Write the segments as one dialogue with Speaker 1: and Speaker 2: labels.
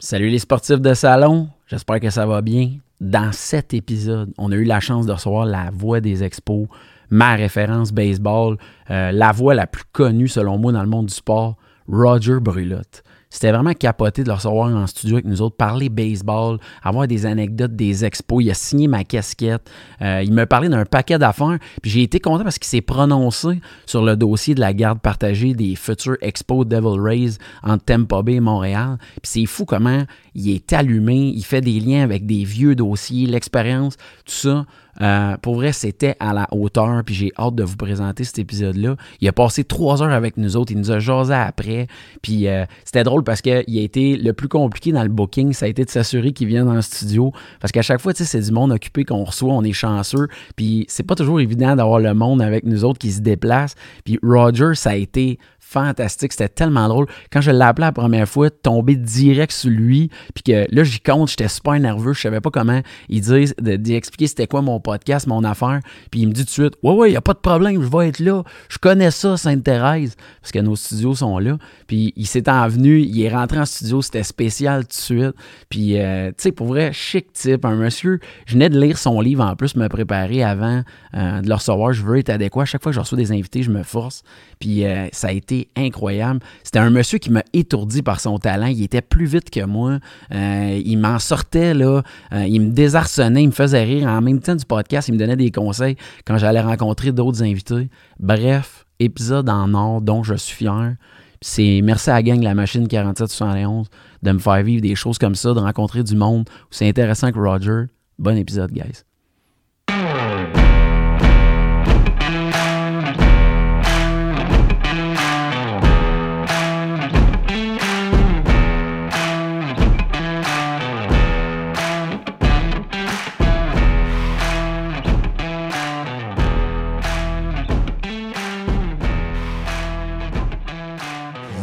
Speaker 1: Salut les sportifs de salon, j'espère que ça va bien. Dans cet épisode, on a eu la chance de recevoir la voix des expos, ma référence baseball, euh, la voix la plus connue selon moi dans le monde du sport, Roger Brulotte. C'était vraiment capoté de le recevoir en studio avec nous autres, parler baseball, avoir des anecdotes des expos. Il a signé ma casquette. Euh, il me parlait d'un paquet d'affaires. Puis j'ai été content parce qu'il s'est prononcé sur le dossier de la garde partagée des futurs expos Devil Rays entre Tampa Bay et Montréal. Puis c'est fou comment il est allumé, il fait des liens avec des vieux dossiers, l'expérience, tout ça. Euh, pour vrai, c'était à la hauteur, puis j'ai hâte de vous présenter cet épisode-là. Il a passé trois heures avec nous autres, il nous a jasé après, puis euh, c'était drôle parce qu'il a été le plus compliqué dans le booking, ça a été de s'assurer qu'il vienne dans le studio, parce qu'à chaque fois, tu sais, c'est du monde occupé qu'on reçoit, on est chanceux, puis c'est pas toujours évident d'avoir le monde avec nous autres qui se déplace, puis Roger, ça a été fantastique, c'était tellement drôle. Quand je l'ai appelé la première fois, tomber direct sur lui, puis que là, j'y compte, j'étais super nerveux, je savais pas comment ils disent, d'expliquer expliquer c'était quoi mon podcast, mon affaire, puis il me dit tout de suite, ouais, ouais, y a pas de problème, je vais être là, je connais ça, Sainte-Thérèse, parce que nos studios sont là, puis il s'est envenu, il est rentré en studio, c'était spécial tout de suite, puis euh, tu sais, pour vrai, chic type, un monsieur, je venais de lire son livre en plus, me préparer avant euh, de le recevoir, je veux être adéquat, à chaque fois que je reçois des invités, je me force, puis euh, ça a été incroyable. C'était un monsieur qui m'a étourdi par son talent. Il était plus vite que moi. Euh, il m'en sortait, là. Euh, il me désarçonnait, il me faisait rire. En même temps du podcast, il me donnait des conseils quand j'allais rencontrer d'autres invités. Bref, épisode en or dont je suis fier. Puis C'est merci à la gang de La Machine 4771 de me faire vivre des choses comme ça, de rencontrer du monde. C'est intéressant que Roger. Bon épisode, guys.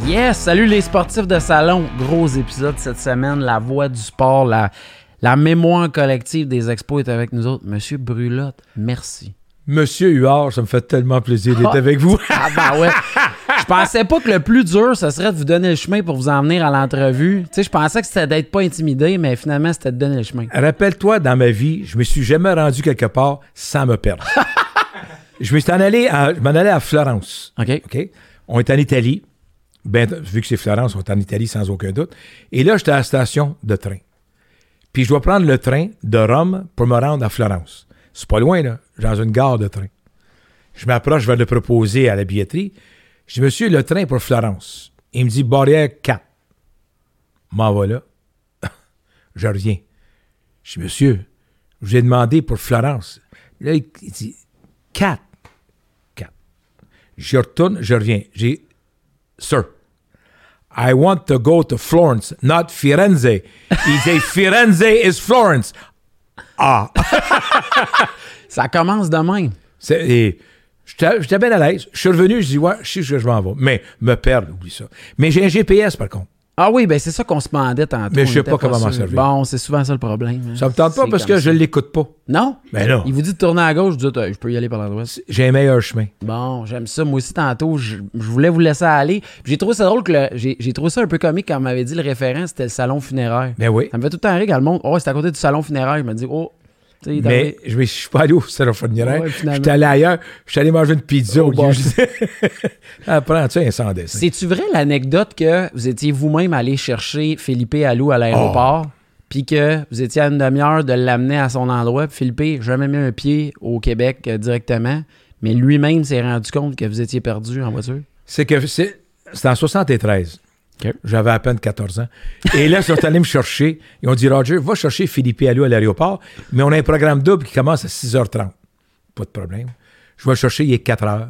Speaker 1: Yes! Salut les sportifs de salon! Gros épisode cette semaine, la voix du sport, la, la mémoire collective des expos est avec nous autres. Monsieur Brulotte, merci.
Speaker 2: Monsieur Huard, ça me fait tellement plaisir d'être avec vous.
Speaker 1: Ah ben ouais! Je pensais pas que le plus dur, ce serait de vous donner le chemin pour vous en venir à l'entrevue. Tu sais, je pensais que c'était d'être pas intimidé, mais finalement, c'était de donner le chemin.
Speaker 2: Rappelle-toi, dans ma vie, je me suis jamais rendu quelque part sans me perdre. je me suis en allé à, je m'en allais à Florence.
Speaker 1: OK?
Speaker 2: OK? On est en Italie. Ben, vu que c'est Florence, on est en Italie sans aucun doute. Et là, j'étais à la station de train. Puis je dois prendre le train de Rome pour me rendre à Florence. C'est pas loin, là. J'ai Dans une gare de train. Je m'approche, je vais le proposer à la billetterie. Je dis, monsieur, le train pour Florence. Il me dit, barrière 4. M'en va là. je reviens. Je dis, monsieur, je vous ai demandé pour Florence. Là, il il dit, 4. 4. Je retourne, je reviens. J'ai Sir, I want to go to Florence, not Firenze. Il dit Firenze is Florence. Ah.
Speaker 1: Ça commence de même.
Speaker 2: C'est- et J'étais j'étais bien à l'aise. Je suis revenu, je dis, ouais, je sais que je m'en vais. Mais me perdre, oublie ça. Mais j'ai un GPS, par contre.
Speaker 1: Ah oui, ben c'est ça qu'on se demandait tantôt.
Speaker 2: Mais je
Speaker 1: on
Speaker 2: sais
Speaker 1: était
Speaker 2: pas comment m'en
Speaker 1: sûr.
Speaker 2: servir.
Speaker 1: Bon, c'est souvent ça le problème. hein.
Speaker 2: Ça me tente pas
Speaker 1: C'est
Speaker 2: parce que
Speaker 1: comme
Speaker 2: je
Speaker 1: ça.
Speaker 2: l'écoute pas.
Speaker 1: Non?
Speaker 2: Ben non.
Speaker 1: Il vous dit de tourner à gauche, vous dites, Euh, je peux y aller par la droite.
Speaker 2: J'ai un meilleur chemin.
Speaker 1: Bon, j'aime ça. Moi aussi, tantôt, je, je voulais vous laisser aller. Puis J'ai trouvé ça drôle que le- j'ai j'ai trouvé ça un peu comique quand on m'avait dit le référent, c'était le salon funéraire.
Speaker 2: Ben oui.
Speaker 1: Ça me fait tout le temps rire quand le monde. Oh, c'est à côté du salon funéraire. Je me dis, oh, tu sais, dans
Speaker 2: Mais
Speaker 1: les-
Speaker 2: je ne suis pas allé au salon funéraire.
Speaker 1: Ouais, finalement. Oh,
Speaker 2: J'étais allé ailleurs. Je suis allé manger une pizza
Speaker 1: Au
Speaker 2: au
Speaker 1: bar.
Speaker 2: lieu. Ah, Prends-tu un sans dessin?
Speaker 1: c'est-tu vrai l'anecdote que vous étiez vous-même allé chercher Philippe Allou à l'aéroport,
Speaker 2: Oh.
Speaker 1: puis que vous étiez à une demi-heure de l'amener à son endroit, puis Philippe, jamais mis un pied au Québec euh, directement, mais lui-même s'est rendu compte que vous étiez perdu en voiture?
Speaker 2: C'est que c'est c'est en 73.
Speaker 1: OK.
Speaker 2: J'avais à peine 14 ans. Et là, ils sont allés me chercher. Ils ont dit, Roger, va chercher Philippe Allou à l'aéroport, mais on a un programme double qui commence à 6h30. Pas de problème. Je vais le chercher, il est 4 h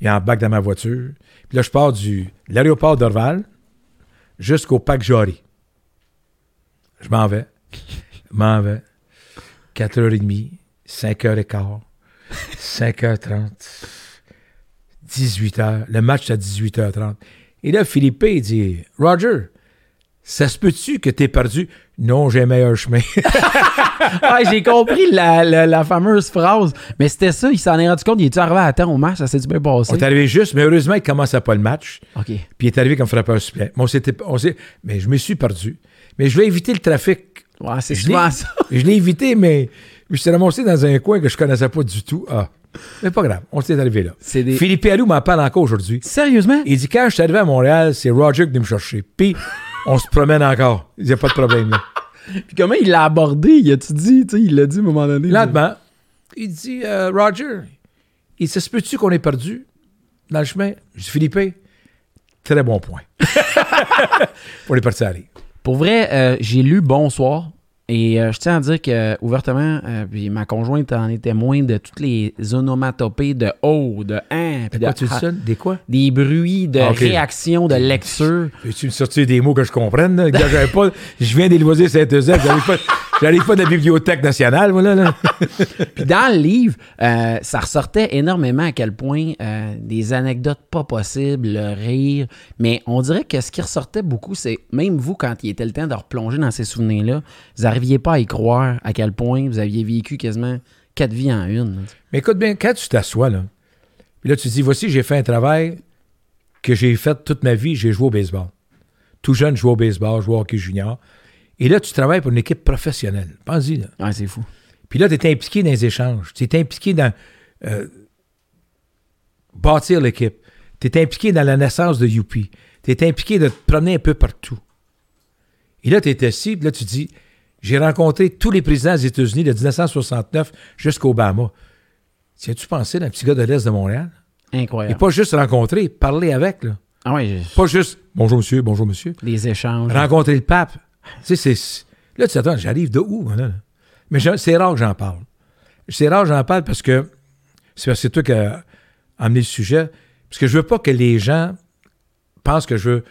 Speaker 2: Il est en bac dans ma voiture. Puis là, je pars du de l'aéroport d'Orval jusqu'au Pac Jory. Je m'en vais. Je m'en vais. 4h30, 5h15, 5h30. 18h. Le match, c'est à 18h30. Et là, Philippe, il dit Roger, ça se peut-tu que t'es perdu Non, j'ai un meilleur chemin.
Speaker 1: Ouais, Ah, j'ai compris la, la- la fameuse phrase. Mais c'était ça, il s'en est rendu compte, il est arrivé à temps au match, ça s'est bien passé.
Speaker 2: on est arrivé juste, mais heureusement, il commençait pas le match.
Speaker 1: OK.
Speaker 2: Puis il est arrivé comme frappeur suppléant. Mais, on s'était- on s'est- mais je me suis perdu. Mais je voulais éviter le trafic.
Speaker 1: Ouais, c'est
Speaker 2: Je l'ai-
Speaker 1: souvent ça.
Speaker 2: Je l'ai évité, mais je me suis ramassé dans un coin que je connaissais pas du tout. Ah. Mais pas grave, on s'est arrivé là.
Speaker 1: C'est des-
Speaker 2: Philippe Allou m'en parle encore aujourd'hui.
Speaker 1: Sérieusement?
Speaker 2: Il dit quand je suis arrivé à Montréal, c'est Roger qui est venu me chercher. Puis on se promène encore. Il n'y a pas de problème. Là.
Speaker 1: Puis comment il l'a abordé? Il a-tu dit, tu sais, il l'a dit à un moment donné.
Speaker 2: Lentement, il dit euh, Roger, il se peut-tu qu'on est perdu dans le chemin Je dis Philippe, très bon point. Pour les partis aller.
Speaker 1: Pour vrai, euh, j'ai lu Bonsoir. Et euh, je tiens à dire que ouvertement, euh, puis ma conjointe en est témoin de toutes les onomatopées de oh, de hein, puis de
Speaker 2: Quoi, tu dis
Speaker 1: ah.
Speaker 2: ça? Des quoi?
Speaker 1: des bruits de
Speaker 2: Ah, ok.
Speaker 1: réaction, de lecture.
Speaker 2: Veux-tu me sortir des mots que je comprenne? là? Gars, j'avais pas, je viens des loisirs Saint-Eusepe, j'arrive pas, j'arrive pas de la Bibliothèque nationale, voilà. Là.
Speaker 1: Puis dans le livre, euh, ça ressortait énormément à quel point euh, des anecdotes pas possibles, le rire. Mais on dirait que ce qui ressortait beaucoup, c'est même vous, quand il était le temps de replonger dans ces souvenirs-là, vous n'arriviez pas à y croire à quel point vous aviez vécu quasiment quatre vies en une. là.
Speaker 2: Mais écoute bien, quand tu t'assois, là, puis là, tu te dis, voici, j'ai fait un travail que j'ai fait toute ma vie, j'ai joué au baseball. Tout jeune, je jouais au baseball, je jouais au hockey junior. Et là, tu travailles pour une équipe professionnelle. Pense-y, là.
Speaker 1: Ouais, c'est fou.
Speaker 2: Puis là, tu es impliqué dans les échanges. Tu es impliqué dans euh, bâtir l'équipe. Tu es impliqué dans la naissance de Youpi. Tu es impliqué de te promener un peu partout. Et là, tu es assis, puis là, tu dis J'ai rencontré tous les présidents des États-Unis de 1969 jusqu'Obama. Tu as-tu pensé d'un petit gars de l'Est de Montréal Et
Speaker 1: Incroyable.
Speaker 2: pas juste rencontrer, parler avec. Là.
Speaker 1: Ah ouais, j'ai-
Speaker 2: Pas juste Bonjour, monsieur, bonjour, monsieur.
Speaker 1: les échanges.
Speaker 2: Rencontrer le pape. Tu sais, c'est. Là, tu t'attends, j'arrive de où, moi, là? là? Mais je- c'est rare que j'en parle. C'est rare que j'en parle parce que c'est parce que c'est toi qui as amené le sujet. Parce que je veux pas que les gens pensent que je veux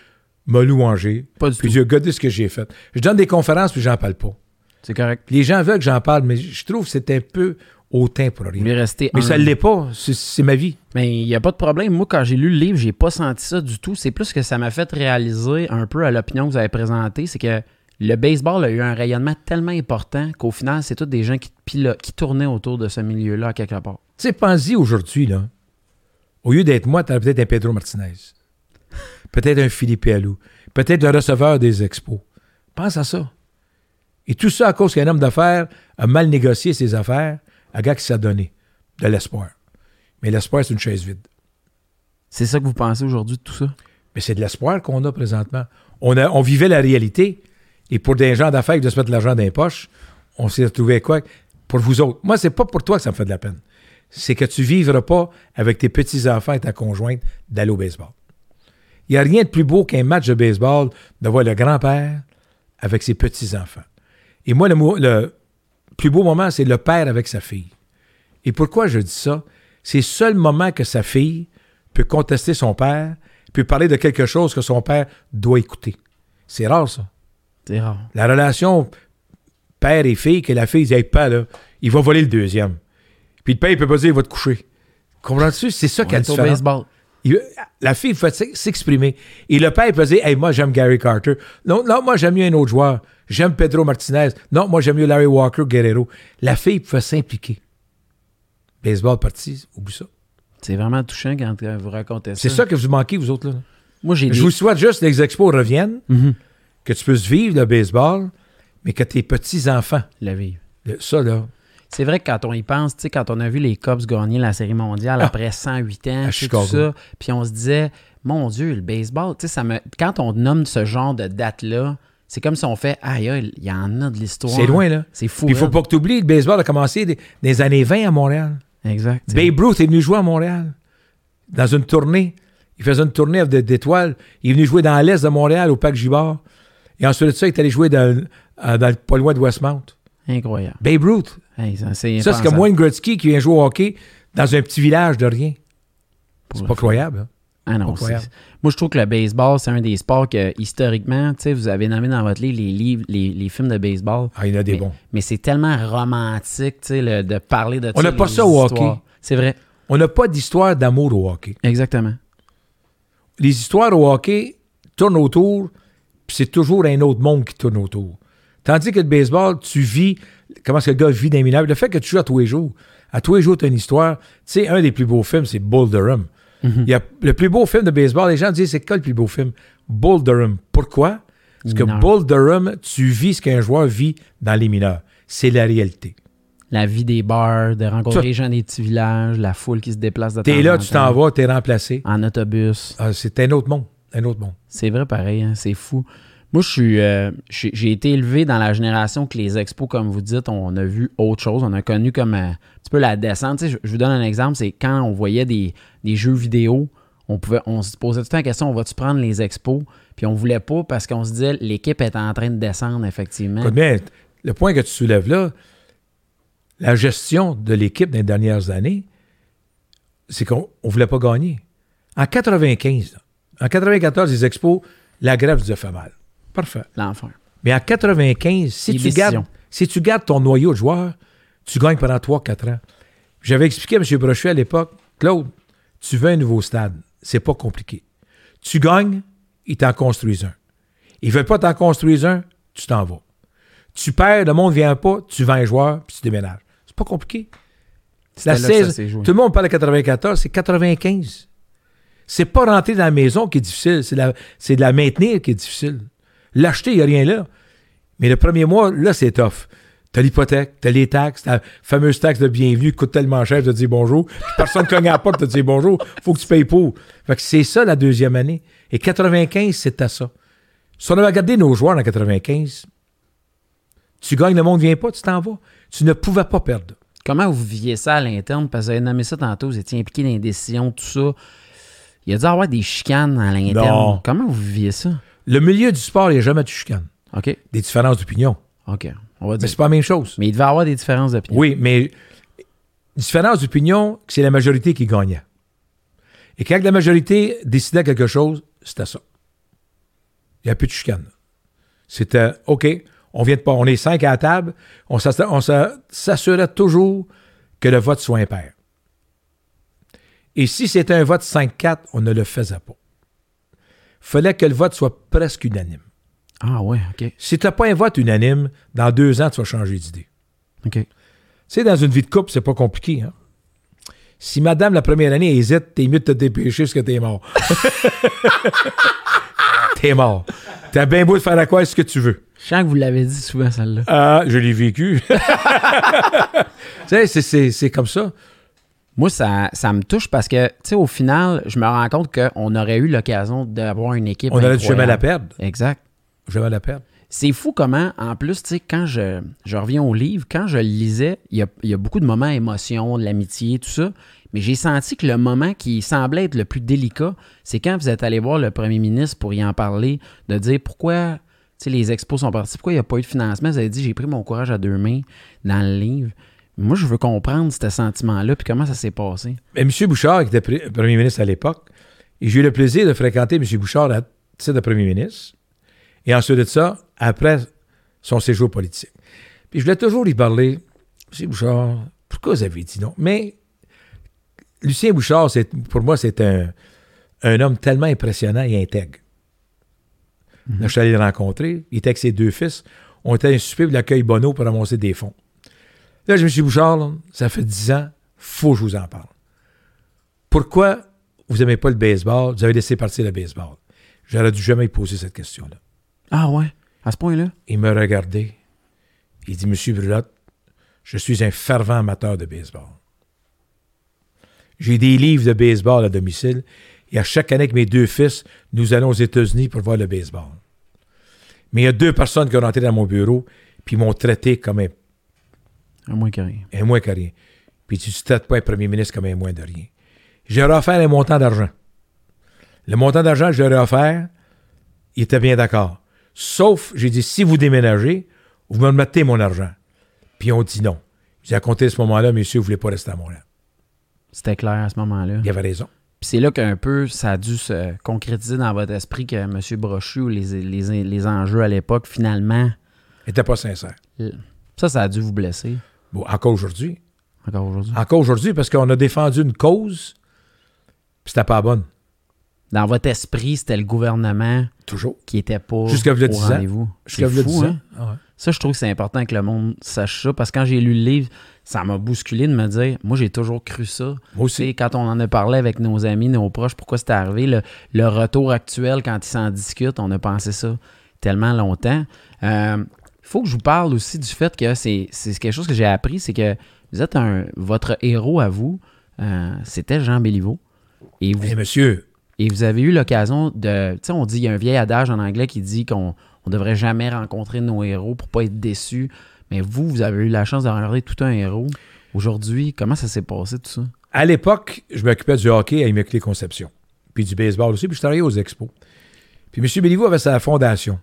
Speaker 2: me louanger.
Speaker 1: Pas du
Speaker 2: puis
Speaker 1: tout.
Speaker 2: Dieu, regardez ce que j'ai fait. Je donne des conférences, puis j'en parle pas.
Speaker 1: C'est correct.
Speaker 2: Les gens veulent que j'en parle, mais je trouve que c'est un peu hautain pour rien.
Speaker 1: Vous voulez rester
Speaker 2: Mais ça
Speaker 1: humble.
Speaker 2: l'est pas. C'est- C'est ma vie.
Speaker 1: Mais il n'y a pas de problème. Moi, quand j'ai lu le livre, j'ai pas senti ça du tout. C'est plus que ça m'a fait réaliser un peu à l'opinion que vous avez présentée, c'est que le baseball a eu un rayonnement tellement important qu'au final, c'est tous des gens qui, pilo- qui tournaient autour de ce milieu-là à quelque part.
Speaker 2: Tu sais, pense-y aujourd'hui, là. Au lieu d'être moi, t'aurais peut-être un Pedro Martinez. Peut-être un Philippe Allou. Peut-être un receveur des expos. Pense à ça. Et tout ça à cause qu'un homme d'affaires a mal négocié ses affaires à un gars qui s'est donné de l'espoir. Mais l'espoir, c'est une chaise vide.
Speaker 1: C'est ça que vous pensez aujourd'hui de tout ça?
Speaker 2: Mais c'est de l'espoir qu'on a présentement. On, a- on vivait la réalité. Et pour des gens d'affaires qui doivent se mettre de l'argent dans les poches, on s'est retrouvé quoi? Pour vous autres. Moi, c'est pas pour toi que ça me fait de la peine. C'est que tu vivras pas avec tes petits-enfants et ta conjointe d'aller au baseball. Il n'y a rien de plus beau qu'un match de baseball de voir le grand-père avec ses petits-enfants. Et moi, le, mo- le plus beau moment, c'est le père avec sa fille. Et pourquoi je dis ça? C'est le seul moment que sa fille peut contester son père, peut parler de quelque chose que son père doit écouter. C'est rare, ça.
Speaker 1: C'est rare.
Speaker 2: La relation père et fille, que la fille dit Hey, pas là, il va voler le deuxième. Puis le père, il peut pas dire, il va te coucher. Comprends-tu? C'est ça
Speaker 1: On
Speaker 2: qu'elle
Speaker 1: est au baseball.
Speaker 2: La fille peut s'ex- s'exprimer. Et le père peut dire, hey, moi, j'aime Gary Carter. Non, non, moi, j'aime mieux un autre joueur. J'aime Pedro Martinez. Non, moi, j'aime mieux Larry Walker, Guerrero. La fille peut s'impliquer. Baseball parti, oublie ça.
Speaker 1: C'est vraiment touchant quand euh, vous racontez ça.
Speaker 2: C'est ça que vous manquez, vous autres, là.
Speaker 1: Moi, j'ai des...
Speaker 2: Je vous souhaite juste que les expos reviennent, que tu puisses vivre le baseball, mais que tes petits-enfants,
Speaker 1: le vivre.
Speaker 2: le- ça, là,
Speaker 1: C'est vrai que quand on y pense, tu sais, quand on a vu les Cubs gagner la Série mondiale
Speaker 2: Ah.
Speaker 1: après 108 ans,
Speaker 2: À
Speaker 1: tu sais, tout
Speaker 2: Chicago.
Speaker 1: ça, puis on se disait, mon Dieu, le baseball, tu sais, ça me... quand on nomme ce genre de date-là, c'est comme si on fait, aïe, aïe, il y en a de l'histoire.
Speaker 2: c'est loin, là.
Speaker 1: C'est fou.
Speaker 2: Puis il faut
Speaker 1: hein.
Speaker 2: pas que tu oublies, le baseball a commencé des- dans les années 20 à Montréal.
Speaker 1: Exact. c'est
Speaker 2: Babe Ruth est venu jouer à Montréal dans une tournée. Il faisait une tournée avec d'étoiles. Il est venu jouer dans l'Est de Montréal, au Parc Gibard. Et ensuite de ça, il est allé jouer dans, euh, dans le- pas loin de Westmount.
Speaker 1: Incroyable.
Speaker 2: Babe Ruth.
Speaker 1: Hey, ça, c'est
Speaker 2: Ça, c'est
Speaker 1: impensable.
Speaker 2: comme Wayne Gretzky qui vient jouer au hockey dans un petit village de rien. C'est pas croyable. hein.
Speaker 1: Ah non,
Speaker 2: Incroyable.
Speaker 1: c'est- Moi, je trouve que le baseball, c'est un des sports que, historiquement, tu sais, vous avez nommé dans votre livre les livres, les, les films de baseball.
Speaker 2: Ah, il y en a des
Speaker 1: mais,
Speaker 2: bons.
Speaker 1: Mais c'est tellement romantique, tu sais, le- de parler de ça,
Speaker 2: On n'a pas
Speaker 1: les
Speaker 2: ça au
Speaker 1: histoires.
Speaker 2: hockey.
Speaker 1: C'est vrai.
Speaker 2: On n'a pas d'histoire d'amour au hockey.
Speaker 1: Exactement.
Speaker 2: les histoires au hockey tournent autour, puis c'est toujours un autre monde qui tourne autour. Tandis que le baseball, tu vis comment est-ce que le gars vit d'un minable. Le fait que tu joues à tous les jours, à tous les jours, tu as une histoire. Tu sais, un des plus beaux films, c'est Bull Durham. Il y a le plus beau film de baseball, les gens disent, c'est quoi le plus beau film? Bull Durham. Pourquoi? Parce que
Speaker 1: Mineur.
Speaker 2: Bull Durham, tu vis ce qu'un joueur vit dans les mineurs. C'est la réalité.
Speaker 1: La vie des bars, de rencontrer
Speaker 2: Ça-
Speaker 1: les gens des petits villages, la foule qui se déplace de
Speaker 2: T'es
Speaker 1: temps
Speaker 2: là,
Speaker 1: en
Speaker 2: tu
Speaker 1: temps,
Speaker 2: t'en vas, t'es remplacé.
Speaker 1: En autobus.
Speaker 2: Ah, c'est un autre monde. Un autre monde.
Speaker 1: C'est vrai, pareil, hein, c'est fou. Moi, je suis, euh, j'ai j'ai été élevé dans la génération que les expos, comme vous dites, on a vu autre chose. On a connu comme euh, un petit peu la descente. Tu sais, Je, je vous donne un exemple, c'est quand on voyait des, des jeux vidéo, on, pouvait, on se posait tout le temps la question, on va-tu prendre les expos? Puis on voulait pas parce qu'on se disait, l'équipe est en train de descendre, effectivement.
Speaker 2: Écoute, mais le point que tu soulèves là, la gestion de l'équipe des dernières années, c'est qu'on ne voulait pas gagner. En 95, là, en 94, les expos, la grève nous a fait mal. Parfait.
Speaker 1: L'enfer.
Speaker 2: Mais en 95, si
Speaker 1: Les
Speaker 2: tu,
Speaker 1: décisions.
Speaker 2: gardes, si tu gardes ton noyau de joueurs, tu gagnes pendant 3-4 ans. J'avais expliqué à M. Brochet à l'époque, Claude, tu veux un nouveau stade. C'est pas compliqué. Tu gagnes, ils t'en construisent un. Ils veulent pas t'en construire un, tu t'en vas. Tu perds, le monde vient pas, tu vends un joueur, puis tu déménages. C'est pas compliqué.
Speaker 1: C'était là
Speaker 2: La
Speaker 1: que ça
Speaker 2: saison-
Speaker 1: s'est joué.
Speaker 2: tout le monde parle de 94, c'est 95. C'est pas rentrer dans la maison qui est difficile, c'est la- c'est de la maintenir qui est difficile. L'acheter, il n'y a rien là. Mais le premier mois, là, c'est tough. T'as l'hypothèque, t'as les taxes, ta fameuse taxe de bienvenue qui coûte tellement cher de dire bonjour. puis Personne ne cogne à la porte de dire bonjour. Faut que tu payes pour. Fait que c'est ça la deuxième année. Et 95, c'était ça. Si on avait regardé nos joueurs en 95, tu gagnes, le monde ne vient pas, tu t'en vas. Tu ne pouvais pas perdre.
Speaker 1: Comment vous viviez ça à l'interne? Parce que vous avez nommé ça tantôt, vous étiez impliqué dans les décisions, tout ça. Il y a dû avoir des chicanes à l'interne.
Speaker 2: Non.
Speaker 1: Comment vous viviez ça?
Speaker 2: Le milieu du sport, il n'y a jamais de chicane.
Speaker 1: OK.
Speaker 2: Des différences d'opinion.
Speaker 1: OK. On va
Speaker 2: Mais
Speaker 1: dire.
Speaker 2: c'est pas la même chose.
Speaker 1: Mais il devait avoir des différences d'opinion.
Speaker 2: Oui, mais différence d'opinion, c'est la majorité qui gagnait. Et quand la majorité décidait quelque chose, c'était ça. Il n'y a plus de chicane. C'était OK, on vient de pas, on est cinq à la table, on s'ass- on s'a- s'assurait toujours que le vote soit impair. Et si c'était un vote 5-4, on ne le faisait pas. Fallait que le vote soit presque unanime.
Speaker 1: Ah ouais, OK.
Speaker 2: Si tu n'as pas un vote unanime, dans deux ans, tu vas changer d'idée.
Speaker 1: OK.
Speaker 2: Tu sais, dans une vie de couple, c'est pas compliqué. Hein? Si madame, la première année, hésite, t'es mieux de te dépêcher parce que t'es mort. t'es mort. T'as bien beau de faire à quoi ce que tu veux.
Speaker 1: Je sens que vous l'avez dit souvent, celle-là.
Speaker 2: Ah, je l'ai vécu. tu sais, c'est- c'est c'est comme ça.
Speaker 1: Moi, ça, ça me touche parce que, tu sais, au final, je me rends compte qu'on aurait eu l'occasion d'avoir une équipe.
Speaker 2: On aurait du
Speaker 1: incroyable.
Speaker 2: chemin à la perdre.
Speaker 1: Exact.
Speaker 2: Chemin à la perdre.
Speaker 1: C'est fou comment, en plus, tu sais, quand je, je reviens au livre, quand je le lisais, il y a, il y a beaucoup de moments émotion, de l'amitié, tout ça. Mais j'ai senti que le moment qui semblait être le plus délicat, c'est quand vous êtes allé voir le premier ministre pour y en parler, de dire pourquoi tu sais, les expos sont partis, pourquoi il n'y a pas eu de financement. Vous avez dit, j'ai pris mon courage à deux mains dans le livre. Moi, je veux comprendre ce sentiment-là, puis comment ça s'est passé.
Speaker 2: Mais M. Bouchard, qui était pr- premier ministre à l'époque, et j'ai eu le plaisir de fréquenter M. Bouchard à titre de premier ministre, et ensuite de ça, après son séjour politique. Puis je voulais toujours lui parler, M. Bouchard, pourquoi vous avez dit non? Mais Lucien Bouchard, c'est, pour moi, c'est un, un homme tellement impressionnant et intègre. Là, je suis allé le rencontrer, il était avec ses deux fils, on était à un souper de l'accueil Bonneau pour ramasser des fonds. Là, je me suis dit, Bouchard, là, ça fait dix ans, faut que je vous en parle pourquoi vous n'aimez pas le baseball, vous avez laissé partir le baseball? J'aurais dû jamais lui poser cette question-là.
Speaker 1: Ah ouais, à ce point-là?
Speaker 2: Il me regardait. Il dit, Monsieur Brulotte, je suis un fervent amateur de baseball. J'ai des livres de baseball à domicile et à chaque année avec mes deux fils, nous allons aux États-Unis pour voir le baseball. Mais il y a deux personnes qui ont rentré dans mon bureau puis m'ont traité comme un
Speaker 1: À moins que rien.
Speaker 2: un moins que rien. Puis tu ne traites pas un premier ministre comme un moins de rien. J'aurais offert un montant d'argent. Le montant d'argent que j'aurais offert, il était bien d'accord. Sauf, j'ai dit, si vous déménagez, vous me remettez mon argent. Puis on dit non. J'ai compté à ce moment-là, monsieur, vous ne voulez pas rester à mon lab.
Speaker 1: C'était clair à ce moment-là.
Speaker 2: Il avait raison.
Speaker 1: Puis c'est là qu'un peu ça a dû se concrétiser dans votre esprit que M. Brochu ou les, les, les enjeux à l'époque, finalement,
Speaker 2: Il n'était pas sincère.
Speaker 1: l- ça, ça a dû vous blesser
Speaker 2: Bon, encore aujourd'hui.
Speaker 1: encore aujourd'hui.
Speaker 2: Encore aujourd'hui, parce qu'on a défendu une cause, puis c'était pas la bonne.
Speaker 1: Dans votre esprit, c'était le gouvernement
Speaker 2: Toujours.
Speaker 1: qui était pas
Speaker 2: Jusqu'à v'là
Speaker 1: au
Speaker 2: 10 ans.
Speaker 1: rendez-vous.
Speaker 2: Jusqu'à
Speaker 1: C'est
Speaker 2: v'là
Speaker 1: fou,
Speaker 2: 10 ans.
Speaker 1: hein?
Speaker 2: Ah ouais.
Speaker 1: Ça, je trouve que c'est important que le monde sache ça, parce que quand j'ai lu le livre, ça m'a bousculé de me dire, moi, j'ai toujours cru ça.
Speaker 2: Moi
Speaker 1: Tu sais,
Speaker 2: aussi.
Speaker 1: quand on en a parlé avec nos amis, nos proches, pourquoi c'était arrivé, le, le retour actuel, quand ils s'en discutent, on a pensé ça. tellement longtemps. Il faut que je vous parle aussi du fait que c'est c'est quelque chose que j'ai appris, c'est que vous êtes un... Votre héros à vous, euh, c'était Jean Béliveau. Et vous,
Speaker 2: Eh, monsieur,
Speaker 1: et vous avez eu l'occasion de. Tu sais, on dit, il y a un vieil adage en anglais qui dit qu'on ne devrait jamais rencontrer nos héros pour pas être déçus. Mais vous, vous avez eu la chance de rencontrer tout un héros. Aujourd'hui, comment ça s'est passé tout ça?
Speaker 2: à l'époque, je m'occupais du hockey à Immaculée Conception, puis du baseball aussi, puis je travaillais aux expos. Puis M. Béliveau avait sa fondation.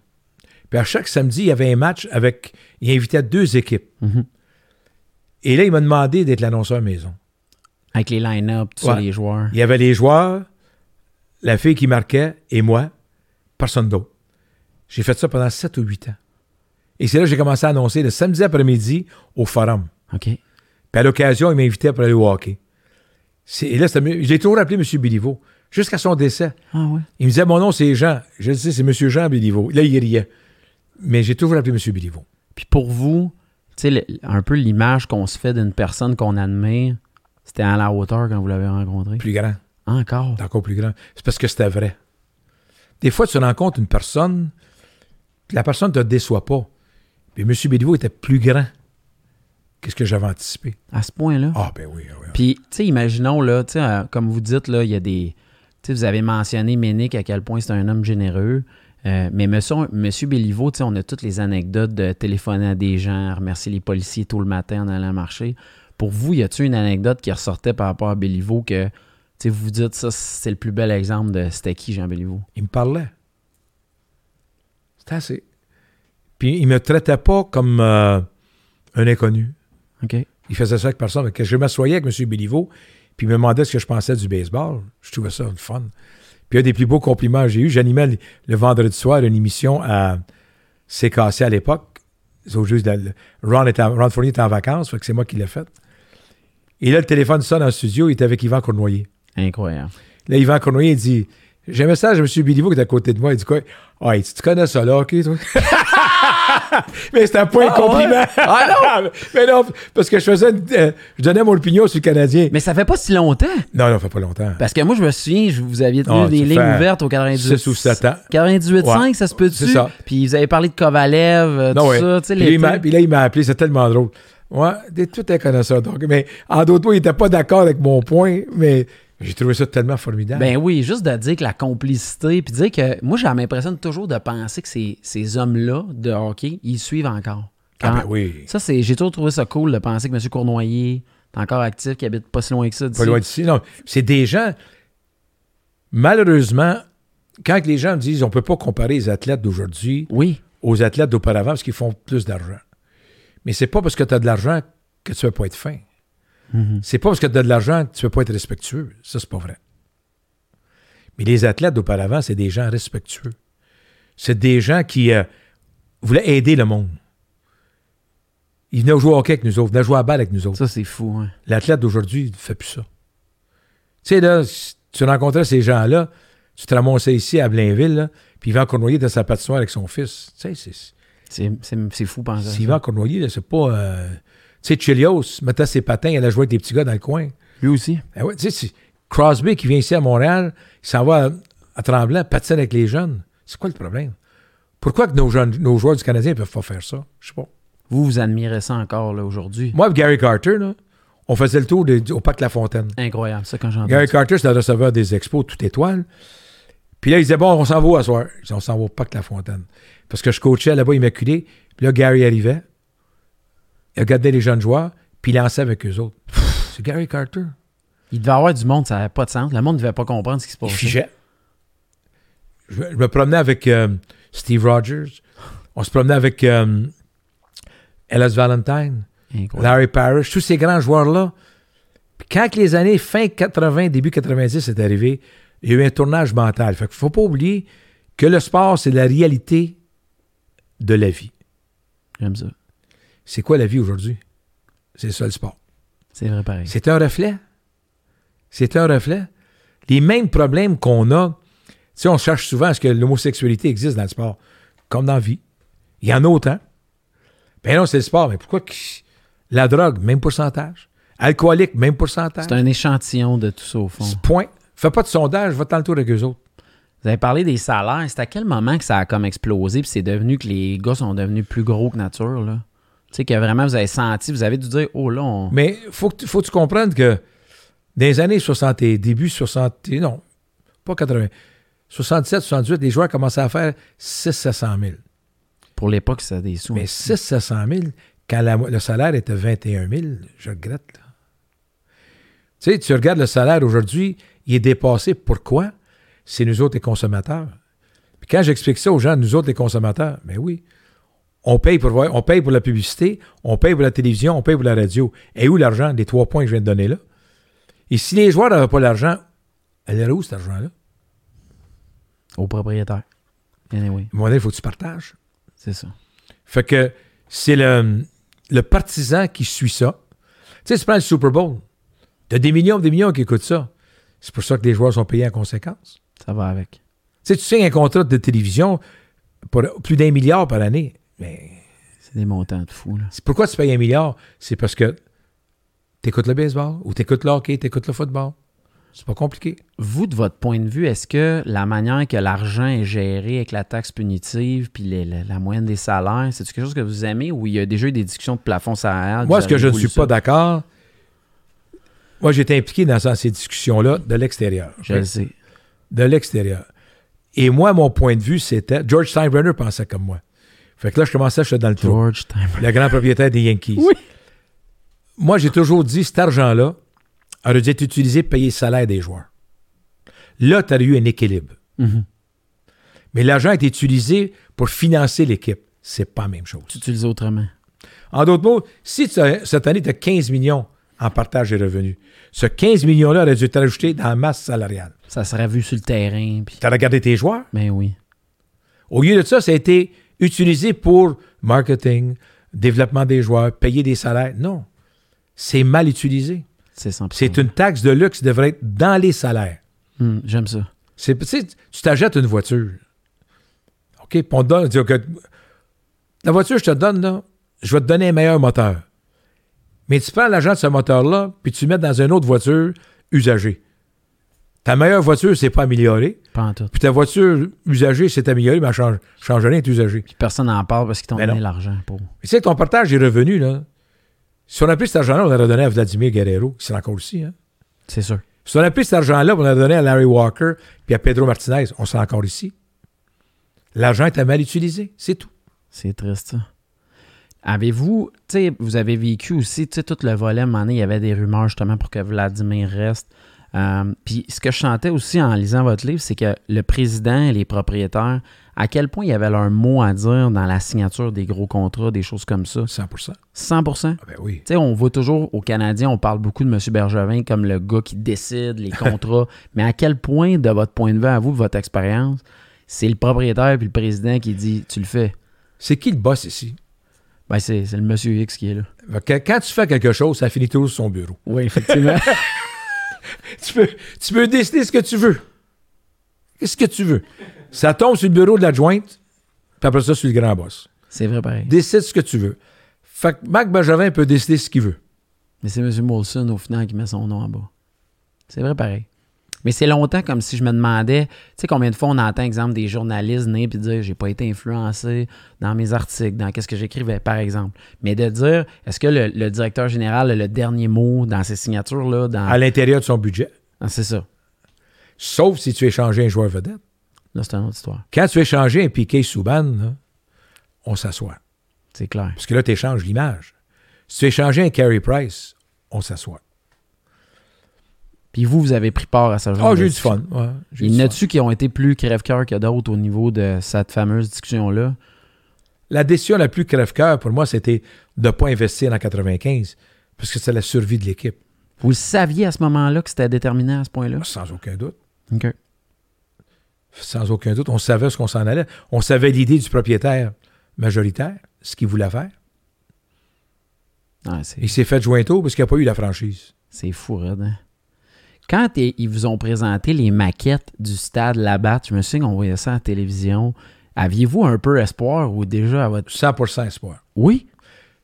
Speaker 2: Puis à chaque samedi, il y avait un match avec. Il invitait deux équipes.
Speaker 1: Mhm.
Speaker 2: Et là, il m'a demandé d'être l'annonceur maison.
Speaker 1: Avec les line-up, tout ça,
Speaker 2: Ouais.
Speaker 1: les joueurs.
Speaker 2: Il y avait les joueurs, la fille qui marquait et moi, personne d'autre. J'ai fait ça pendant 7 ou 8 ans. Et c'est là que j'ai commencé à annoncer le samedi après-midi au forum.
Speaker 1: OK.
Speaker 2: Puis à l'occasion, il m'invitait pour aller au hockey. C'est- Et là, c'était mieux. j'ai toujours appelé M. Béliveau, jusqu'à son décès.
Speaker 1: Ah ouais.
Speaker 2: Il me disait, mon nom, c'est Jean. Je le sais, c'est M. Jean Béliveau. Là, il riait. Mais j'ai toujours appelé M. Béliveau.
Speaker 1: Puis pour vous, tu sais, le- un peu l'image qu'on se fait d'une personne qu'on admire, c'était à la hauteur quand vous l'avez rencontré.
Speaker 2: Plus grand,
Speaker 1: Encore.
Speaker 2: encore plus grand. C'est parce que c'était vrai. Des fois, tu rencontres une personne, puis la personne ne te déçoit pas. Mais M. Béliveau était plus grand que ce que j'avais anticipé.
Speaker 1: À ce point-là.
Speaker 2: Ah, ben oui, ah oui, ah oui.
Speaker 1: Puis, tu sais, imaginons, là, tu sais, euh, comme vous dites, là, il y a des. Tu sais, vous avez mentionné Ménic à quel point c'est un homme généreux. Euh, mais monsieur, monsieur Béliveau, tu sais, on a toutes les anecdotes de téléphoner à des gens, remercier les policiers tôt le matin en allant marcher. Pour vous, y a-t-il une anecdote qui ressortait par rapport à Béliveau que, tu sais, vous vous dites, ça, c'est le plus bel exemple de c'était qui Jean Béliveau?
Speaker 2: Il me parlait. C'était assez. Puis il me traitait pas comme euh, un inconnu.
Speaker 1: OK.
Speaker 2: Il faisait ça avec personne. Fait que je m'assoyais avec M. Béliveau, puis il me demandait ce que je pensais du baseball. Je trouvais ça le fun. Puis un des plus beaux compliments que j'ai eu, j'animais le- le vendredi soir une émission à CKC à l'époque. C'est au juste de la- Ron, était en- Ron Fournier était en vacances, fait que c'est moi qui l'ai fait. Et là, le téléphone sonne en studio, il était avec Yvan Cournoyer.
Speaker 1: Incroyable.
Speaker 2: Là, Yvan Cournoyer, il dit J'ai un message à M. Béliveau qui est à côté de moi. Il dit quoi Ah, il dit, tu connais ça là, OK, toi Mais c'était pas un compliment. Ah non Mais non, parce que je faisais. une- euh, je donnais mon opinion sur le Canadien.
Speaker 1: Mais Ben, ça fait pas si longtemps.
Speaker 2: Non, non, ça fait pas longtemps.
Speaker 1: Parce que moi, je me souviens, je- vous aviez tenu
Speaker 2: Ah,
Speaker 1: des
Speaker 2: tu
Speaker 1: lignes
Speaker 2: fais
Speaker 1: ouvertes au 98.
Speaker 2: six ou sept ans.
Speaker 1: 98.5,
Speaker 2: Ouais.
Speaker 1: ça se peut-tu?
Speaker 2: C'est ça.
Speaker 1: Puis vous avez parlé de Kovalev, euh,
Speaker 2: non,
Speaker 1: tout
Speaker 2: ouais.
Speaker 1: ça, tu sais,
Speaker 2: puis, là, il m'a-
Speaker 1: l'été.
Speaker 2: puis là, il m'a appelé, c'est tellement drôle. Ouais, t'es tout un connaisseur. Donc, mais en d'autres mots, il était pas d'accord avec mon point, mais j'ai trouvé ça tellement formidable.
Speaker 1: Ben oui, juste de dire que la complicité, puis dire que moi, ça m'impressionne toujours de penser que ces, ces hommes-là de hockey, ils suivent encore.
Speaker 2: ah,
Speaker 1: Quand-
Speaker 2: ben oui.
Speaker 1: Ça, c'est, j'ai toujours trouvé ça cool de penser que M. Cournoyer est encore actif, qui habite pas si loin que ça. d'ici.
Speaker 2: Pas loin d'ici. Non, c'est des gens. Malheureusement, quand les gens me disent on ne peut pas comparer les athlètes d'aujourd'hui
Speaker 1: Oui,
Speaker 2: aux athlètes d'auparavant parce qu'ils font plus d'argent. Mais c'est pas parce que tu as de l'argent que tu ne veux pas être fin. C'est pas parce que tu as de l'argent que tu ne veux pas être respectueux. Ça, c'est pas vrai. Mais les athlètes d'auparavant, c'est des gens respectueux. C'est des gens qui euh, voulaient aider le monde. Ils venaient jouer au hockey avec nous autres, ils venaient jouer à la balle avec nous autres.
Speaker 1: ça, c'est fou. hein.
Speaker 2: L'athlète d'aujourd'hui ne fait plus ça. Tu sais, là, si tu rencontrais ces gens-là, tu te ramassais ici à Blainville, là, puis Yvan Cournoyer dans sa patinoire avec son fils. Tu sais, c'est-
Speaker 1: C'est, c'est, c'est fou penser. à
Speaker 2: c'est
Speaker 1: ça.
Speaker 2: Yvan Cournoyer, là, c'est pas. euh, Tu sais, Chelios mettait ses patins, il allait jouer avec des petits gars dans le coin.
Speaker 1: Lui aussi.
Speaker 2: Ah ouais, tu sais, c'est- Crosby qui vient ici à Montréal, il s'en va à, à Tremblant, patine avec les jeunes. C'est quoi le problème? Pourquoi que nos, jeunes, nos joueurs du Canadien ne peuvent pas faire ça? Je sais pas.
Speaker 1: Vous, vous admirez ça encore là, aujourd'hui.
Speaker 2: Moi, et Gary Carter, là, on faisait le tour de- du- au Parc La Fontaine.
Speaker 1: Incroyable, ça, quand j'entends.
Speaker 2: Gary Carter, c'est le receveur des expos, toute étoile. Puis là, il disait, bon, on s'en va où à soir. Je dis, on s'en va au Parc La Fontaine. Parce que je coachais là-bas Immaculé. Puis là, Gary arrivait. Il regardait les jeunes joueurs. Puis il lançait avec eux autres. C'est Gary Carter.
Speaker 1: Il devait y avoir du monde, ça n'avait pas de sens. Le monde ne devait pas comprendre ce qui se
Speaker 2: Il
Speaker 1: passait.
Speaker 2: figeait. Je, je me promenais avec euh, Steve Rogers. On se promenait avec euh, Ellis Valentine,
Speaker 1: Incroyable.
Speaker 2: Larry Parrish, tous ces grands joueurs-là. Puis quand que les années fin 80, début 90 est arrivé, il y a eu un tournage mental. Fait qu'il faut pas oublier que le sport, c'est la réalité de la vie.
Speaker 1: J'aime ça.
Speaker 2: C'est quoi la vie aujourd'hui? C'est ça le sport.
Speaker 1: C'est vrai pareil.
Speaker 2: C'est un reflet. C'est un reflet. Les mêmes problèmes qu'on a, tu sais, on cherche souvent à ce que l'homosexualité existe dans le sport, comme dans la vie. Il y en a autant. Ben non, c'est le sport, mais pourquoi que- la drogue, même pourcentage. Alcoolique, même pourcentage.
Speaker 1: C'est un échantillon de tout ça au fond.
Speaker 2: Point. Fais pas de sondage, va dans le tour avec eux autres.
Speaker 1: Vous avez parlé des salaires. C'est à quel moment que ça a comme explosé puis c'est devenu que les gars sont devenus plus gros que nature, là? Tu sais, que vraiment, vous avez senti, vous avez dû dire, oh là, on...
Speaker 2: Mais faut que tu, faut que tu comprennes que dans les années 60 et début 60, et- non, pas 80, 67, 68, les joueurs commençaient à faire 600-700 000.
Speaker 1: pour l'époque, ça a des sous.
Speaker 2: Mais 600-700 000, quand la mo- le salaire était 21 000, je regrette. là. Tu sais, tu regardes le salaire aujourd'hui, il est dépassé. Pourquoi? C'est nous autres les consommateurs. Puis quand j'explique ça aux gens, nous autres les consommateurs, mais oui, on paye, pour, voir- on paye pour la publicité, on paye pour la télévision, on paye pour la radio. Et où l'argent des trois points que je viens de donner là? Et si les joueurs n'avaient pas l'argent, elle irait où cet argent-là?
Speaker 1: Au propriétaire. Anyway,
Speaker 2: À un moment donné, il faut que tu partages.
Speaker 1: c'est ça.
Speaker 2: Fait que c'est le, le partisan qui suit ça. Tu sais, tu prends le Super Bowl. T'as des millions des millions qui écoutent ça. C'est pour ça que les joueurs sont payés en conséquence.
Speaker 1: Ça va avec.
Speaker 2: Tu sais, tu signes un contrat de télévision pour plus d'un milliard par année. Mais
Speaker 1: C'est des montants de fou, là.
Speaker 2: c'est pourquoi tu payes un milliard? C'est parce que t'écoutes le baseball ou t'écoutes le hockey, t'écoutes le football. C'est pas compliqué.
Speaker 1: Vous, de votre point de vue, est-ce que la manière que l'argent est géré avec la taxe punitive puis les- la, la moyenne des salaires, c'est quelque chose que vous aimez ou il y a déjà eu des discussions de plafond salarial?
Speaker 2: Moi,
Speaker 1: vous
Speaker 2: ce que
Speaker 1: avez
Speaker 2: je ne
Speaker 1: voulu
Speaker 2: suis
Speaker 1: ça?
Speaker 2: pas d'accord, moi, j'étais impliqué dans ça- ces discussions-là de l'extérieur.
Speaker 1: Je le sais.
Speaker 2: de l'extérieur. Et moi, mon point de vue, c'était. George Steinbrenner pensait comme moi. Fait que là, je commençais à jeter dans le trou.
Speaker 1: George Timer.
Speaker 2: Le grand propriétaire des Yankees.
Speaker 1: Oui.
Speaker 2: Moi, j'ai toujours dit cet argent-là aurait dû être utilisé pour payer le salaire des joueurs. Là, tu aurais eu un équilibre.
Speaker 1: Mhm.
Speaker 2: Mais l'argent est utilisé pour financer l'équipe. C'est pas la même chose.
Speaker 1: Tu utilises autrement.
Speaker 2: En d'autres mots, si tu as- cette année, tu as 15 millions en partage des revenus, ce 15 millions-là aurait dû être ajouté dans la masse salariale.
Speaker 1: Ça serait vu sur le terrain. Puis...
Speaker 2: Tu as regardé tes joueurs,
Speaker 1: Ben oui.
Speaker 2: Au lieu de ça, ça a été utilisé pour marketing, développement des joueurs, payer des salaires. Non, c'est mal utilisé.
Speaker 1: C'est 100%.
Speaker 2: C'est une taxe de luxe qui devrait être dans les salaires.
Speaker 1: Hum, J'aime ça.
Speaker 2: C'est, tu sais, tu t'achètes une voiture. OK, puis on te donne, on dit, OK, la voiture que je te donne, là, je vais te donner un meilleur moteur. Mais tu prends l'argent de ce moteur-là, puis tu le mets dans une autre voiture usagée. Ta meilleure voiture, c'est pas améliorée.
Speaker 1: Pas en tout.
Speaker 2: Puis ta voiture usagée, c'est améliorée, mais elle change, change rien, elle est usagée.
Speaker 1: Puis personne n'en parle parce qu'ils t'ont
Speaker 2: Ben
Speaker 1: donné
Speaker 2: non.
Speaker 1: l'argent pour.
Speaker 2: Mais tu sais, ton partage est revenu, là. Si on a pris cet argent-là, on l'aurait donné à Vladimir Guerrero, qui sera encore ici. Hein.
Speaker 1: C'est sûr.
Speaker 2: Si on a pris cet argent-là, on l'aurait donné à Larry Walker puis à Pedro Martinez, on sera encore ici. L'argent était mal utilisé, c'est tout.
Speaker 1: C'est triste, ça. Avez-vous, tu sais, vous avez vécu aussi, tu sais, tout le volet, à un moment donné, il y avait des rumeurs justement pour que Vladimir reste. Euh, Puis ce que je sentais aussi en lisant votre livre, c'est que le président et les propriétaires, à quel point il y avait leur mot à dire dans la signature des gros contrats, des choses comme ça.
Speaker 2: 100
Speaker 1: 100
Speaker 2: Ah ben oui.
Speaker 1: Tu sais, on voit toujours aux Canadiens, on parle beaucoup de M. Bergevin comme le gars qui décide les contrats. mais à quel point, de votre point de vue, à vous, de votre expérience, c'est le propriétaire puis le président qui dit Tu le fais
Speaker 2: C'est qui le boss ici?
Speaker 1: Ben, c'est c'est le monsieur X qui est là.
Speaker 2: Fait que Quand tu fais quelque chose, ça finit toujours sur son bureau.
Speaker 1: Oui, effectivement.
Speaker 2: Tu peux, tu peux décider ce que tu veux. Qu'est-ce que tu veux? Ça tombe sur le bureau de l'adjointe, puis après ça, sur le grand boss.
Speaker 1: c'est vrai pareil.
Speaker 2: Décide ce que tu veux. Fait que Marc Bergevin peut décider ce qu'il veut.
Speaker 1: Mais c'est M. Molson, au final, qui met son nom en bas. C'est vrai pareil. Mais c'est longtemps comme si je me demandais, tu sais, combien de fois on entend, exemple, des journalistes venir puis dire j'ai pas été influencé dans mes articles, dans qu'est-ce que j'écrivais, par exemple. Mais de dire, est-ce que le, le directeur général a le dernier mot dans ses signatures-là? Dans...
Speaker 2: à l'intérieur de son budget,
Speaker 1: Ah, c'est ça.
Speaker 2: sauf si tu échangeais un joueur vedette.
Speaker 1: Là, c'est une autre histoire.
Speaker 2: Quand tu échangeais un piqué Souban, là, on s'assoit.
Speaker 1: C'est clair.
Speaker 2: Parce que là, tu échanges l'image. Si tu échangeais un Carey Price, on s'assoit.
Speaker 1: Puis vous, vous avez pris part à ce genre
Speaker 2: Ah,
Speaker 1: de
Speaker 2: j'ai eu du
Speaker 1: discussion.
Speaker 2: fun. ouais, j'ai eu
Speaker 1: Il y
Speaker 2: du
Speaker 1: en
Speaker 2: fun.
Speaker 1: a-tu qui ont été plus crève-cœur que d'autres au niveau de cette fameuse discussion-là?
Speaker 2: La décision la plus crève-cœur pour moi, c'était de ne pas investir en 95 parce que c'est la survie de l'équipe.
Speaker 1: Vous le saviez à ce moment-là que c'était déterminé à ce point-là?
Speaker 2: Sans aucun doute.
Speaker 1: OK.
Speaker 2: Sans aucun doute. On savait ce qu'on s'en allait. On savait l'idée du propriétaire majoritaire, ce qu'il voulait faire.
Speaker 1: Ah, c'est,
Speaker 2: Il s'est fait jointo parce qu'il n'y a pas eu la franchise.
Speaker 1: c'est fou, Red. hein. Quand i- ils vous ont présenté les maquettes du stade Labatt, je me souviens qu'on voyait ça à la télévision. Aviez-vous un peu espoir ou déjà à votre.
Speaker 2: 100 espoir.
Speaker 1: Oui?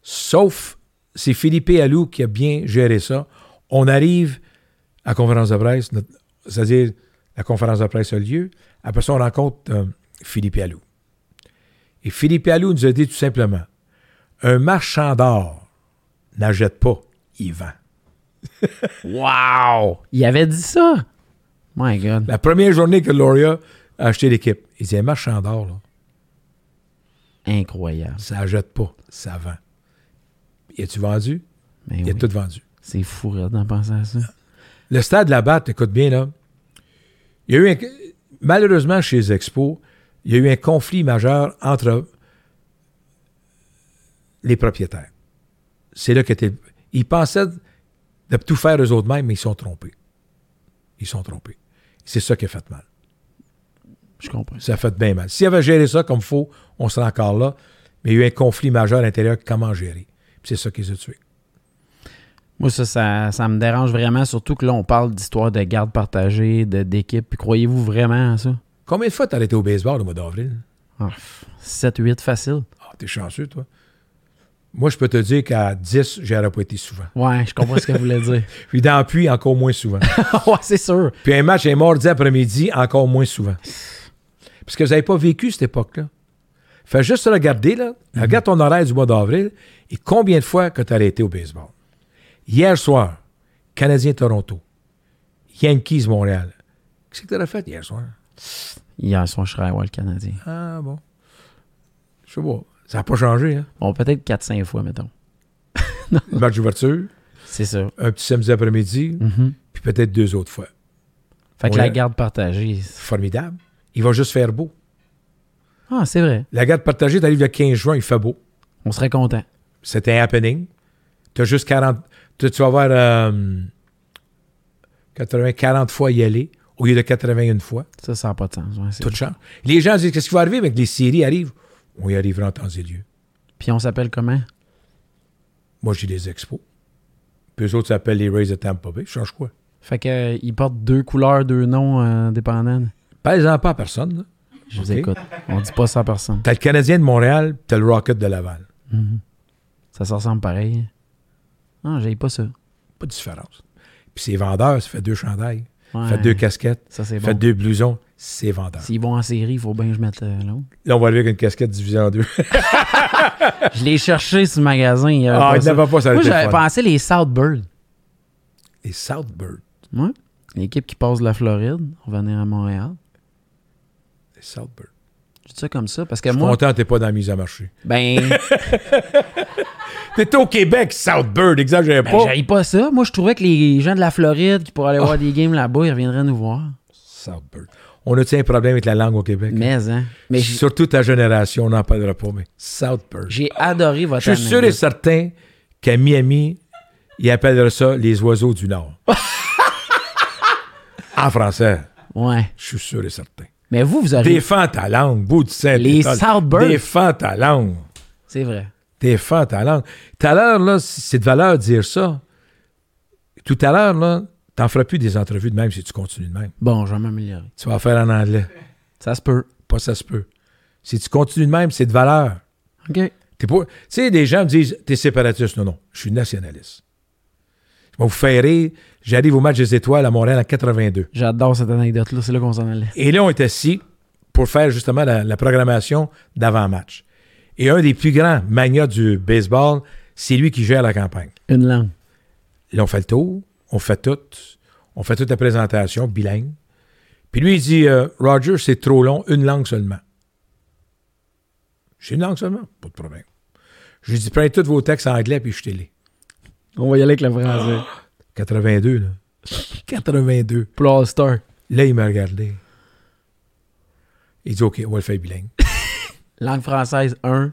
Speaker 2: Sauf, c'est Philippe Allou qui a bien géré ça. On arrive à conférence de presse, notre- c'est-à-dire La conférence de presse a lieu. Après ça, on rencontre euh, Philippe Allou. Et Philippe Allou nous a dit tout simplement un marchand d'or n'achète pas, il vend.
Speaker 1: Wow! Il avait dit ça! My God.
Speaker 2: La première journée que Loria a acheté l'équipe, il dit un marchand d'or, là,
Speaker 1: Incroyable.
Speaker 2: ça achète pas, ça vend. Y a-tu vendu?
Speaker 1: Mais
Speaker 2: Il a
Speaker 1: oui.
Speaker 2: tout vendu.
Speaker 1: C'est fou raide, d'en penser à ça.
Speaker 2: Le stade Labatt, écoute bien là, il y a eu un- malheureusement chez les Expos, il y a eu un conflit majeur entre les propriétaires. C'est là que t'es- ils pensaient de tout faire eux autres mêmes, mais ils sont trompés. Ils sont trompés. C'est ça qui a fait mal.
Speaker 1: Je comprends.
Speaker 2: Ça a fait bien mal. S'ils avaient géré ça comme faut, on serait encore là. Mais il y a eu un conflit majeur à l'intérieur. Comment gérer? Puis c'est ça qu'ils ont tué.
Speaker 1: Moi, ça, ça, ça me dérange vraiment, surtout que là, on parle d'histoire de garde partagée, de- d'équipe. Puis croyez-vous vraiment à ça?
Speaker 2: Combien de fois t'as arrêté au baseball au mois d'avril?
Speaker 1: Ah, pff, 7-8 facile.
Speaker 2: Ah, t'es chanceux, toi. Moi, je peux te dire qu'à 10, j'aurais pas été souvent.
Speaker 1: Ouais, je comprends ce que vous voulez dire.
Speaker 2: Puis dans le puits, encore moins souvent.
Speaker 1: ouais, c'est sûr.
Speaker 2: Puis un match un mardi après-midi, encore moins souvent. Parce que vous n'avez pas vécu cette époque-là. Fait juste regarder, là. Regarde ton horaire du mois d'avril et combien de fois que tu as arrêté au baseball. Hier soir, Canadien-Toronto, Yankees-Montréal. Qu'est-ce que tu as fait hier soir?
Speaker 1: Hier soir, je serais à Wild Canadien.
Speaker 2: Ah, bon. Je sais pas. Ça n'a pas changé, hein?
Speaker 1: Bon, peut-être 4-5 fois, mettons.
Speaker 2: Le match d'ouverture,
Speaker 1: C'est ça.
Speaker 2: un petit samedi après-midi, puis peut-être deux autres fois.
Speaker 1: Fait que
Speaker 2: Mm-hmm. Ouais.
Speaker 1: la garde partagée. c'est-
Speaker 2: Formidable. Il va juste faire beau.
Speaker 1: Ah, c'est vrai.
Speaker 2: La garde partagée, t'arrives le 15 juin, il fait beau.
Speaker 1: On serait content.
Speaker 2: C'est un happening. T'as juste 40... Tu tu vas avoir euh, 80, 40 fois y aller au lieu de 81 fois.
Speaker 1: Ça, ça n'a pas de sens. ouais, c'est
Speaker 2: Tout
Speaker 1: vrai.
Speaker 2: change. Les gens disent, qu'est-ce qui va arriver avec les séries arrivent? On y arrivera en temps et lieu.
Speaker 1: Puis on s'appelle comment?
Speaker 2: Moi, j'ai les expos. Puis eux autres s'appellent les Rays de Tampa Bay. Change quoi?
Speaker 1: Fait que euh, ils portent deux couleurs, deux noms euh, dépendants.
Speaker 2: Pèse-en pas à personne. là.
Speaker 1: Je vous
Speaker 2: Ok.
Speaker 1: écoute. On dit pas ça à personne.
Speaker 2: T'as le Canadien de Montréal, t'as le Rocket de Laval.
Speaker 1: Ça se ressemble pareil. Non, j'ai pas ça.
Speaker 2: Pas de différence. Puis c'est vendeur, ça fait deux chandails.
Speaker 1: Ouais.
Speaker 2: Ça fait deux casquettes.
Speaker 1: Ça, c'est
Speaker 2: Faites
Speaker 1: bon.
Speaker 2: deux blousons, c'est vendeur.
Speaker 1: S'ils vont en série, il faut bien que je mette euh, l'autre.
Speaker 2: Là, on va arriver avec une casquette divisée en deux.
Speaker 1: Je l'ai cherché, ce magasin. Il y avait
Speaker 2: Ah,
Speaker 1: pas
Speaker 2: il
Speaker 1: ça.
Speaker 2: n'avait pas ça,
Speaker 1: Moi,
Speaker 2: le
Speaker 1: j'avais
Speaker 2: téléphone.
Speaker 1: pensé les Southbirds.
Speaker 2: Les Southbird.
Speaker 1: Ouais. L'équipe qui passe de la Floride, on va venir à Montréal.
Speaker 2: Les Southbird.
Speaker 1: Je dis ça comme ça parce que
Speaker 2: Je suis
Speaker 1: moi,
Speaker 2: content que t'es pas dans la mise à marché.
Speaker 1: ben,
Speaker 2: T'es au Québec, Southbird, exagère
Speaker 1: ben
Speaker 2: pas.
Speaker 1: j'haïs pas Ah. ça. Moi, je trouvais que les gens de la Floride qui pourraient aller voir des games là-bas, ils reviendraient nous voir.
Speaker 2: Southbird. On a-tu un problème avec la langue au Québec?
Speaker 1: Mais, hein. Mais j'ai-
Speaker 2: Surtout ta génération, on n'en parlera pas, mais Southbird.
Speaker 1: j'ai adoré votre
Speaker 2: Je suis sûr et
Speaker 1: anecdote.
Speaker 2: certain qu'à Miami, ils appelleraient ça les oiseaux du Nord. en français,
Speaker 1: Ouais.
Speaker 2: je suis sûr et certain.
Speaker 1: Mais vous, vous auriez.
Speaker 2: Défends ta langue, bout de saint
Speaker 1: Les Southbird.
Speaker 2: Défends ta langue.
Speaker 1: C'est vrai.
Speaker 2: Défends ta langue. Tout à l'heure, là, c- c'est de valeur de dire ça. Tout à l'heure, là, t'en feras plus des entrevues de même si tu continues de même.
Speaker 1: Bon, je vais m'améliorer.
Speaker 2: Tu vas en faire en anglais.
Speaker 1: Ça se peut.
Speaker 2: Pas ça se peut. Si tu continues de même, c'est de valeur.
Speaker 1: OK.
Speaker 2: T'es pas... Tu sais, des gens me disent, t'es séparatiste. Non, non, je suis nationaliste. Je vais vous faire rire. J'arrive au match des étoiles à Montréal en 82.
Speaker 1: J'adore cette anecdote-là. C'est là qu'on s'en allait.
Speaker 2: Et là, on est assis pour faire justement la, la programmation d'avant-match. Et un des plus grands magnats du baseball, c'est lui qui gère la campagne.
Speaker 1: Une langue.
Speaker 2: Là, on fait le tour, on fait tout, on fait toute la présentation bilingue. Puis lui, il dit euh, Roger, c'est trop long, une langue seulement. J'ai une langue seulement, pas de problème. Je lui dis prenez tous vos textes en anglais puis jetez-les.
Speaker 1: On va y aller avec le français.
Speaker 2: 82, là. 82.
Speaker 1: Pour All Star.
Speaker 2: Là, il m'a regardé. Il dit OK, on va le faire bilingue
Speaker 1: Langue française 1.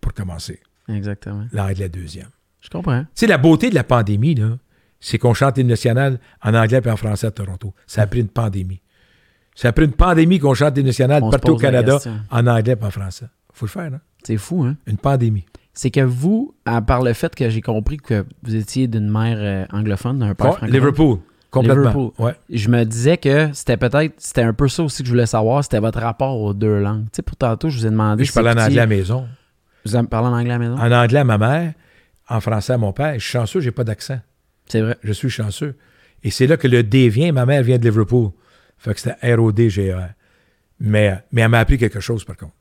Speaker 2: pour commencer.
Speaker 1: Exactement.
Speaker 2: L'anglais deuxième.
Speaker 1: Je comprends.
Speaker 2: Tu sais, la beauté de la pandémie, là, c'est qu'on chante l'hymne national en anglais et en français à Toronto. Ça a pris une pandémie. Ça a pris une pandémie qu'on chante l'hymne national
Speaker 1: On se
Speaker 2: partout au
Speaker 1: pose la
Speaker 2: Canada
Speaker 1: question.
Speaker 2: en anglais et en français. Faut le faire, non?
Speaker 1: C'est fou, hein?
Speaker 2: Une pandémie.
Speaker 1: C'est que vous, à part le fait que j'ai compris que vous étiez d'une mère euh, anglophone, d'un père
Speaker 2: Bon,
Speaker 1: francophone,
Speaker 2: Liverpool, complètement.
Speaker 1: Liverpool.
Speaker 2: Ouais.
Speaker 1: je me disais que c'était peut-être, c'était un peu ça aussi que je voulais savoir, c'était votre rapport aux deux langues. Tu sais, pour tantôt, je vous ai demandé.
Speaker 2: Moi, je
Speaker 1: si
Speaker 2: parlais en
Speaker 1: vous
Speaker 2: anglais Ah.
Speaker 1: étiez-
Speaker 2: à la maison.
Speaker 1: Vous en parlez en anglais à la maison?
Speaker 2: En anglais à ma mère, en français à mon père. Je suis chanceux, j'ai pas d'accent.
Speaker 1: C'est vrai.
Speaker 2: Je suis chanceux. Et c'est là que le D vient. Ma mère vient de Liverpool. Fait que c'était R-O-D-G-E-R. E Mais, mais elle m'a appris quelque chose, par contre.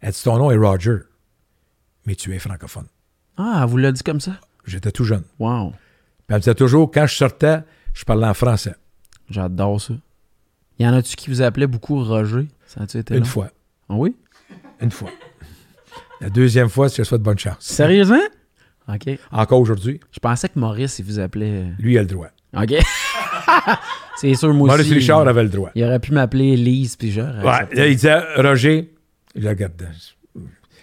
Speaker 2: Elle dit Ton nom est Roger, mais tu es francophone.
Speaker 1: Ah, elle vous l'a dit comme ça?
Speaker 2: J'étais tout jeune.
Speaker 1: Wow.
Speaker 2: Puis elle me disait toujours Quand je sortais, je parlais en français.
Speaker 1: J'adore ça. Y en a-tu qui vous appelaient beaucoup Roger? Ça a-tu été
Speaker 2: Une
Speaker 1: long?
Speaker 2: fois.
Speaker 1: Ah oui?
Speaker 2: Une fois. La deuxième fois, je te souhaite bonne chance.
Speaker 1: Sérieusement? OK.
Speaker 2: Encore aujourd'hui,
Speaker 1: Je pensais que Maurice, il vous appelait... euh,
Speaker 2: lui, il a le droit.
Speaker 1: OK. C'est sûr, moi
Speaker 2: Maurice
Speaker 1: aussi.
Speaker 2: Richard avait le droit.
Speaker 1: Il aurait pu m'appeler Lise, puis euh, j'aurais
Speaker 2: Ouais,
Speaker 1: accepté.
Speaker 2: là, il disait Roger, il regarde.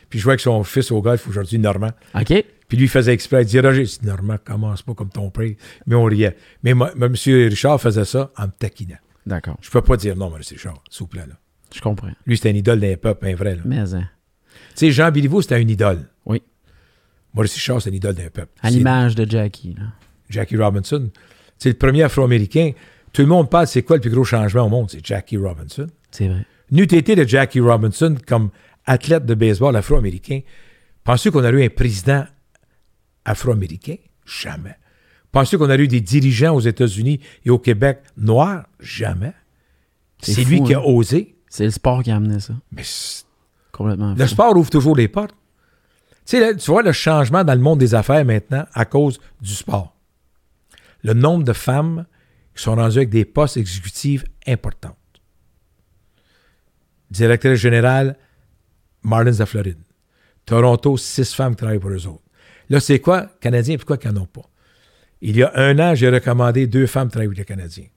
Speaker 2: Puis je jouais avec son fils au golf aujourd'hui, Normand.
Speaker 1: OK.
Speaker 2: Puis lui, il faisait exprès. Il disait Roger, c'est Normand, commence pas comme ton père. Mais on riait. Mais mo- mais M. Richard faisait ça en me taquinant.
Speaker 1: D'accord.
Speaker 2: Je peux pas dire non, Maurice Richard, s'il vous plaît. Là.
Speaker 1: Je comprends.
Speaker 2: Lui, c'était une idole d'un peuple, un vrai. là. Tu
Speaker 1: Mais, hein,
Speaker 2: sais, Jean Béliveau, c'était une idole.
Speaker 1: oui.
Speaker 2: Maurice Richard, c'est une idole d'un peuple.
Speaker 1: À
Speaker 2: C'est
Speaker 1: l'image de Jackie, là.
Speaker 2: Jackie Robinson. C'est le premier afro-américain. Tout le monde parle, c'est quoi le plus gros changement au monde? C'est Jackie Robinson.
Speaker 1: C'est vrai.
Speaker 2: N'eût été de Jackie Robinson comme athlète de baseball afro-américain, pensez qu'on aurait eu un président afro-américain? Jamais. Pensez qu'on aurait eu des dirigeants aux États-Unis et au Québec noirs? Jamais.
Speaker 1: C'est
Speaker 2: C'est
Speaker 1: fou,
Speaker 2: lui qui
Speaker 1: hein.
Speaker 2: a osé.
Speaker 1: C'est le sport qui a amené ça.
Speaker 2: Mais c'est-
Speaker 1: Complètement.
Speaker 2: le
Speaker 1: fou.
Speaker 2: sport ouvre toujours les portes. Tu sais, là, tu vois le changement dans le monde des affaires maintenant à cause du sport. Le nombre de femmes qui sont rendues avec des postes exécutifs importants. Directrice générale, Marlins de Floride. Toronto, six femmes qui travaillent pour eux autres. Là, c'est quoi, Canadiens, pourquoi qu'ils n'en ont pas? Il y a un an, j'ai recommandé deux femmes qui travaillent avec les Canadiens.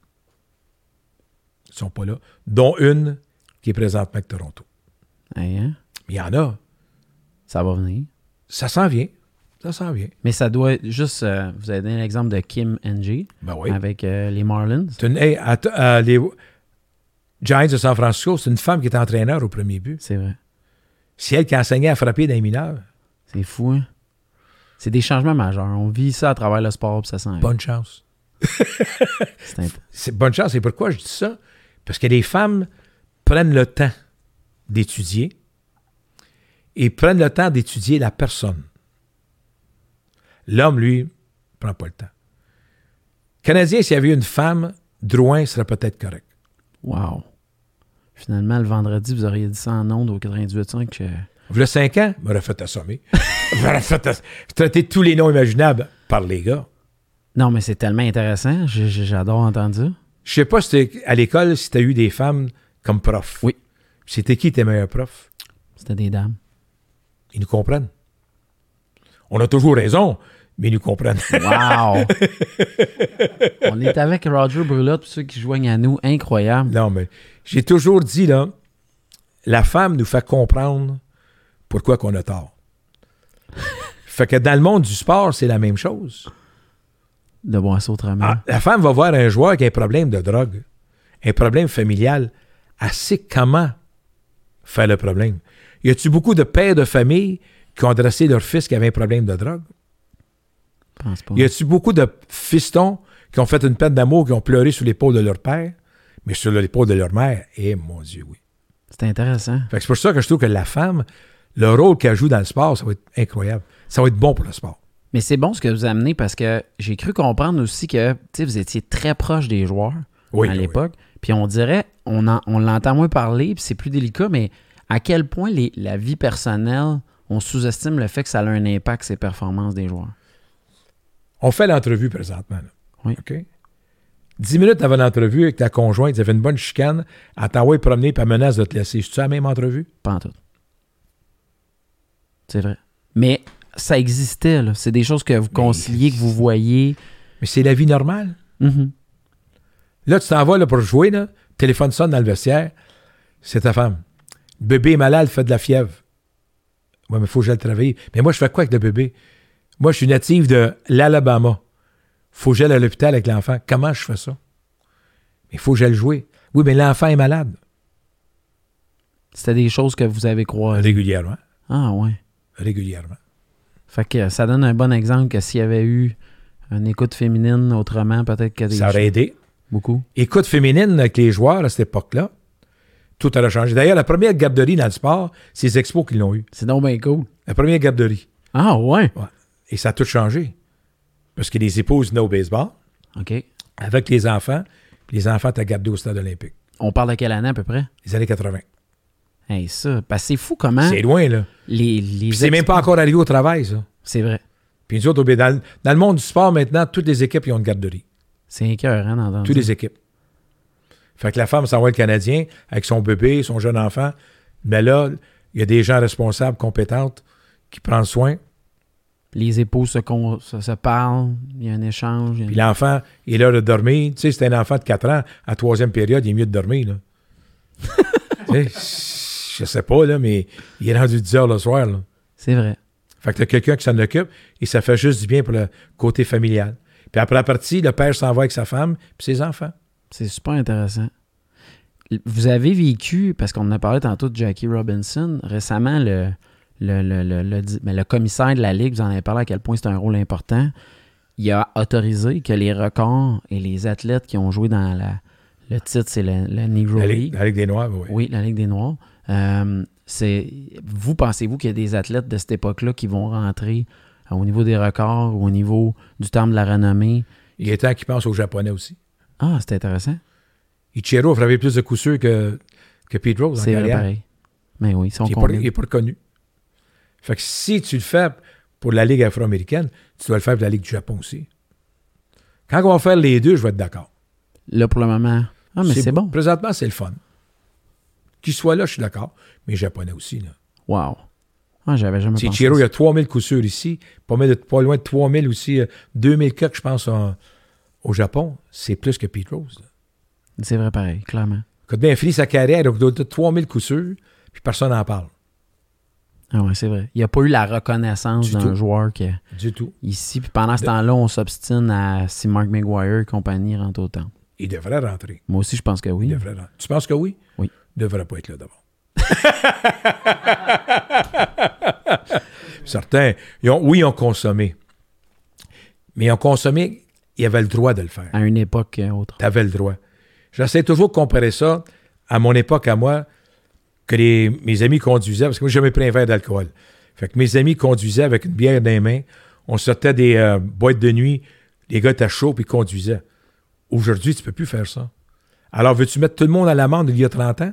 Speaker 2: Ils ne sont pas là, dont une qui est présente avec Toronto.
Speaker 1: Hey, hein?
Speaker 2: Mais il y en a.
Speaker 1: Ça va venir.
Speaker 2: Ça s'en vient. Ça s'en vient.
Speaker 1: Mais ça doit être juste. euh, vous avez donné l'exemple de Kim NG
Speaker 2: Ben oui.
Speaker 1: avec euh, les Marlins.
Speaker 2: C'est une- hey, att- euh, les Giants de San Francisco, c'est une femme qui est entraîneur au premier but.
Speaker 1: C'est vrai.
Speaker 2: C'est elle qui enseignait à frapper des mineurs.
Speaker 1: C'est fou, hein? C'est des changements majeurs. On vit ça à travers le sport, puis ça sent.
Speaker 2: Bonne chance.
Speaker 1: C'est imp-
Speaker 2: C'est bonne chance. Et pourquoi je dis ça? Parce que les femmes prennent le temps d'étudier et prennent le temps d'étudier la personne. L'homme, lui, prend pas le temps. Canadien, s'il y avait eu une femme, Drouin serait peut-être correct.
Speaker 1: Wow. Finalement, le vendredi, vous auriez dit ça en ondes au 98.5 que.
Speaker 2: V'là 5 ans, m'aurait fait assommer. m'aurait fait ass- traiter tous les noms imaginables par les gars.
Speaker 1: Non, mais c'est tellement intéressant. J'ai- j'ai- J'adore entendre ça.
Speaker 2: Je sais pas si t'es- à l'école, si t'as eu des femmes comme profs.
Speaker 1: Oui.
Speaker 2: C'était qui tes meilleurs profs?
Speaker 1: C'était des dames.
Speaker 2: Ils nous comprennent. On a toujours raison, mais ils nous comprennent.
Speaker 1: Wow! On est avec Roger Brulotte, pour ceux qui se joignent à nous. Incroyable.
Speaker 2: non, mais j'ai toujours dit, là, la femme nous fait comprendre pourquoi qu'on a tort. fait que dans le monde du sport, c'est la même chose.
Speaker 1: De boire ça autrement.
Speaker 2: Ah, la femme va voir un joueur qui a un problème de drogue, un problème familial. Elle sait comment faire le problème. Y a-tu beaucoup de pères de famille qui ont adressé leur fils qui avait un problème de drogue?
Speaker 1: Je pense pas.
Speaker 2: Y a-tu beaucoup de fistons qui ont fait une peine d'amour, qui ont pleuré sur l'épaule de leur père, mais sur l'épaule de leur mère? Eh mon Dieu, oui.
Speaker 1: C'est intéressant.
Speaker 2: Fait que c'est pour ça que je trouve que la femme, le rôle qu'elle joue dans le sport, ça va être incroyable. Ça va être bon pour le sport.
Speaker 1: Mais c'est bon ce que vous amenez parce que j'ai cru comprendre aussi que tu sais, vous étiez très proche des joueurs
Speaker 2: Oui,
Speaker 1: à
Speaker 2: oui.
Speaker 1: l'époque. Puis on dirait, on, en- on l'entend moins parler, puis c'est plus délicat, mais à quel point les- la vie personnelle, on sous-estime le fait que ça a un impact ces performances des joueurs.
Speaker 2: On fait l'entrevue présentement. là.
Speaker 1: Oui.
Speaker 2: OK? Dix minutes avant l'entrevue avec ta conjointe, tu avais une bonne chicane, elle t'envoie promener par menace de te laisser. C'est-tu la même entrevue?
Speaker 1: Pas en tout. C'est vrai. Mais ça existait, là. C'est des choses que vous conciliez, que vous voyez.
Speaker 2: Mais c'est la vie normale.
Speaker 1: Mhm.
Speaker 2: Là, tu t'en vas là, pour jouer, là, téléphone sonne dans le vestiaire, c'est ta femme. Le bébé est malade, fait de la fièvre. Ouais, mais il faut que j'aille travailler. Mais moi, je fais quoi avec le bébé? Moi, je suis native de l'Alabama. faut que j'aille à l'hôpital avec l'enfant. Comment je fais ça? Il faut que j'aille jouer. Oui, mais l'enfant est malade.
Speaker 1: C'était des choses que vous avez croisées.
Speaker 2: Régulièrement.
Speaker 1: Ah ouais.
Speaker 2: Régulièrement.
Speaker 1: Fait que ça donne un bon exemple que s'il y avait eu une écoute féminine autrement, peut-être que des
Speaker 2: Ça aurait aidé.
Speaker 1: beaucoup.
Speaker 2: écoute féminine avec les joueurs à cette époque-là, tout aurait changé. D'ailleurs, la première garderie dans le sport, c'est les expos qui l'ont eu.
Speaker 1: C'est donc bien cool.
Speaker 2: La première garderie.
Speaker 1: Ah ouais.
Speaker 2: Ouais. Et ça a tout changé. Parce que les épouses venaient au baseball
Speaker 1: OK.
Speaker 2: avec les enfants, Puis les enfants t'as gardé au stade olympique.
Speaker 1: On parle de quelle année à peu près?
Speaker 2: Les années 80.
Speaker 1: Hey, ça, parce que c'est fou comment
Speaker 2: C'est loin, là.
Speaker 1: les, les
Speaker 2: Puis c'est même pas encore arrivé au travail, ça.
Speaker 1: C'est vrai.
Speaker 2: Puis nous autres, au- dans, le- dans le monde du sport, maintenant, toutes les équipes, ils ont une garderie.
Speaker 1: C'est écœurant d'entendre
Speaker 2: Toutes
Speaker 1: ça.
Speaker 2: les équipes. Fait que la femme s'envoie le Canadien avec son bébé, son jeune enfant. Mais là, il y a des gens responsables, compétentes, qui prennent soin.
Speaker 1: Les épouses se, con- se, se parlent, il y a un échange. il y a-
Speaker 2: Puis l'enfant est l'heure de dormir. Tu sais, c'est un enfant de 4 ans, à troisième période, il est mieux de dormir, là. Tu sais, je sais pas, là, mais il est rendu 10 heures le soir, là.
Speaker 1: C'est vrai.
Speaker 2: Fait que t'as quelqu'un qui s'en occupe et ça fait juste du bien pour le côté familial. Puis après la partie, le père s'en va avec sa femme puis ses enfants.
Speaker 1: C'est super intéressant. Vous avez vécu, parce qu'on en a parlé tantôt de Jackie Robinson, récemment, le, le, le, le, le di- mais le commissaire de la Ligue, vous en avez parlé à quel point c'est un rôle important, il a autorisé que les records et les athlètes qui ont joué dans la... Le titre, c'est la, la Negro
Speaker 2: La
Speaker 1: League.
Speaker 2: Ligue, la Ligue des Noirs, oui.
Speaker 1: Oui, la Ligue des Noirs. Euh, c'est, vous pensez-vous qu'il y a des athlètes de cette époque-là qui vont rentrer euh, au niveau des records ou au niveau du terme de la renommée?
Speaker 2: Il est temps qu'il pense aux Japonais aussi.
Speaker 1: Ah, c'est intéressant.
Speaker 2: Ichiro a frappé plus de coups sûrs que, que Pete Rose en
Speaker 1: C'est vrai,
Speaker 2: carrière.
Speaker 1: pareil. Mais oui, ils sont
Speaker 2: il, est pas,
Speaker 1: combien?
Speaker 2: il est pas reconnu. Fait que si tu le fais pour la Ligue afro-américaine, tu dois le faire pour la Ligue du Japon aussi. Quand on va faire les deux, je vais être d'accord.
Speaker 1: Là, pour le moment. Ah, mais c'est bon.
Speaker 2: Présentement, c'est le fun. Qu'il soit là, je suis d'accord. Mais les Japonais aussi, là.
Speaker 1: Wow. Ah, j'avais jamais
Speaker 2: C'est
Speaker 1: pensé.
Speaker 2: Chiro,
Speaker 1: à
Speaker 2: il y
Speaker 1: ça.
Speaker 2: a 3000 coups sûrs ici, pas, mal de- pas loin de 3000 aussi, euh, 2000 cas que je pense en- au Japon, c'est plus que Pete Rose. là.
Speaker 1: C'est vrai, pareil, clairement.
Speaker 2: Quand bien fini sa carrière, il y a 3000 coups sûrs, puis personne n'en parle.
Speaker 1: Ah ouais, c'est vrai. Il n'y a pas eu la reconnaissance
Speaker 2: Du
Speaker 1: d'un
Speaker 2: tout.
Speaker 1: joueur qui est
Speaker 2: Du tout.
Speaker 1: ici. Puis pendant ce temps-là, on s'obstine à si Mark McGuire et compagnie rentrent au temps.
Speaker 2: Il devrait rentrer.
Speaker 1: Moi aussi, je pense que oui.
Speaker 2: Il devrait rentrer. Tu penses que oui?
Speaker 1: Hmm. Oui.
Speaker 2: Il ne devrait pas être là d'abord. Certains, ils ont- oui, ils ont consommé. Mais ils ont consommé, ils avaient le droit de le faire.
Speaker 1: À une époque euh, autre.
Speaker 2: T'avais le droit. J'essaie toujours de comparer ça à mon époque, à moi, que les- mes amis conduisaient, parce que moi, j'ai jamais pris un verre d'alcool. Fait que mes amis conduisaient avec une bière dans les mains. On sortait des euh, boîtes de nuit. Les gars étaient chauds, puis ils conduisaient. Aujourd'hui, tu peux plus faire ça. Alors, veux-tu mettre tout le monde à l'amende il y a 30 ans?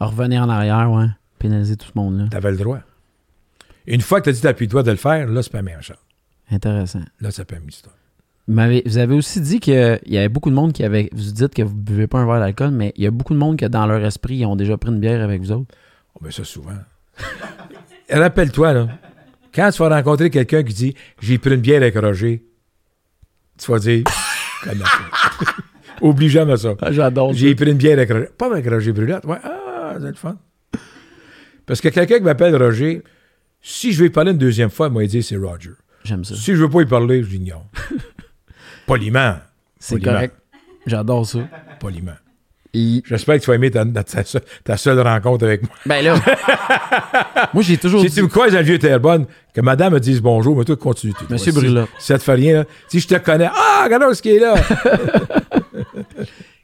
Speaker 1: À revenir en arrière, ouais. Pénaliser tout ce monde-là.
Speaker 2: T'avais le droit. Une fois que tu as dit t'appuies le doigt de le faire, là, c'est pas la même chose.
Speaker 1: Intéressant.
Speaker 2: Là, ça peut être une histoire.
Speaker 1: Vous m'avez- vous avez aussi dit qu'il y avait beaucoup de monde qui avait. Vous dites que vous buvez pas un verre d'alcool, mais il y a beaucoup de monde que dans leur esprit, ils ont déjà pris une bière avec vous autres.
Speaker 2: Oh, ben ça, souvent. Rappelle-toi, là, quand tu vas rencontrer quelqu'un qui dit J'ai pris une bière avec Roger, tu vas dire Comment ça Oublie jamais ça.
Speaker 1: j'adore.
Speaker 2: J'ai pris une bière avec Roger. Pas avec Roger Brulotte. Ouais, ah, c'est le fun. Parce que quelqu'un qui m'appelle Roger, si je vais y parler une deuxième fois, il m'a dit C'est Roger.
Speaker 1: J'aime ça.
Speaker 2: Si je veux pas y parler, je l'ignore. poliment.
Speaker 1: C'est
Speaker 2: poliment,
Speaker 1: correct. J'adore ça.
Speaker 2: Poliment.
Speaker 1: Il-
Speaker 2: J'espère que tu vas aimer ta, ta- ta seule- ta seule rencontre avec moi.
Speaker 1: Ben là. moi, j'ai toujours
Speaker 2: Si
Speaker 1: dit.
Speaker 2: tu me croises à vieux Terrebonne, que madame me dise bonjour, mais toi, continue. tout.
Speaker 1: Monsieur
Speaker 2: Si-
Speaker 1: Brulat.
Speaker 2: Si ça te fait rien, là. si je te connais, ah, regarde ce qui est là.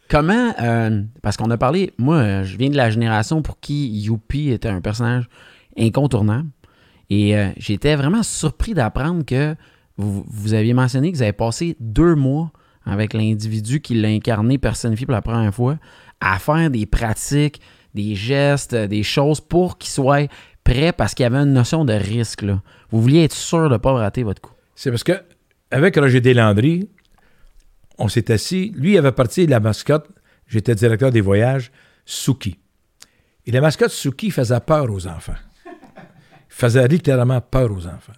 Speaker 1: Comment. euh, parce qu'on a parlé. Moi, euh, je viens de la génération pour qui Youpi était un personnage incontournable. Et euh, j'étais vraiment surpris d'apprendre que vous, vous aviez mentionné que vous avez passé deux mois avec l'individu qui l'a incarné, personnifié pour la première fois, à faire des pratiques, des gestes, euh, des choses pour qu'il soit prêt parce qu'il y avait une notion de risque. là. Vous vouliez être sûr de ne pas rater votre coup.
Speaker 2: C'est parce que, avec Roger Deslandry, on s'est assis. Lui, il avait parti de la mascotte. J'étais directeur des voyages, Suki. Et la mascotte Suki faisait peur aux enfants. Il faisait littéralement peur aux enfants.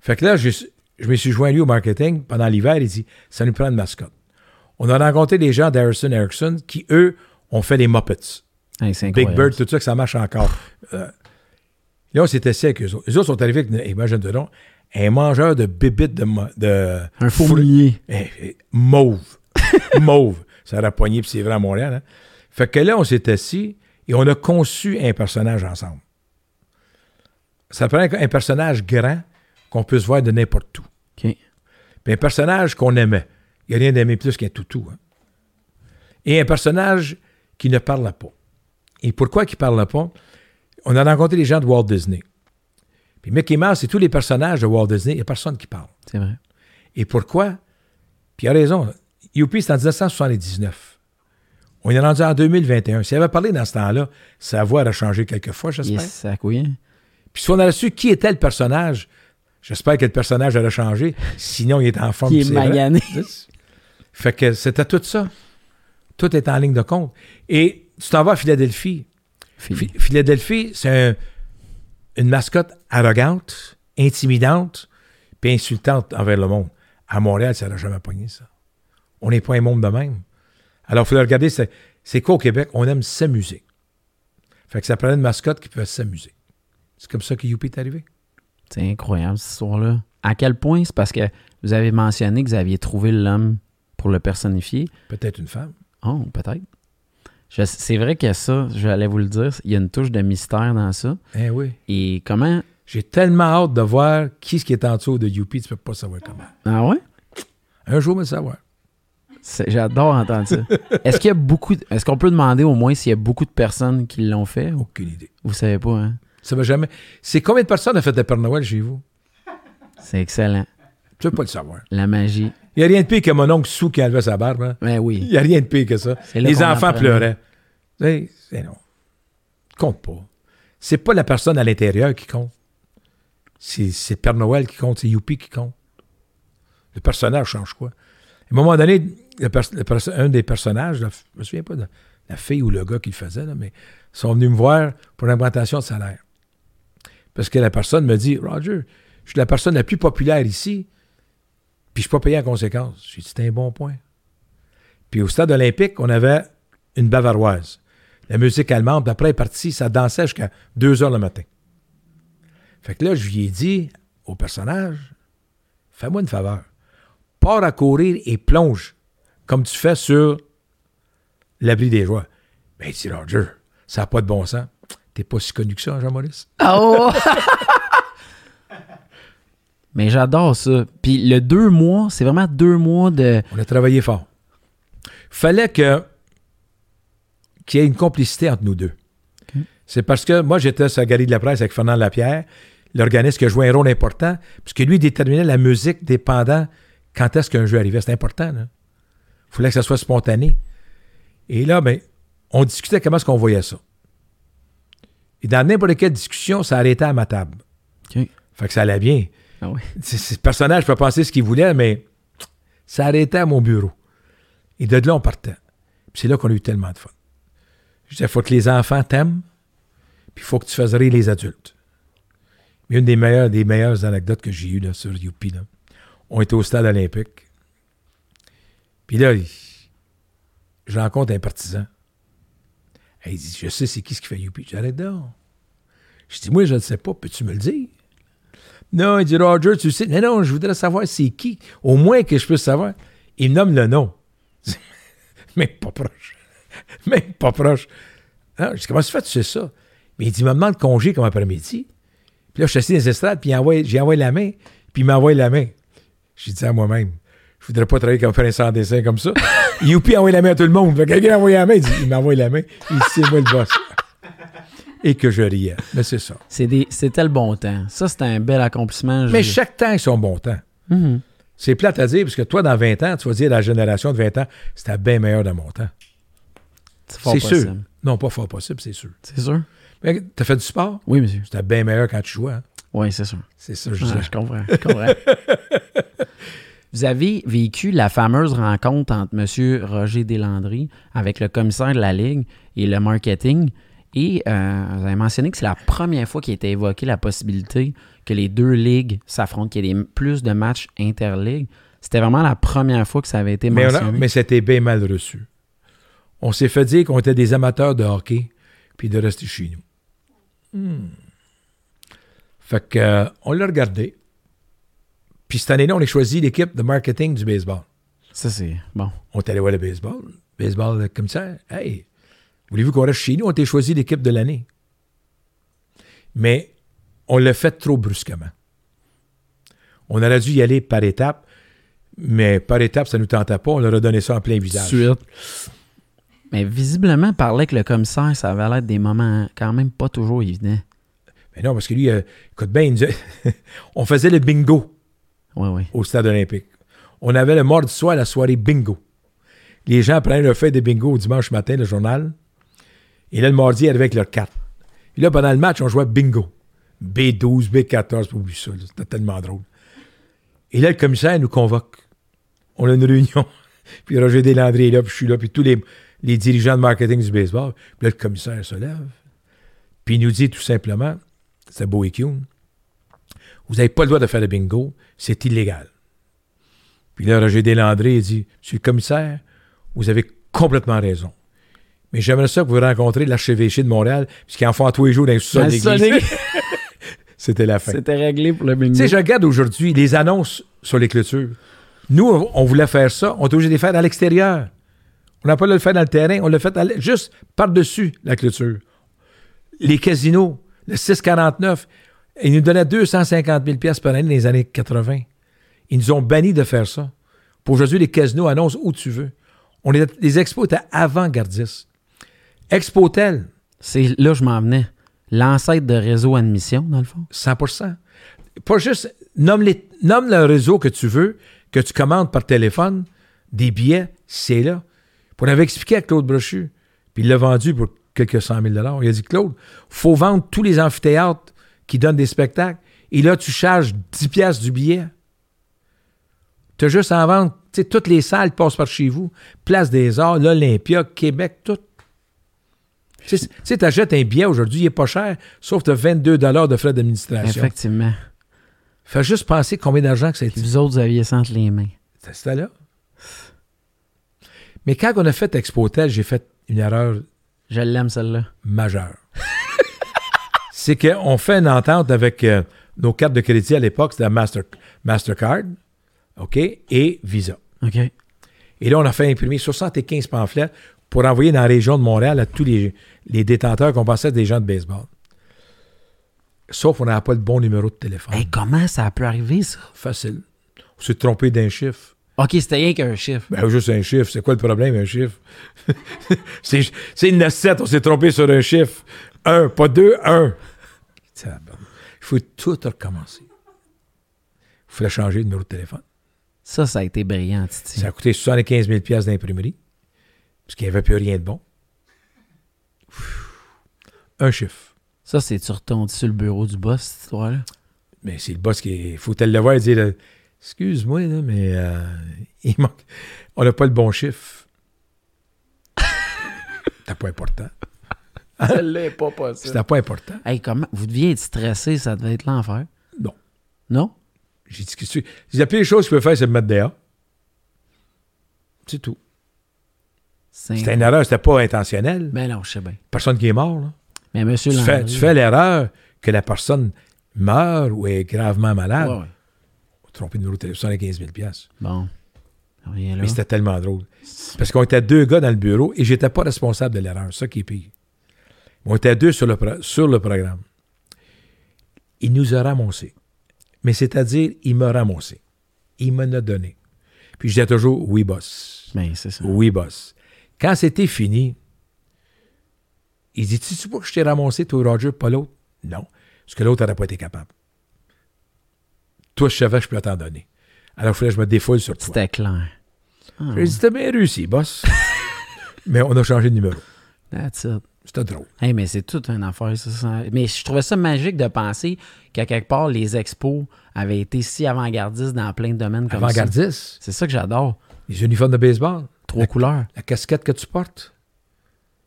Speaker 2: Fait que là, je, je me suis joint lui au marketing pendant l'hiver. Il dit Ça nous prend une mascotte. On a rencontré des gens d'Harrison Erickson qui, eux, ont fait des Muppets.
Speaker 1: Hey, c'est
Speaker 2: Big
Speaker 1: incroyable.
Speaker 2: Bird, tout ça, que ça marche encore. Euh, là, on s'était assis avec eux autres. Eux autres sont arrivés avec, imagine de donc, un mangeur de bibites de, mo- de.
Speaker 1: Un faux
Speaker 2: fruits.
Speaker 1: millier.
Speaker 2: Eh, eh, mauve. mauve. Ça aurait poigné, puis c'est vrai à Montréal. hein. Fait que là, on s'est assis et on a conçu un personnage ensemble. Ça prend un personnage grand qu'on puisse voir de n'importe où.
Speaker 1: OK.
Speaker 2: Puis un personnage qu'on aimait. Il n'y a rien d'aimer plus qu'un toutou. hein. Et un personnage qui ne parle pas. Et pourquoi qui ne parle pas? On a rencontré les gens de Walt Disney. Puis Mickey Mouse et tous les personnages de Walt Disney, il n'y a personne qui parle.
Speaker 1: C'est vrai.
Speaker 2: Et pourquoi? Puis il a raison. là. Youpi, c'est en 1979. On est rendu en 2021. S'il avait parlé dans ce temps-là, sa voix aurait changé quelques fois, j'espère.
Speaker 1: Yes, à quoi?
Speaker 2: Puis si on avait su qui était le personnage, j'espère que le personnage aurait changé. Sinon, il est en forme.
Speaker 1: Qui
Speaker 2: puis
Speaker 1: est
Speaker 2: c'est vrai.
Speaker 1: magané.
Speaker 2: Fait que c'était tout ça. Tout est en ligne de compte. Et tu t'en vas à Philadelphie.
Speaker 1: Fini.
Speaker 2: Phi- Philadelphie, c'est un- une mascotte arrogante, intimidante, puis insultante envers le monde. À Montréal, ça n'a jamais pogné, ça. On n'est pas un monde de même. Alors, il fallait regarder, c'est, c'est quoi au Québec? On aime s'amuser. Fait que ça prenait une mascotte qui pouvait s'amuser. C'est comme ça que Youpi est arrivé.
Speaker 1: C'est incroyable, cette histoire-là. À quel point? C'est parce que vous avez mentionné que vous aviez trouvé l'homme pour le personnifier.
Speaker 2: Peut-être une femme.
Speaker 1: Oh, peut-être. Je- C'est vrai que ça, j'allais vous le dire, il y a une touche de mystère dans ça.
Speaker 2: Eh oui.
Speaker 1: Et comment...
Speaker 2: J'ai tellement hâte de voir qui ce qui est en dessous de Youpi, tu peux pas savoir comment.
Speaker 1: Ah ouais?
Speaker 2: Un jour, on va le savoir.
Speaker 1: C'est- J'adore entendre ça. Est-ce qu'il y a beaucoup... de- Est-ce qu'on peut demander au moins s'il y a beaucoup de personnes qui l'ont fait? Ou...
Speaker 2: Aucune idée.
Speaker 1: Vous savez pas, hein?
Speaker 2: Ça va jamais. C'est combien de personnes a fait le Père Noël chez vous?
Speaker 1: C'est excellent.
Speaker 2: Tu peux pas le savoir.
Speaker 1: La magie.
Speaker 2: Il n'y a rien de pire que mon oncle sous qui enlevait sa barbe. hein.
Speaker 1: Ben
Speaker 2: Il
Speaker 1: oui.
Speaker 2: n'y a rien de pire que ça.
Speaker 1: C'est là
Speaker 2: Les
Speaker 1: qu'on
Speaker 2: enfants
Speaker 1: apprend.
Speaker 2: pleuraient. C'est c'est non. Compte pas. C'est pas la personne à l'intérieur qui compte. C'est c'est Père Noël qui compte, c'est Youpi qui compte. Le personnage change quoi? À un moment donné, le pers- le pers- un des personnages, là, je me souviens pas de la fille ou le gars qui le faisait, là, mais ils sont venus me voir pour une augmentation de salaire. Parce que la personne me dit Roger, je suis la personne la plus populaire ici, puis je ne suis pas payé en conséquence. J'ai dit C'est un bon point. Puis au stade olympique, on avait une bavaroise. La musique allemande, après, elle est partie, ça dansait jusqu'à 2 heures le matin. Fait que là, je lui ai dit au personnage, fais-moi une faveur. Pars à courir et plonge, comme tu fais sur l'abri des joies. Ben, il dit Roger, ça n'a pas de bon sens. T'es pas si connu que ça, Jean-Maurice.
Speaker 1: Oh! Mais j'adore ça. Puis le deux mois, c'est vraiment deux mois de...
Speaker 2: On a travaillé fort. Fallait que qu'il y ait une complicité entre nous deux. C'est parce que moi, j'étais sur la galerie de la presse avec Fernand Lapierre, l'organisme qui a joué un rôle important, puisque lui déterminait la musique dépendant quand est-ce qu'un jeu arrivait. C'était important. Il fallait que ça soit spontané. Et là, ben, on discutait comment est-ce qu'on voyait ça. Et dans n'importe quelle discussion, ça arrêtait à ma table.
Speaker 1: OK.
Speaker 2: Fait que ça allait bien.
Speaker 1: Ah oui.
Speaker 2: C'est- c'est- Ce personnage peut penser ce qu'il voulait, mais ça arrêtait à mon bureau. Et de là, on partait. Puis c'est là qu'on a eu tellement de fun. Je disais, il faut que les enfants t'aiment, puis il faut que tu fasses rire les adultes. Mais une des meilleures, des meilleures anecdotes que j'ai eues là, sur Youpi, là, on était au stade olympique. Puis là, il- je rencontre un partisan. Et il dit, je sais c'est qui ce qui fait Youpi. J'arrête donc. Je dis, moi, je ne sais pas, peux-tu me le dire? Non, il dit Roger, tu sais. Mais non, je voudrais savoir c'est qui. Au moins que je puisse savoir. Il me nomme le nom. Même pas proche. Même pas proche. Alors, je dis, comment ça se fait, que tu sais ça? Mais il dit, il me demande congé comme après-midi. Puis là, je suis assis dans les estrades, puis il envoie- j'ai envoyé la main, puis il m'envoie la main. J'ai dit à moi-même, je voudrais pas travailler comme faire un sans dessin comme ça. Youpi envoie la main à tout le monde. Fait que quelqu'un envoie la main, il dit, il m'envoie la main, il dit, c'est moi le boss. Et que je riais. Mais c'est ça.
Speaker 1: C'est des- C'était le bon temps. Ça, c'était un bel accomplissement.
Speaker 2: Mais
Speaker 1: je-
Speaker 2: chaque temps a son bon temps.
Speaker 1: Mhm.
Speaker 2: C'est plate à dire, parce que toi, dans 20 ans, tu vas dire à la génération de 20 ans, c'était bien meilleur dans mon temps.
Speaker 1: C'est fort
Speaker 2: C'est
Speaker 1: possible.
Speaker 2: sûr. Non, pas fort possible, c'est sûr.
Speaker 1: C'est sûr?
Speaker 2: Mais t'as fait du sport?
Speaker 1: Oui, monsieur.
Speaker 2: C'était bien meilleur quand tu jouais. hein.
Speaker 1: Oui, c'est sûr.
Speaker 2: C'est ça, je
Speaker 1: Ah,
Speaker 2: dirais.
Speaker 1: je comprends. Je comprends. Vous avez vécu la fameuse rencontre entre M. Roger Deslandry avec le commissaire de la Ligue et le marketing. Et euh, vous avez mentionné que c'est la première fois qu'il était évoqué la possibilité que les deux ligues s'affrontent, qu'il y ait des- plus de matchs interligues. C'était vraiment la première fois que ça avait été
Speaker 2: Mais, on a-
Speaker 1: mentionné.
Speaker 2: mais c'était bien mal reçu. On s'est fait dire qu'on était des amateurs de hockey, puis de rester chez nous. Hmm. Fait que, euh, on l'a regardé. Puis cette année-là, on a choisi l'équipe de marketing du baseball.
Speaker 1: Ça, c'est bon.
Speaker 2: On est allé voir le baseball. Baseball, le commissaire. Hey, voulez-vous qu'on reste chez nous? On t'a choisi l'équipe de l'année. Mais on l'a fait trop brusquement. On aurait dû y aller par étapes, mais par étapes, ça ne nous tentait pas. On leur a donné ça en plein visage.
Speaker 1: Suite. Mais visiblement, parler avec le commissaire, ça avait l'air des moments quand même pas toujours évidents.
Speaker 2: Mais non, parce que lui, euh, écoute bien, il nous a- on faisait le bingo
Speaker 1: Oui, oui.
Speaker 2: au stade olympique. On avait le mardi soir la soirée bingo. les gens prenaient leur feuille de bingo au dimanche matin, le journal. Et là, le mardi, ils arrivaient avec leurs cartes. Et là, pendant le match, on jouait bingo. B12, B14, oublie ça, là, c'était tellement drôle. Et là, le commissaire nous convoque. On a une réunion. puis Roger Deslandry est là, puis je suis là, puis tous les, les dirigeants de marketing du baseball. Puis là, le commissaire se lève. Puis il nous dit tout simplement, c'est beau et cute, vous n'avez pas le droit de faire de bingo, c'est illégal. Puis là, Roger Deslandré il dit Monsieur le commissaire, vous avez complètement raison. Mais j'aimerais ça que vous rencontriez l'archevêché de Montréal, puisqu'il en font tous les jours dans les sous-sols
Speaker 1: Dans le sol
Speaker 2: d'église.
Speaker 1: d'église.
Speaker 2: C'était la fin. Tu
Speaker 1: C'était réglé pour le bingo.
Speaker 2: sais, je regarde aujourd'hui les annonces sur les clôtures. Nous, on- on voulait faire ça, on est obligé de les faire à l'extérieur. On n'a pas le faire dans le terrain, on l'a fait à l'e- juste par-dessus la clôture. Les casinos, le 649, ils nous donnaient 250 000 pièces par année dans les années 80. Ils nous ont banni de faire ça. Pour aujourd'hui, les casinos annoncent où tu veux. On est- les expos étaient avant-gardistes. Expotel,
Speaker 1: C'est là je m'en venais. L'ancêtre de réseau admission, dans le fond.
Speaker 2: 100 Pas juste, nomme, les- nomme le réseau que tu veux, que tu commandes par téléphone, des billets, c'est là. Puis on avait expliqué à Claude Brochu, puis il l'a vendu pour quelques cent mille dollars. Il a dit, Claude, faut vendre tous les amphithéâtres qui donnent des spectacles, et là, tu charges 10 piastres du billet. Tu as juste à en vendre, tu sais, toutes les salles passent par chez vous, Place des Arts, l'Olympia, Québec, tout. Tu sais, tu sais, t'achètes un billet aujourd'hui, il est pas cher, sauf que tu as 22 de frais d'administration.
Speaker 1: Effectivement.
Speaker 2: Fais juste penser combien d'argent que ça a été.
Speaker 1: Puis vous autres, vous aviez ça entre les mains.
Speaker 2: C'était là. Mais quand on a fait Expotel, j'ai fait une erreur
Speaker 1: Je l'aime, celle-là.
Speaker 2: majeure. C'est qu'on fait une entente avec euh, nos cartes de crédit à l'époque, c'était Master, Mastercard, OK, et Visa.
Speaker 1: OK.
Speaker 2: Et là, on a fait imprimer 75 pamphlets pour envoyer dans la région de Montréal à tous les, les détenteurs qu'on pensait être des gens de baseball. Sauf qu'on n'avait pas le bon numéro de téléphone.
Speaker 1: Hey, comment ça peut arriver, ça?
Speaker 2: Facile. On s'est trompé d'un chiffre.
Speaker 1: OK, c'était rien qu'un chiffre.
Speaker 2: Ben, juste un chiffre. C'est quoi le problème, un chiffre? c'est c'est une 7, on s'est trompé sur un chiffre. Un, pas deux, un. Tabarnak. Il faut tout recommencer. Il fallait changer le numéro de téléphone.
Speaker 1: Ça, ça a été brillant, Titi.
Speaker 2: Ça a coûté 75 000 pièces d'imprimerie, parce qu'il n'y avait plus rien de bon. Pfff. Un chiffre.
Speaker 1: Ça, c'est-tu retombé sur le bureau du boss, cette histoire-là?
Speaker 2: Mais c'est le boss qui... Il faut le voir et dire, euh, excuse-moi, là, mais euh, il manque... On n'a pas le bon chiffre. C'était pas important.
Speaker 1: Elle l'est pas possible.
Speaker 2: C'était pas important.
Speaker 1: Hey, comment? Vous deviez être stressé, ça devait être l'enfer.
Speaker 2: Non.
Speaker 1: Non?
Speaker 2: J'ai dit, qu'est-ce que tu... J'ai dit, la pire chose que tu peux faire, c'est me mettre dehors. C'est tout. C'était
Speaker 1: C'est...
Speaker 2: une erreur, c'était pas intentionnel.
Speaker 1: Ben non, je sais bien.
Speaker 2: Personne qui est mort, là.
Speaker 1: Mais monsieur
Speaker 2: Tu fais,
Speaker 1: Landry-
Speaker 2: tu fais l'erreur que la personne meurt ou est gravement malade.
Speaker 1: Ouais, ouais.
Speaker 2: On a trompé de numéro de téléphone à 15 000 piastres.
Speaker 1: Bon. Rien là.
Speaker 2: Mais c'était tellement drôle. Parce qu'on était deux gars dans le bureau et j'étais pas responsable de l'erreur. C'est Ça qui est pire. Mais on était deux sur le, pro- sur le programme. Il nous a ramassés. Mais c'est-à-dire, il m'a ramassé. Il m'en a donné. Puis je disais toujours, oui, boss.
Speaker 1: Ben, c'est ça.
Speaker 2: Oui, boss. Quand c'était fini, il dit Tu sais pas que je t'ai ramassé, toi, Roger, pas l'autre Non. Parce que l'autre n'aurait pas été capable. Toi, je savais que je peux t'en donner. Alors, il fallait que je me défoule sur toi.
Speaker 1: C'était clair. Ah,
Speaker 2: J'ai dit T'as bien réussi, boss. Mais on a changé de numéro.
Speaker 1: that's it.
Speaker 2: C'était drôle.
Speaker 1: Hey, mais c'est toute une affaire, ça, ça. Mais je trouvais ça magique de penser qu'à quelque part, les expos avaient été si avant-gardistes dans plein de domaines comme ça.
Speaker 2: Avant-gardiste,
Speaker 1: C'est ça que j'adore.
Speaker 2: les uniformes de baseball,
Speaker 1: Trois couleurs.
Speaker 2: la casquette que tu portes.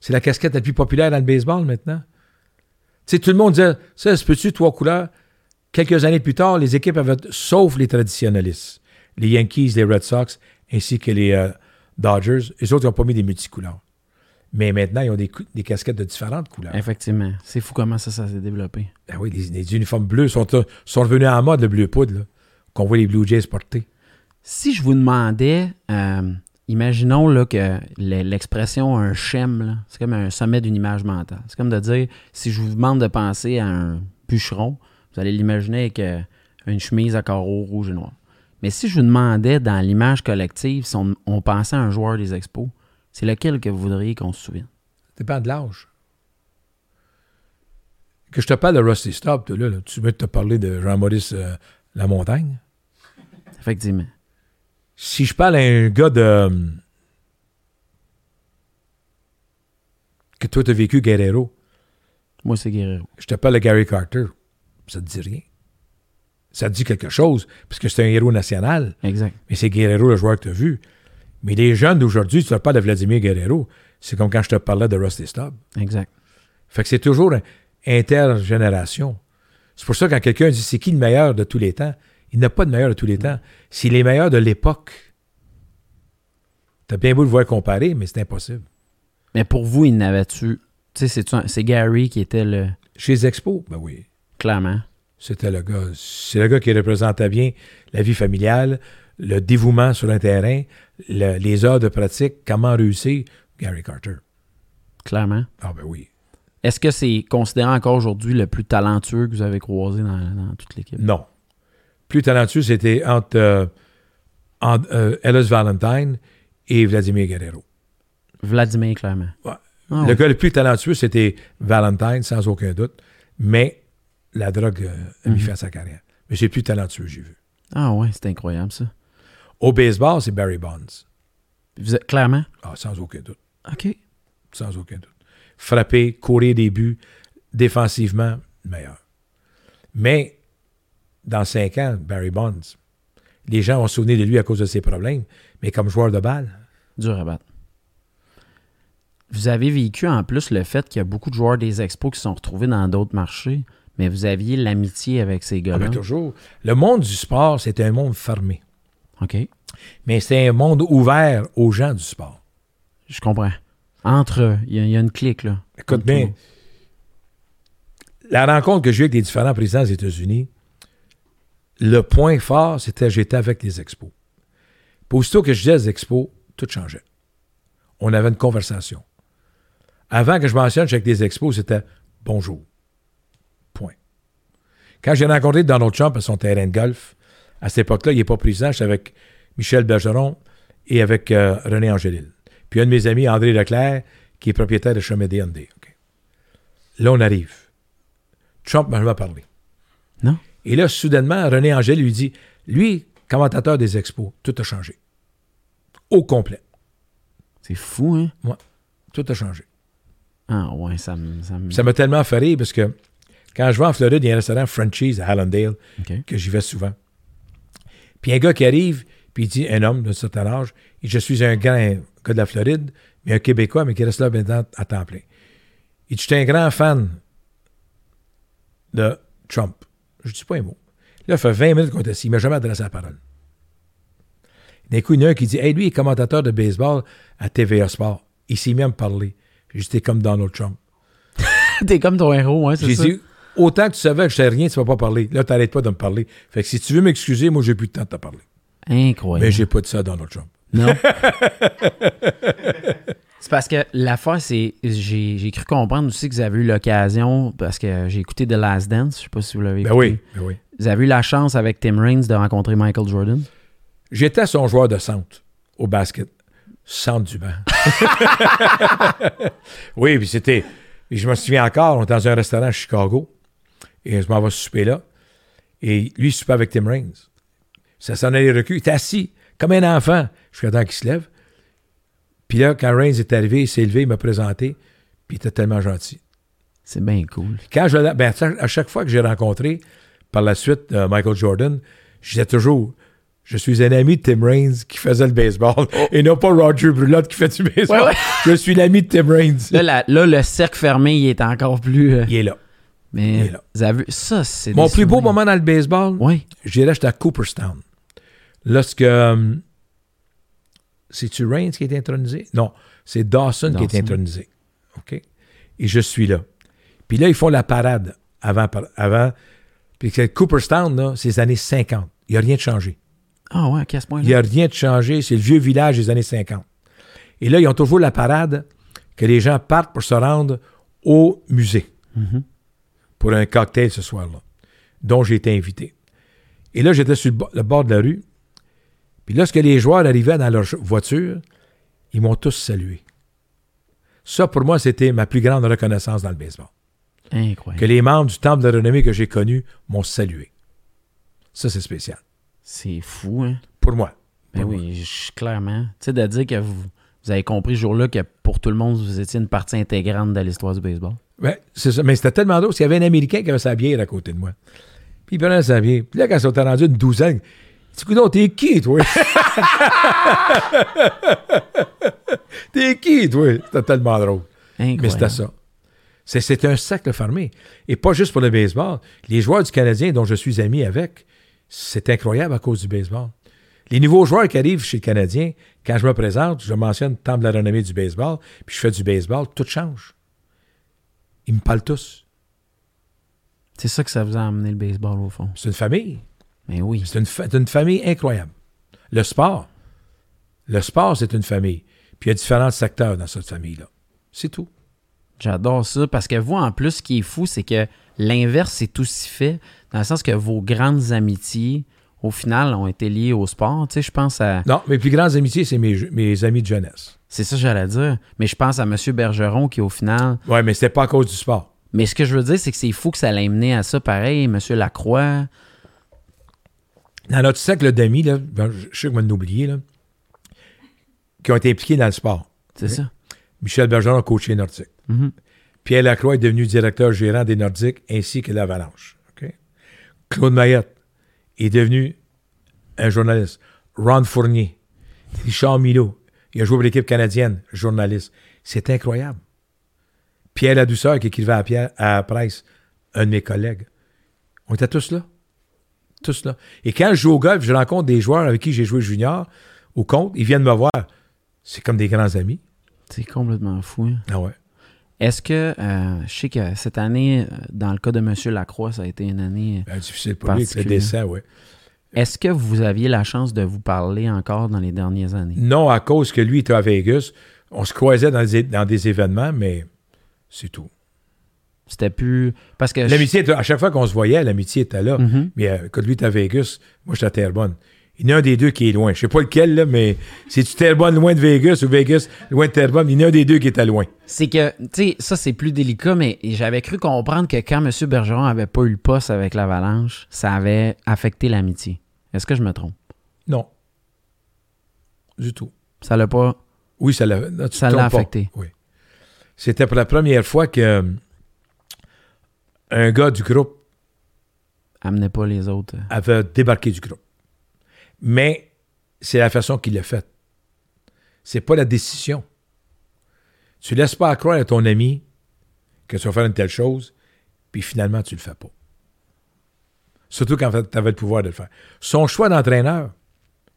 Speaker 2: C'est la casquette la plus populaire dans le baseball maintenant. Tu sais, tout le monde disait Ça, se peut-tu, trois couleurs Quelques années plus tard, les équipes avaient, sauf les traditionalistes, les Yankees, les Red Sox, ainsi que les euh, Dodgers, les autres n'ont pas mis des multicouleurs. Mais maintenant, ils ont des, cou- des casquettes de différentes couleurs.
Speaker 1: Effectivement. C'est fou comment ça, ça s'est développé.
Speaker 2: Ben oui, les, les uniformes bleus sont, euh, sont revenus en mode, le bleu poudre, là, qu'on voit les Blue Jays porter.
Speaker 1: Si je vous demandais, euh, imaginons là, que le- l'expression un chem, là, c'est comme un sommet d'une image mentale. C'est comme de dire, si je vous demande de penser à un bûcheron, vous allez l'imaginer avec euh, une chemise à carreaux rouge et noir. Mais si je vous demandais dans l'image collective, si on, on pensait à un joueur des expos, c'est lequel que vous voudriez qu'on se souvienne?
Speaker 2: Ça dépend de l'âge. Que je te parle de Rusty Stop, toi, là, là, tu veux te parler de Jean-Maurice euh, Lamontagne.
Speaker 1: Effectivement.
Speaker 2: Si je parle à un gars de euh, que toi, tu as vécu Guerrero.
Speaker 1: Moi, c'est Guerrero.
Speaker 2: Je te parle de Gary Carter. Ça te dit rien. Ça te dit quelque chose, parce que c'est un héros national.
Speaker 1: Exact.
Speaker 2: Mais c'est Guerrero, le joueur que tu as vu. Mais les jeunes d'aujourd'hui, tu leur parles de Vladimir Guerrero. C'est comme quand je te parlais de Rusty Stubb.
Speaker 1: Exact.
Speaker 2: Fait que c'est toujours un- intergénération. C'est pour ça que quand quelqu'un dit c'est qui le meilleur de tous les temps, il n'a pas de meilleur de tous les temps. C'est les meilleurs de l'époque. T'as bien beau le voir comparer, mais c'est impossible.
Speaker 1: Mais pour vous, il n'avait-tu. Tu sais, c'est-tu un- c'est Gary qui était le.
Speaker 2: Chez les Expos, ben oui,
Speaker 1: Clairement.
Speaker 2: c'était le gars. C'est le gars qui représentait bien la vie familiale, le dévouement sur un terrain, le- les heures de pratique, comment réussir. Gary Carter.
Speaker 1: Clairement.
Speaker 2: Ah ben oui.
Speaker 1: Est-ce que c'est considéré encore aujourd'hui le plus talentueux que vous avez croisé dans, dans toute l'équipe?
Speaker 2: Non. Plus talentueux, c'était entre, euh, entre, euh, Ellis Valentine et Vladimir Guerrero.
Speaker 1: Vladimir, clairement.
Speaker 2: Ouais.
Speaker 1: Ah
Speaker 2: Le
Speaker 1: ouais.
Speaker 2: gars le plus talentueux, c'était Valentine, sans aucun doute, mais la drogue euh, a mis fin à sa carrière. Mais c'est le plus talentueux que j'ai vu.
Speaker 1: Ah ouais, c'est incroyable ça.
Speaker 2: Au baseball, c'est Barry Bonds.
Speaker 1: Vous êtes- Clairement.
Speaker 2: Ah, sans aucun doute.
Speaker 1: OK.
Speaker 2: Sans aucun doute. Frapper, courir des buts, défensivement, meilleur. Mais dans cinq ans, Barry Bonds, les gens ont souvenir de lui à cause de ses problèmes, mais comme joueur de balle,
Speaker 1: Dur à battre. Vous avez vécu en plus le fait qu'il y a beaucoup de joueurs des expos qui se sont retrouvés dans d'autres marchés, mais vous aviez l'amitié avec ces
Speaker 2: Ah,
Speaker 1: gars-là.
Speaker 2: ben, toujours. Le monde du sport, c'est un monde fermé.
Speaker 1: OK.
Speaker 2: Mais c'est un monde ouvert aux gens du sport.
Speaker 1: Je comprends. Entre eux, il y, a- il y a une clique, là. Comme
Speaker 2: Écoute
Speaker 1: tout le
Speaker 2: bien,
Speaker 1: monde.
Speaker 2: la rencontre que j'ai eue avec les différents présidents des États-Unis, le point fort, c'était que j'étais avec les expos. Puis aussitôt que je disais les expos, tout changeait. On avait une conversation. Avant que je mentionne que j'étais avec les expos, c'était bonjour. Point. Quand j'ai rencontré Donald Trump à son terrain de golf, à cette époque-là, il n'est pas président, j'étais avec Michel Bergeron et avec euh, René Angélil. Puis un de mes amis, André Leclerc, qui est propriétaire de Chemin D&D. OK. Là, on arrive. Trump m'a jamais parlé.
Speaker 1: Non?
Speaker 2: Et là, soudainement, René Angélil lui dit, lui, commentateur des expos, tout a changé. Au complet.
Speaker 1: C'est fou, hein?
Speaker 2: Moi, tout a changé.
Speaker 1: Ah ouais, ça me. Ça me...
Speaker 2: Ça m'a tellement fait rire parce que quand je vais en Floride, il y a un restaurant Frenchies à Hallandale
Speaker 1: OK.
Speaker 2: hein, que j'y vais souvent. Puis un gars qui arrive, puis il dit, un homme d'un certain âge, il dit, je suis un grand gars de la Floride, mais un Québécois, mais qui reste là maintenant à temps plein. Il dit, je suis un grand fan de Trump. Je dis pas un mot. Là, ça fait 20 minutes qu'on est assis, il m'a jamais adressé la parole. D'un coup, il y en a un qui dit, hey, lui, il est commentateur de baseball à TVA Sport. Il s'est mis à me parler. Puis J'étais comme Donald Trump.
Speaker 1: T'es comme ton héros, hein, c'est
Speaker 2: J'ai
Speaker 1: ça?
Speaker 2: dit, autant que tu savais que je sais rien, tu ne vas pas parler. Là, tu n'arrêtes pas de me parler. Fait que si tu veux m'excuser, moi, j'ai plus de temps de te parler.
Speaker 1: Incroyable.
Speaker 2: Mais j'ai pas dit ça à Donald Trump.
Speaker 1: Non. c'est parce que l'affaire, c'est. J'ai j'ai cru comprendre aussi que vous avez eu l'occasion, parce que j'ai écouté The Last Dance, je sais pas si vous l'avez
Speaker 2: Ben
Speaker 1: écouté.
Speaker 2: oui, ben oui.
Speaker 1: Vous avez eu la chance avec Tim Raines de rencontrer Michael Jordan.
Speaker 2: J'étais son joueur de centre au basket. Centre du banc. oui, puis c'était. puis Je me souviens encore, on était dans un restaurant à Chicago. Et je m'en vais souper là. Et lui, il soupait avec Tim Raines. Ça s'en allait recul. Il était assis, comme un enfant, jusqu'à temps qu'il se lève. Puis là, quand Reigns est arrivé, il s'est levé, il m'a présenté. Puis il était tellement gentil.
Speaker 1: C'est bien cool.
Speaker 2: quand je, l'ai- ben, à chaque fois que j'ai rencontré par la suite euh, Michael Jordan, je disais toujours, je suis un ami de Tim Raines qui faisait le baseball et non pas Roger Brulotte qui fait du baseball.
Speaker 1: Oh. Ouais, ouais.
Speaker 2: Je suis l'ami de Tim Raines.
Speaker 1: Là, la- là, le cercle fermé, il est encore plus. euh,
Speaker 2: Il est là.
Speaker 1: mais
Speaker 2: est là.
Speaker 1: vous avez, ça, c'est.
Speaker 2: Mon plus beau moment dans le baseball,
Speaker 1: Oui.
Speaker 2: je dirais, j'étais à Cooperstown. Lorsque. euh, C'est-tu Reigns qui est intronisé? Non, c'est Dawson, qui est
Speaker 1: Dawson.
Speaker 2: intronisé. OK? Et je suis là. Puis là, ils font la parade avant. par- avant puis que Cooperstown, là, c'est les années 50. Il n'y a rien de changé.
Speaker 1: Ah ouais, qu'à ce
Speaker 2: Il n'y
Speaker 1: point-là.
Speaker 2: a rien de changé. C'est le vieux village des années 50. Et là, ils ont toujours la parade que les gens partent pour se rendre au musée pour un cocktail ce soir-là, dont j'ai été invité. Et là, j'étais sur le bo- le bord de la rue. Puis lorsque les joueurs arrivaient dans leur ch- voiture, ils m'ont tous salué. Ça, pour moi, c'était ma plus grande reconnaissance dans le baseball.
Speaker 1: Incroyable.
Speaker 2: Que les membres du temple de renommée que j'ai connu m'ont salué. Ça, c'est spécial.
Speaker 1: C'est fou, hein.
Speaker 2: Pour moi.
Speaker 1: Ben
Speaker 2: Pour
Speaker 1: oui, je- clairement. Tu sais, de dire que vous, Vous avez compris ce jour-là que pour tout le monde, vous étiez une partie intégrante de l'histoire du baseball.
Speaker 2: Ouais, c'est ça. Mais c'était tellement drôle. parce qu'il y avait un Américain qui avait sa bière à côté de moi. Puis il prenait sa bière. Puis là, quand ils sont rendus une douzaine, il dit Coudon, t'es qui, toi T'es qui, toi C'était tellement drôle.
Speaker 1: Incroyable.
Speaker 2: Mais c'était ça. C'est, c'est un cercle fermé. Et pas juste pour le baseball. Les joueurs du Canadien dont je suis ami avec, c'est incroyable à cause du baseball. Les nouveaux joueurs qui arrivent chez le Canadien, quand je me présente, je mentionne tant de la renommée du baseball, puis je fais du baseball, tout change. Ils me parlent tous.
Speaker 1: C'est ça que ça vous a amené le baseball au fond.
Speaker 2: C'est une famille.
Speaker 1: Mais oui.
Speaker 2: C'est une, fa- c'est une famille incroyable. Le sport. Le sport, c'est une famille. Puis il y a différents secteurs dans cette famille-là. C'est tout.
Speaker 1: J'adore ça parce que vous, en plus, ce qui est fou, c'est que l'inverse c'est aussi fait, dans le sens que vos grandes amitiés, au final, ont été liées au sport. Tu sais, je pense à.
Speaker 2: Non, mes plus grandes amitiés, c'est mes, je- mes amis de jeunesse.
Speaker 1: C'est ça que j'allais dire. Mais je pense à M. Bergeron qui, au final.
Speaker 2: Oui, mais c'était pas à cause du sport.
Speaker 1: Mais ce que je veux dire, c'est que c'est fou que ça l'ait mené à ça pareil. M. Lacroix.
Speaker 2: Dans notre cercle d'amis, là, ben, je je sais que vous allez l'oublier, là, qui ont été impliqués dans le sport.
Speaker 1: C'est ça.
Speaker 2: Michel Bergeron a coaché les Nordiques. Pierre Lacroix est devenu directeur gérant des Nordiques ainsi que l'Avalanche. OK? Claude Mayotte est devenu un journaliste. Ron Fournier, Richard Milo, il a joué pour l'équipe canadienne, journaliste. C'est incroyable. Pierre Ladouceur qui écrivait à, Pierre, à Price, un de mes collègues. On était tous là. Tous là. Et quand je joue au golf, je rencontre des joueurs avec qui j'ai joué junior au compte. Ils viennent me voir. C'est comme des grands amis.
Speaker 1: C'est complètement fou. hein.
Speaker 2: Ah ouais.
Speaker 1: Est-ce que. euh, je sais que cette année, euh, dans le cas de M. Lacroix, ça a été une année.
Speaker 2: Ben, difficile pour lui, avec le
Speaker 1: Particulier.
Speaker 2: dessin, oui.
Speaker 1: Est-ce que vous aviez la chance de vous parler encore dans les dernières années?
Speaker 2: Non, à cause que lui était à Vegas, on se croisait dans des, dans des événements, mais c'est tout.
Speaker 1: C'était plus. Parce que.
Speaker 2: L'amitié, était- à chaque fois qu'on se voyait, l'amitié était là.
Speaker 1: Mhm.
Speaker 2: Mais euh, quand lui était à Vegas, moi, j'étais à Terrebonne. Il y en a un des deux qui est loin. Je sais pas lequel, là, mais c'est-tu Terrebonne loin de Vegas ou Vegas loin de Terrebonne? Il y en a un des deux qui était loin.
Speaker 1: C'est que, tu sais, ça c'est plus délicat, mais j'avais cru comprendre que quand M. Bergeron avait pas eu le poste avec l'Avalanche, ça avait affecté l'amitié. Est-ce que je me trompe?
Speaker 2: Non. Du tout.
Speaker 1: Ça l'a pas.
Speaker 2: Oui, ça l'a, non, tu te
Speaker 1: Ça l'a
Speaker 2: trompes pas.
Speaker 1: affecté.
Speaker 2: Oui. C'était pour la première fois que euh, un gars du groupe
Speaker 1: amenait pas les autres. euh,
Speaker 2: avait débarqué du groupe. Mais c'est la façon qu'il l'a fait. C'est pas la décision. Tu laisses pas croire à ton ami que tu vas faire une telle chose, puis finalement, tu le fais pas. Surtout quand tu avais le pouvoir de le faire. Son choix d'entraîneur,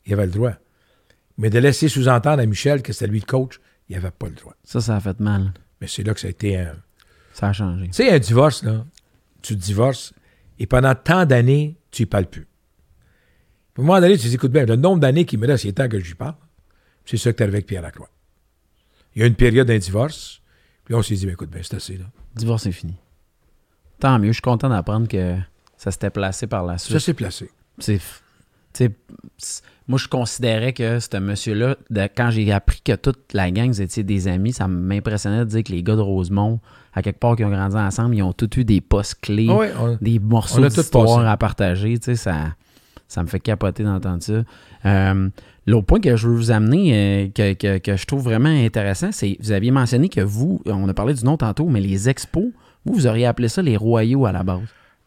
Speaker 2: il avait le droit. Mais de laisser sous-entendre à Michel que c'était lui le coach, il avait pas le droit.
Speaker 1: Ça, ça a fait mal.
Speaker 2: Mais c'est là que ça a été un...
Speaker 1: Ça a changé.
Speaker 2: Tu sais, un divorce, là, tu te divorces et pendant tant d'années, tu y parles plus. Au moment donné, tu te dis, écoute bien, le nombre d'années qui me reste, il est temps que j'y parle. C'est ça que tu avec Pierre Lacroix. Il y a une période d'un divorce, puis on s'est dit, ben, écoute bien, c'est assez, là.
Speaker 1: Divorce est fini. Tant mieux, je suis content d'apprendre que ça s'était placé par la
Speaker 2: Ça
Speaker 1: suite.
Speaker 2: s'est placé.
Speaker 1: C'est. f- tu sais, c'est- Moi, je considérais que ce monsieur-là, de- quand j'ai appris que toute la gang, vous étiez des amis, ça m'impressionnait de dire que les gars de Rosemont, à quelque part, qui ont grandi ensemble, ils ont tous eu des postes clés.
Speaker 2: Ah ouais, on-
Speaker 1: des
Speaker 2: On
Speaker 1: morceaux
Speaker 2: a tout
Speaker 1: d'histoire
Speaker 2: passé.
Speaker 1: à partager, tu sais, ça, ça me fait capoter d'entendre ça. Euh, L'autre point que je veux vous amener, euh, que, que- que je trouve vraiment intéressant, c'est vous aviez mentionné que vous, on a parlé du nom tantôt, mais les expos, vous, vous auriez appelé ça les royaux à la base.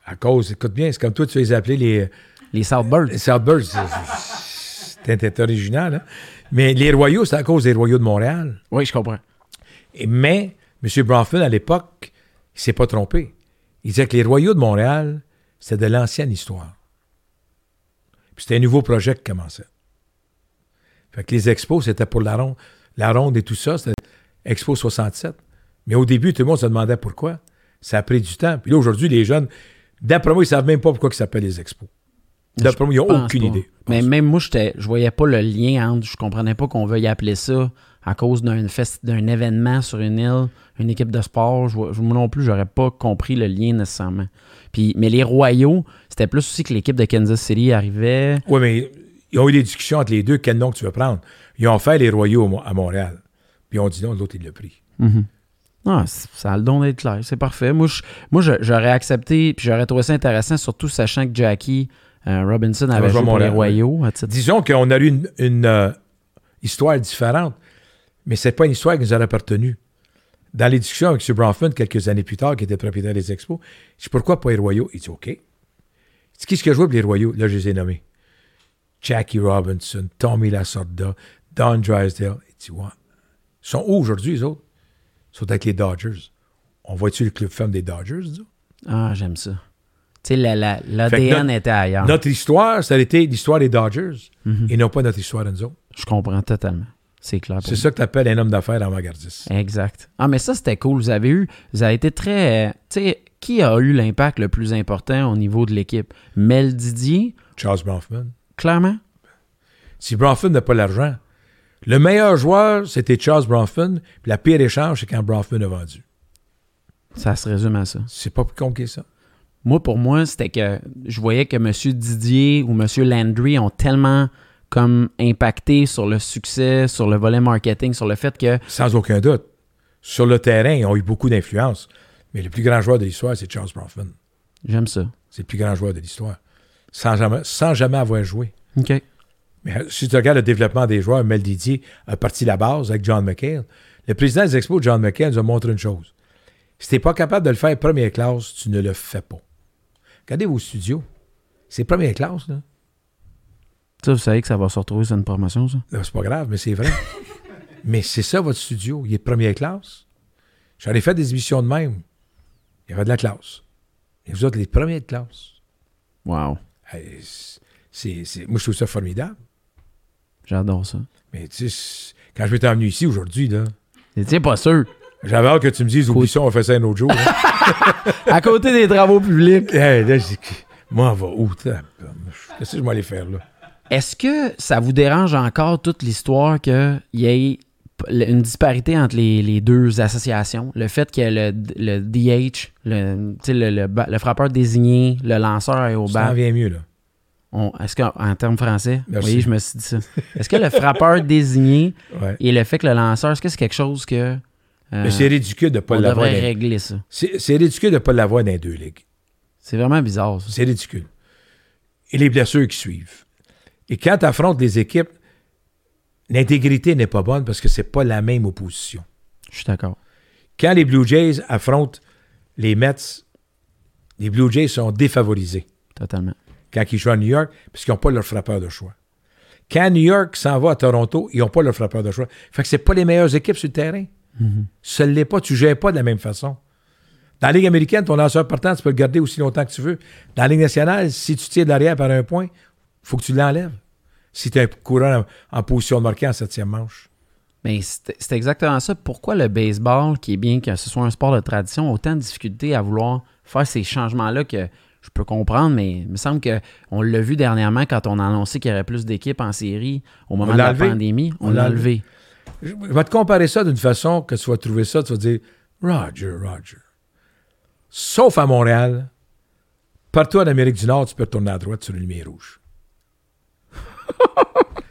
Speaker 2: à cause, écoute bien, c'est comme toi, tu les appelais les,
Speaker 1: Les Southbirds.
Speaker 2: les Southbirds. C'est- c'est- C'était original, hein. Mais les Royaux, c'est à cause des Royaux de Montréal.
Speaker 1: Oui, je comprends.
Speaker 2: Et- mais M. Bronfman, à l'époque, il s'est pas trompé. Il disait que les Royaux de Montréal, c'était de l'ancienne histoire. Puis c'était un nouveau projet qui commençait. Fait que les expos, c'était pour la ronde, la ronde et tout ça, c'était Expo 67. Mais au début, tout le monde se demandait pourquoi. Ça a pris du temps. Puis là, aujourd'hui, les jeunes, d'après moi, ils savent même pas pourquoi ils s'appellent les expos. D'après moi, ils
Speaker 1: Je
Speaker 2: n'ont
Speaker 1: pense
Speaker 2: aucune
Speaker 1: pas.
Speaker 2: idée.
Speaker 1: Mais même moi, j'étais- je voyais pas le lien entre, je comprenais pas qu'on veuille appeler ça à cause d'un fest- d'un événement sur une île, une équipe de sport. Je, vois- je- moi non plus, j'aurais pas compris le lien nécessairement. Puis, mais les Royaux, c'était plus aussi que l'équipe de Kansas City arrivait.
Speaker 2: Oui, mais ils ont eu des discussions entre les deux, quel nom que tu veux prendre. Ils ont fait les Royaux au Mo- à Montréal. Puis on dit non, l'autre, il l'a pris.
Speaker 1: Non, Ah, c- ça a le don d'être clair, c'est parfait. Moi, je- moi, je- j'aurais accepté, puis j'aurais trouvé ça intéressant, surtout sachant que Jackie euh, Robinson avait joué
Speaker 2: joué à
Speaker 1: pour les
Speaker 2: Montréal,
Speaker 1: Royaux. à titre-
Speaker 2: Disons qu'on a eu une, une, euh, histoire différente. Mais c'est pas une histoire qui nous a appartenu. Dans les discussions avec M. Bronfman, quelques années plus tard, qui était propriétaire des expos, je dis pourquoi pas les Royaux Il dit OK. Il dit qu'est-ce que je vois pour les Royaux Là, je les ai nommés. Jackie Robinson, Tommy Lasorda, Don Drysdale. Il dit ouais. Ils sont où aujourd'hui, les autres Ils sont avec les Dodgers. On voit-tu le club femme des Dodgers dis-donc?
Speaker 1: Ah, j'aime ça. Tu sais, la- la-
Speaker 2: Fait que
Speaker 1: l'ADN
Speaker 2: notre-
Speaker 1: était ailleurs.
Speaker 2: Notre histoire, ça a été l'histoire des Dodgers et non pas notre histoire de nous autres.
Speaker 1: Je comprends totalement. C'est clair. pour
Speaker 2: C'est ça que tu appelles un homme d'affaires avant-gardiste.
Speaker 1: Exact. Ah, mais ça, c'était cool. Vous avez eu, vous avez été très. euh, Tu sais, qui a eu l'impact le plus important au niveau de l'équipe? Mel Didier,
Speaker 2: Charles Bronfman.
Speaker 1: clairement.
Speaker 2: Si Bronfman n'a pas l'argent, le meilleur joueur, c'était Charles Bronfman. puis La pire échange, c'est quand Bronfman a vendu.
Speaker 1: Ça se résume à ça.
Speaker 2: C'est pas plus compliqué que ça.
Speaker 1: Moi, pour moi, c'était que je voyais que M. Didier ou M. Landry ont tellement comme impacté sur le succès, sur le volet marketing, sur le fait que
Speaker 2: Sans aucun doute. Sur le terrain, ils ont eu beaucoup d'influence. Mais le plus grand joueur de l'histoire, c'est Charles Bronfman.
Speaker 1: j'aime ça.
Speaker 2: C'est le plus grand joueur de l'histoire. Sans jamais, sans jamais avoir joué.
Speaker 1: OK.
Speaker 2: Mais euh, si tu regardes le développement des joueurs, Mel Didier a parti la base avec John McHale. Le président des Expos, John McHale, nous a montré une chose. Si t'es pas capable de le faire première classe, tu ne le fais pas. Regardez vos studios. C'est première classe, là.
Speaker 1: Ça, vous savez que ça va se retrouver sur une promotion, ça?
Speaker 2: Là, C'est pas grave, mais c'est vrai. mais c'est ça, votre studio. Il est de première classe. J'en ai fait des émissions de même. Il y avait de la classe. Et vous êtes les premiers de classe.
Speaker 1: Wow.
Speaker 2: Hey, c'est- c'est- c'est- moi, je trouve ça formidable.
Speaker 1: J'adore ça.
Speaker 2: Mais tu sais, c'est- quand je m'étais emmené ici aujourd'hui, là,
Speaker 1: T'es pas sûr.
Speaker 2: J'avais hâte que tu me dises, oublie ça, on fait ça un autre jour. hein.
Speaker 1: À côté des travaux publics.
Speaker 2: Hey, là, j'ai dit, moi, on va où? t'as- Qu'est-ce que je vais aller faire, là?
Speaker 1: Est-ce que ça vous dérange encore toute l'histoire qu'il y ait p- une disparité entre les, les deux associations? Le fait que le, le DH, le, tu sais, le, le ba- le frappeur désigné, le lanceur est au
Speaker 2: Ça
Speaker 1: bat.
Speaker 2: en vient mieux, là.
Speaker 1: On- Est-ce qu'en termes français,
Speaker 2: Merci.
Speaker 1: oui, je me suis dit ça. Est-ce que le frappeur désigné
Speaker 2: Ouais.
Speaker 1: et le fait que le lanceur, est-ce que c'est quelque chose que euh,
Speaker 2: Mais c'est ridicule de ne pas
Speaker 1: on
Speaker 2: l'avoir.
Speaker 1: devrait
Speaker 2: dans-
Speaker 1: régler ça?
Speaker 2: C'est c'est ridicule de ne pas l'avoir dans les deux ligues.
Speaker 1: C'est vraiment bizarre. ça.
Speaker 2: C'est ridicule. Et les blessures qui suivent. Et quand tu affrontes les équipes, l'intégrité n'est pas bonne parce que c'est pas la même opposition.
Speaker 1: Je suis d'accord.
Speaker 2: Quand les Blue Jays affrontent les Mets, les Blue Jays sont défavorisés.
Speaker 1: Totalement.
Speaker 2: quand ils jouent à New York, parce qu'ils n'ont pas leur frappeur de choix. Quand New York s'en va à Toronto, ils n'ont pas leur frappeur de choix. Fait que c'est pas les meilleures équipes sur le terrain. Ça ne l'est pas, tu ne gères pas de la même façon. Dans la Ligue américaine, ton lanceur partant, tu peux le garder aussi longtemps que tu veux. Dans la Ligue nationale, si tu tires de l'arrière par un point, faut que tu l'enlèves. Si tu es un coureur en, en position de marquer en septième manche.
Speaker 1: Mais c'est c'est exactement ça. Pourquoi le baseball, qui est bien que ce soit un sport de tradition, a autant de difficultés à vouloir faire ces changements-là que je peux comprendre, mais il me semble que on l'a vu dernièrement quand on a annoncé qu'il y aurait plus d'équipes en série au moment de
Speaker 2: l'a
Speaker 1: la
Speaker 2: enlevé.
Speaker 1: pandémie.
Speaker 2: On
Speaker 1: On
Speaker 2: l'a
Speaker 1: l'a levé.
Speaker 2: Je, je vais te comparer ça d'une façon que tu vas trouver ça, tu vas dire Roger, Roger. Sauf à Montréal, partout en Amérique du Nord, tu peux tourner à droite sur une lumière rouge.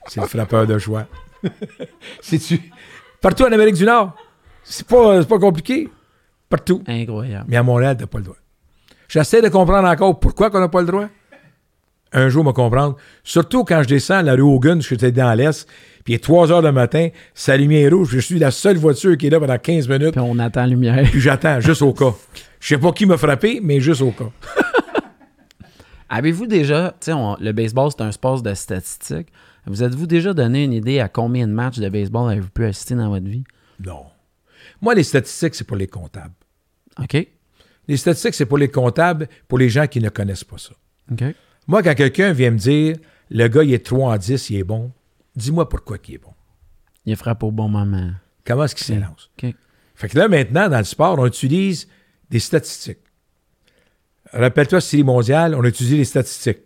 Speaker 2: c'est le frappeur de joie. tu Partout en Amérique du Nord, c'est pas, c'est pas compliqué. Partout.
Speaker 1: Incroyable.
Speaker 2: Mais à Montréal, t'as pas le droit. J'essaie de comprendre encore pourquoi qu'on n'a pas le droit. Un jour, me comprendre. Surtout quand je descends la rue Hogan, parce que j'étais dans l'Est, puis il est 3 heures le matin, sa lumière est rouge, puis je suis la seule voiture qui est là pendant 15 minutes,
Speaker 1: Puis on attend la lumière.
Speaker 2: puis j'attends, juste au cas. Je sais pas qui m'a frappé, mais juste au cas.
Speaker 1: Avez-vous déjà, tu sais, on- le baseball, c'est un sport de statistiques. Vous êtes-vous déjà donné une idée à combien de matchs de baseball avez-vous pu assister dans votre vie?
Speaker 2: Non. Moi, les statistiques, c'est pour les comptables.
Speaker 1: OK.
Speaker 2: Les statistiques, c'est pour les comptables, pour les gens qui ne connaissent pas ça.
Speaker 1: OK.
Speaker 2: Moi, quand quelqu'un vient me dire, le gars, il est 3 en 10, il est bon, dis-moi pourquoi il est bon.
Speaker 1: Il frappe au bon moment.
Speaker 2: Comment est-ce qu'il s'élance?
Speaker 1: OK.
Speaker 2: Fait que là, maintenant, dans le sport, on utilise des statistiques. Rappelle-toi, Série mondiale, on a utilisé les statistiques.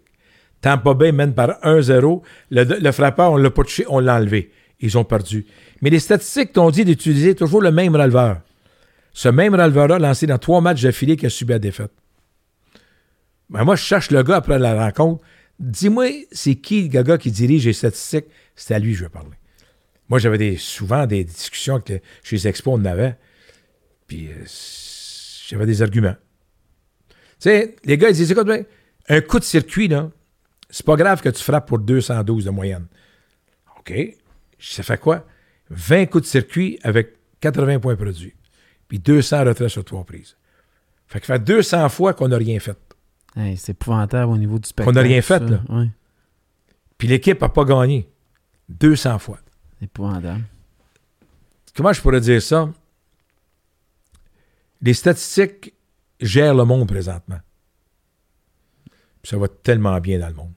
Speaker 2: Tampa Bay mène par 1-0. Le, le frappeur, on l'a pas touché, on l'a enlevé. Ils ont perdu. Mais les statistiques t'ont dit d'utiliser toujours le même releveur. Ce même releveur-là, lancé dans trois matchs d'affilée qui a subi la défaite. Ben, moi, je cherche le gars après la rencontre. Dis-moi, c'est qui le gars qui dirige les statistiques? C'est à lui que je veux parler. Moi, j'avais des, souvent des discussions que chez les expos, on en avait. Puis euh, c- j'avais des arguments. Tu sais, les gars, ils disent écoute, ben, un coup de circuit, là, c'est pas grave que tu frappes pour 212 de moyenne. OK. Ça fait quoi? Ben, 20 coups de circuit avec 80 points produits. Puis 200 retraits sur trois prises. Fait que fait 200 fois qu'on n'a rien fait.
Speaker 1: Hey, c'est épouvantable au niveau du spectacle.
Speaker 2: Qu'on a rien fait,
Speaker 1: ça.
Speaker 2: là.
Speaker 1: Ouais,
Speaker 2: Puis l'équipe n'a pas gagné. 200 fois.
Speaker 1: c'est épouvantable.
Speaker 2: Comment je pourrais dire ça? Les statistiques gèrent le monde présentement. Puis ça va tellement bien dans le monde.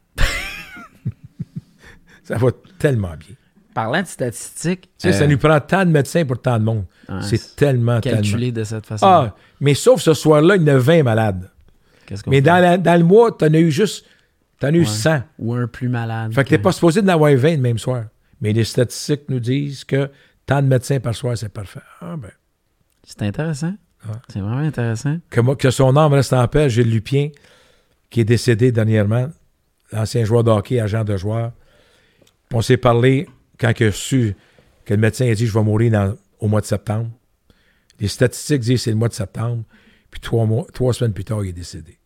Speaker 2: ça va tellement bien.
Speaker 1: Parlant de statistiques,
Speaker 2: Tu sais, ça
Speaker 1: euh,
Speaker 2: nous prend tant de médecins pour tant de monde.
Speaker 1: ouais,
Speaker 2: c'est tellement, tellement.
Speaker 1: calculé de cette façon.
Speaker 2: Ah, mais sauf ce soir-là, il y en a 20 malades.
Speaker 1: Qu'est-ce qu'on
Speaker 2: Ah, Mais
Speaker 1: fait?
Speaker 2: dans, la- dans le mois, t'en as eu juste, t'en as eu
Speaker 1: Ouais.
Speaker 2: 100.
Speaker 1: Ou un plus malade.
Speaker 2: Fait que t'es pas supposé d'en avoir 20 le même soir. Mais les statistiques nous disent que tant de médecins par soir, c'est parfait. Ah ben,
Speaker 1: C'est intéressant.
Speaker 2: Ouais.
Speaker 1: C'est vraiment intéressant.
Speaker 2: que, moi- que son âme reste en paix, Gilles Lupien, qui est décédé dernièrement, l'ancien joueur de hockey, agent de joueur. Puis On s'est parlé quand il a su que le médecin a dit « je vais mourir dans- au mois de septembre ». Les statistiques disent c'est le mois de septembre, puis trois, mois, trois semaines plus tard, il est décédé.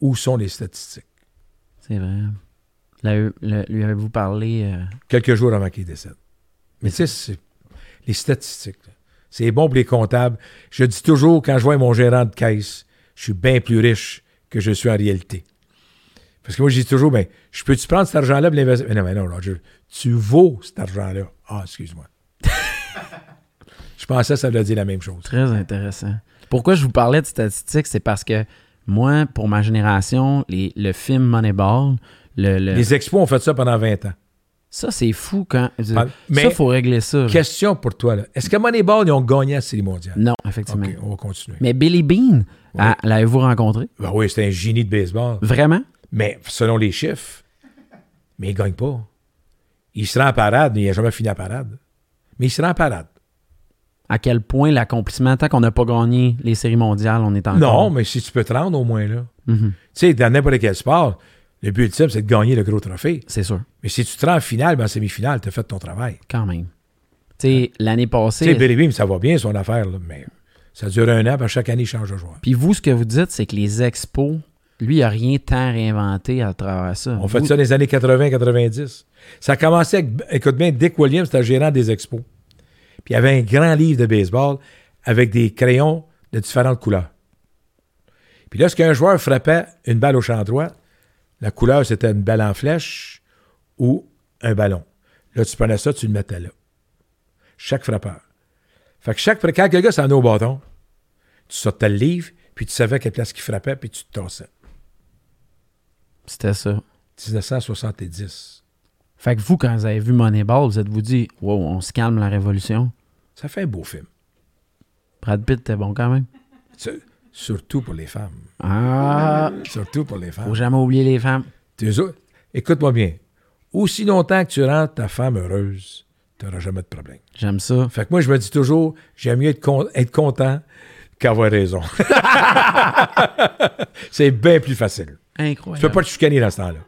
Speaker 2: Où sont les statistiques?
Speaker 1: C'est vrai. La- le- lui avez-vous parlé euh,
Speaker 2: quelques jours avant qu'il décède. Mais tu sais, c'est les statistiques. là. C'est bon pour les comptables. Je dis toujours, quand je vois mon gérant de caisse, je suis bien plus riche que je suis en réalité. Parce que moi, je dis toujours, ben, je peux-tu prendre cet argent-là et l'investir? Mais non, mais non, Roger, tu vaux cet argent-là. Ah, excuse-moi. je pensais que ça voulait dire la même chose.
Speaker 1: Très intéressant. Pourquoi je vous parlais de statistiques, c'est parce que moi, pour ma génération, les- le film Moneyball, le, le-
Speaker 2: Les expos ont fait ça pendant 20 ans.
Speaker 1: ça, c'est fou quand. Ça,
Speaker 2: Ah, mais-
Speaker 1: faut régler ça. là.
Speaker 2: Question pour toi, là. Est-ce que Moneyball, ils ont gagné la Série mondiale?
Speaker 1: Non, effectivement.
Speaker 2: OK, on va continuer.
Speaker 1: Mais Billy Bean, ah, l'avez-vous rencontré?
Speaker 2: Ben oui, c'est un génie de baseball.
Speaker 1: Vraiment?
Speaker 2: Mais selon les chiffres, mais il ne gagne pas. Il se rend en parade, mais il n'a jamais fini la parade. Mais il se rend en parade.
Speaker 1: À quel point l'accomplissement, tant qu'on n'a pas gagné les séries mondiales, on est en
Speaker 2: Non, mais si tu peux te rendre au moins là. Tu sais, dans n'importe quel sport, le but ultime, c'est de gagner le gros trophée.
Speaker 1: C'est sûr,
Speaker 2: Mais si tu te rends en finale, ben, en semi-finale, tu as fait ton travail.
Speaker 1: quand même. Tu sais, l'année
Speaker 2: Tu sais,
Speaker 1: passée,
Speaker 2: Billy Beam, ça va bien son affaire, là, mais ça dure un an, puis à chaque année, il change de joueur.
Speaker 1: Puis vous, ce que vous dites, c'est que les expos, lui, il n'a rien tant réinventé à travers ça.
Speaker 2: On fait
Speaker 1: Vous-
Speaker 2: ça dans les années 80-90. Ça a commencé avec, écoute bien, Dick Williams, c'était le gérant des expos. Puis il y avait un grand livre de baseball avec des crayons de différentes couleurs. Puis lorsqu'un joueur frappait une balle au champ droit, la couleur, c'était une balle en flèche ou un ballon. Là, tu prenais ça, tu le mettais là. Chaque frappeur. Fait que chaque, quand le gars s'en est au bâton, tu sortais le livre, puis tu savais à quelle place qu'il frappait, puis tu te tassais.
Speaker 1: C'était ça.
Speaker 2: 1970.
Speaker 1: Fait que vous, quand vous avez vu Moneyball, vous êtes-vous dit, wow, on se calme la révolution.
Speaker 2: Ça fait un beau film.
Speaker 1: Brad Pitt était bon quand même.
Speaker 2: Sur- Surtout pour les femmes.
Speaker 1: Ah,
Speaker 2: Surtout pour les
Speaker 1: faut
Speaker 2: femmes.
Speaker 1: jamais oublier les femmes.
Speaker 2: Tes autres- Écoute-moi bien. Aussi longtemps que tu rends ta femme heureuse, tu n'auras jamais de problème.
Speaker 1: J'aime ça.
Speaker 2: Fait que moi, je me dis toujours, j'aime mieux être, con- être content qu'avoir raison. C'est bien plus facile. Tu peux
Speaker 1: Incroyable.
Speaker 2: pas te chicaner dans ce temps-là.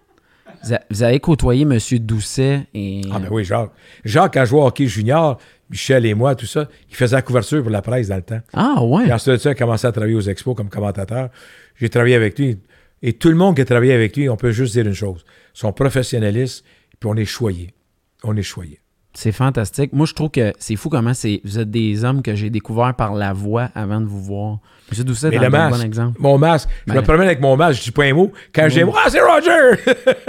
Speaker 1: Vous, a- vous avez côtoyé M. Doucet et...
Speaker 2: Ah ben oui, Jacques. Jacques, quand je jouais au hockey junior, Michel et moi, tout ça, il faisait la couverture pour la presse dans le temps.
Speaker 1: Ah, ouais.
Speaker 2: Puis ensuite de ça, il a commencé à travailler aux expos comme commentateur. J'ai travaillé avec lui. Et tout le monde qui a travaillé avec lui, on peut juste dire une chose. Ils sont professionnalistes, puis on est choyés. On est choyés.
Speaker 1: C'est fantastique. Moi, je trouve que c'est fou comment c'est. Vous êtes des hommes que j'ai découverts par la voix avant de vous voir. M. Doucet est
Speaker 2: Mais
Speaker 1: un
Speaker 2: le masque,
Speaker 1: bon exemple.
Speaker 2: mon masque, je
Speaker 1: Ben,
Speaker 2: me promène avec mon masque, je dis pas un mot. Quand j'ai « Ah, c'est Roger! »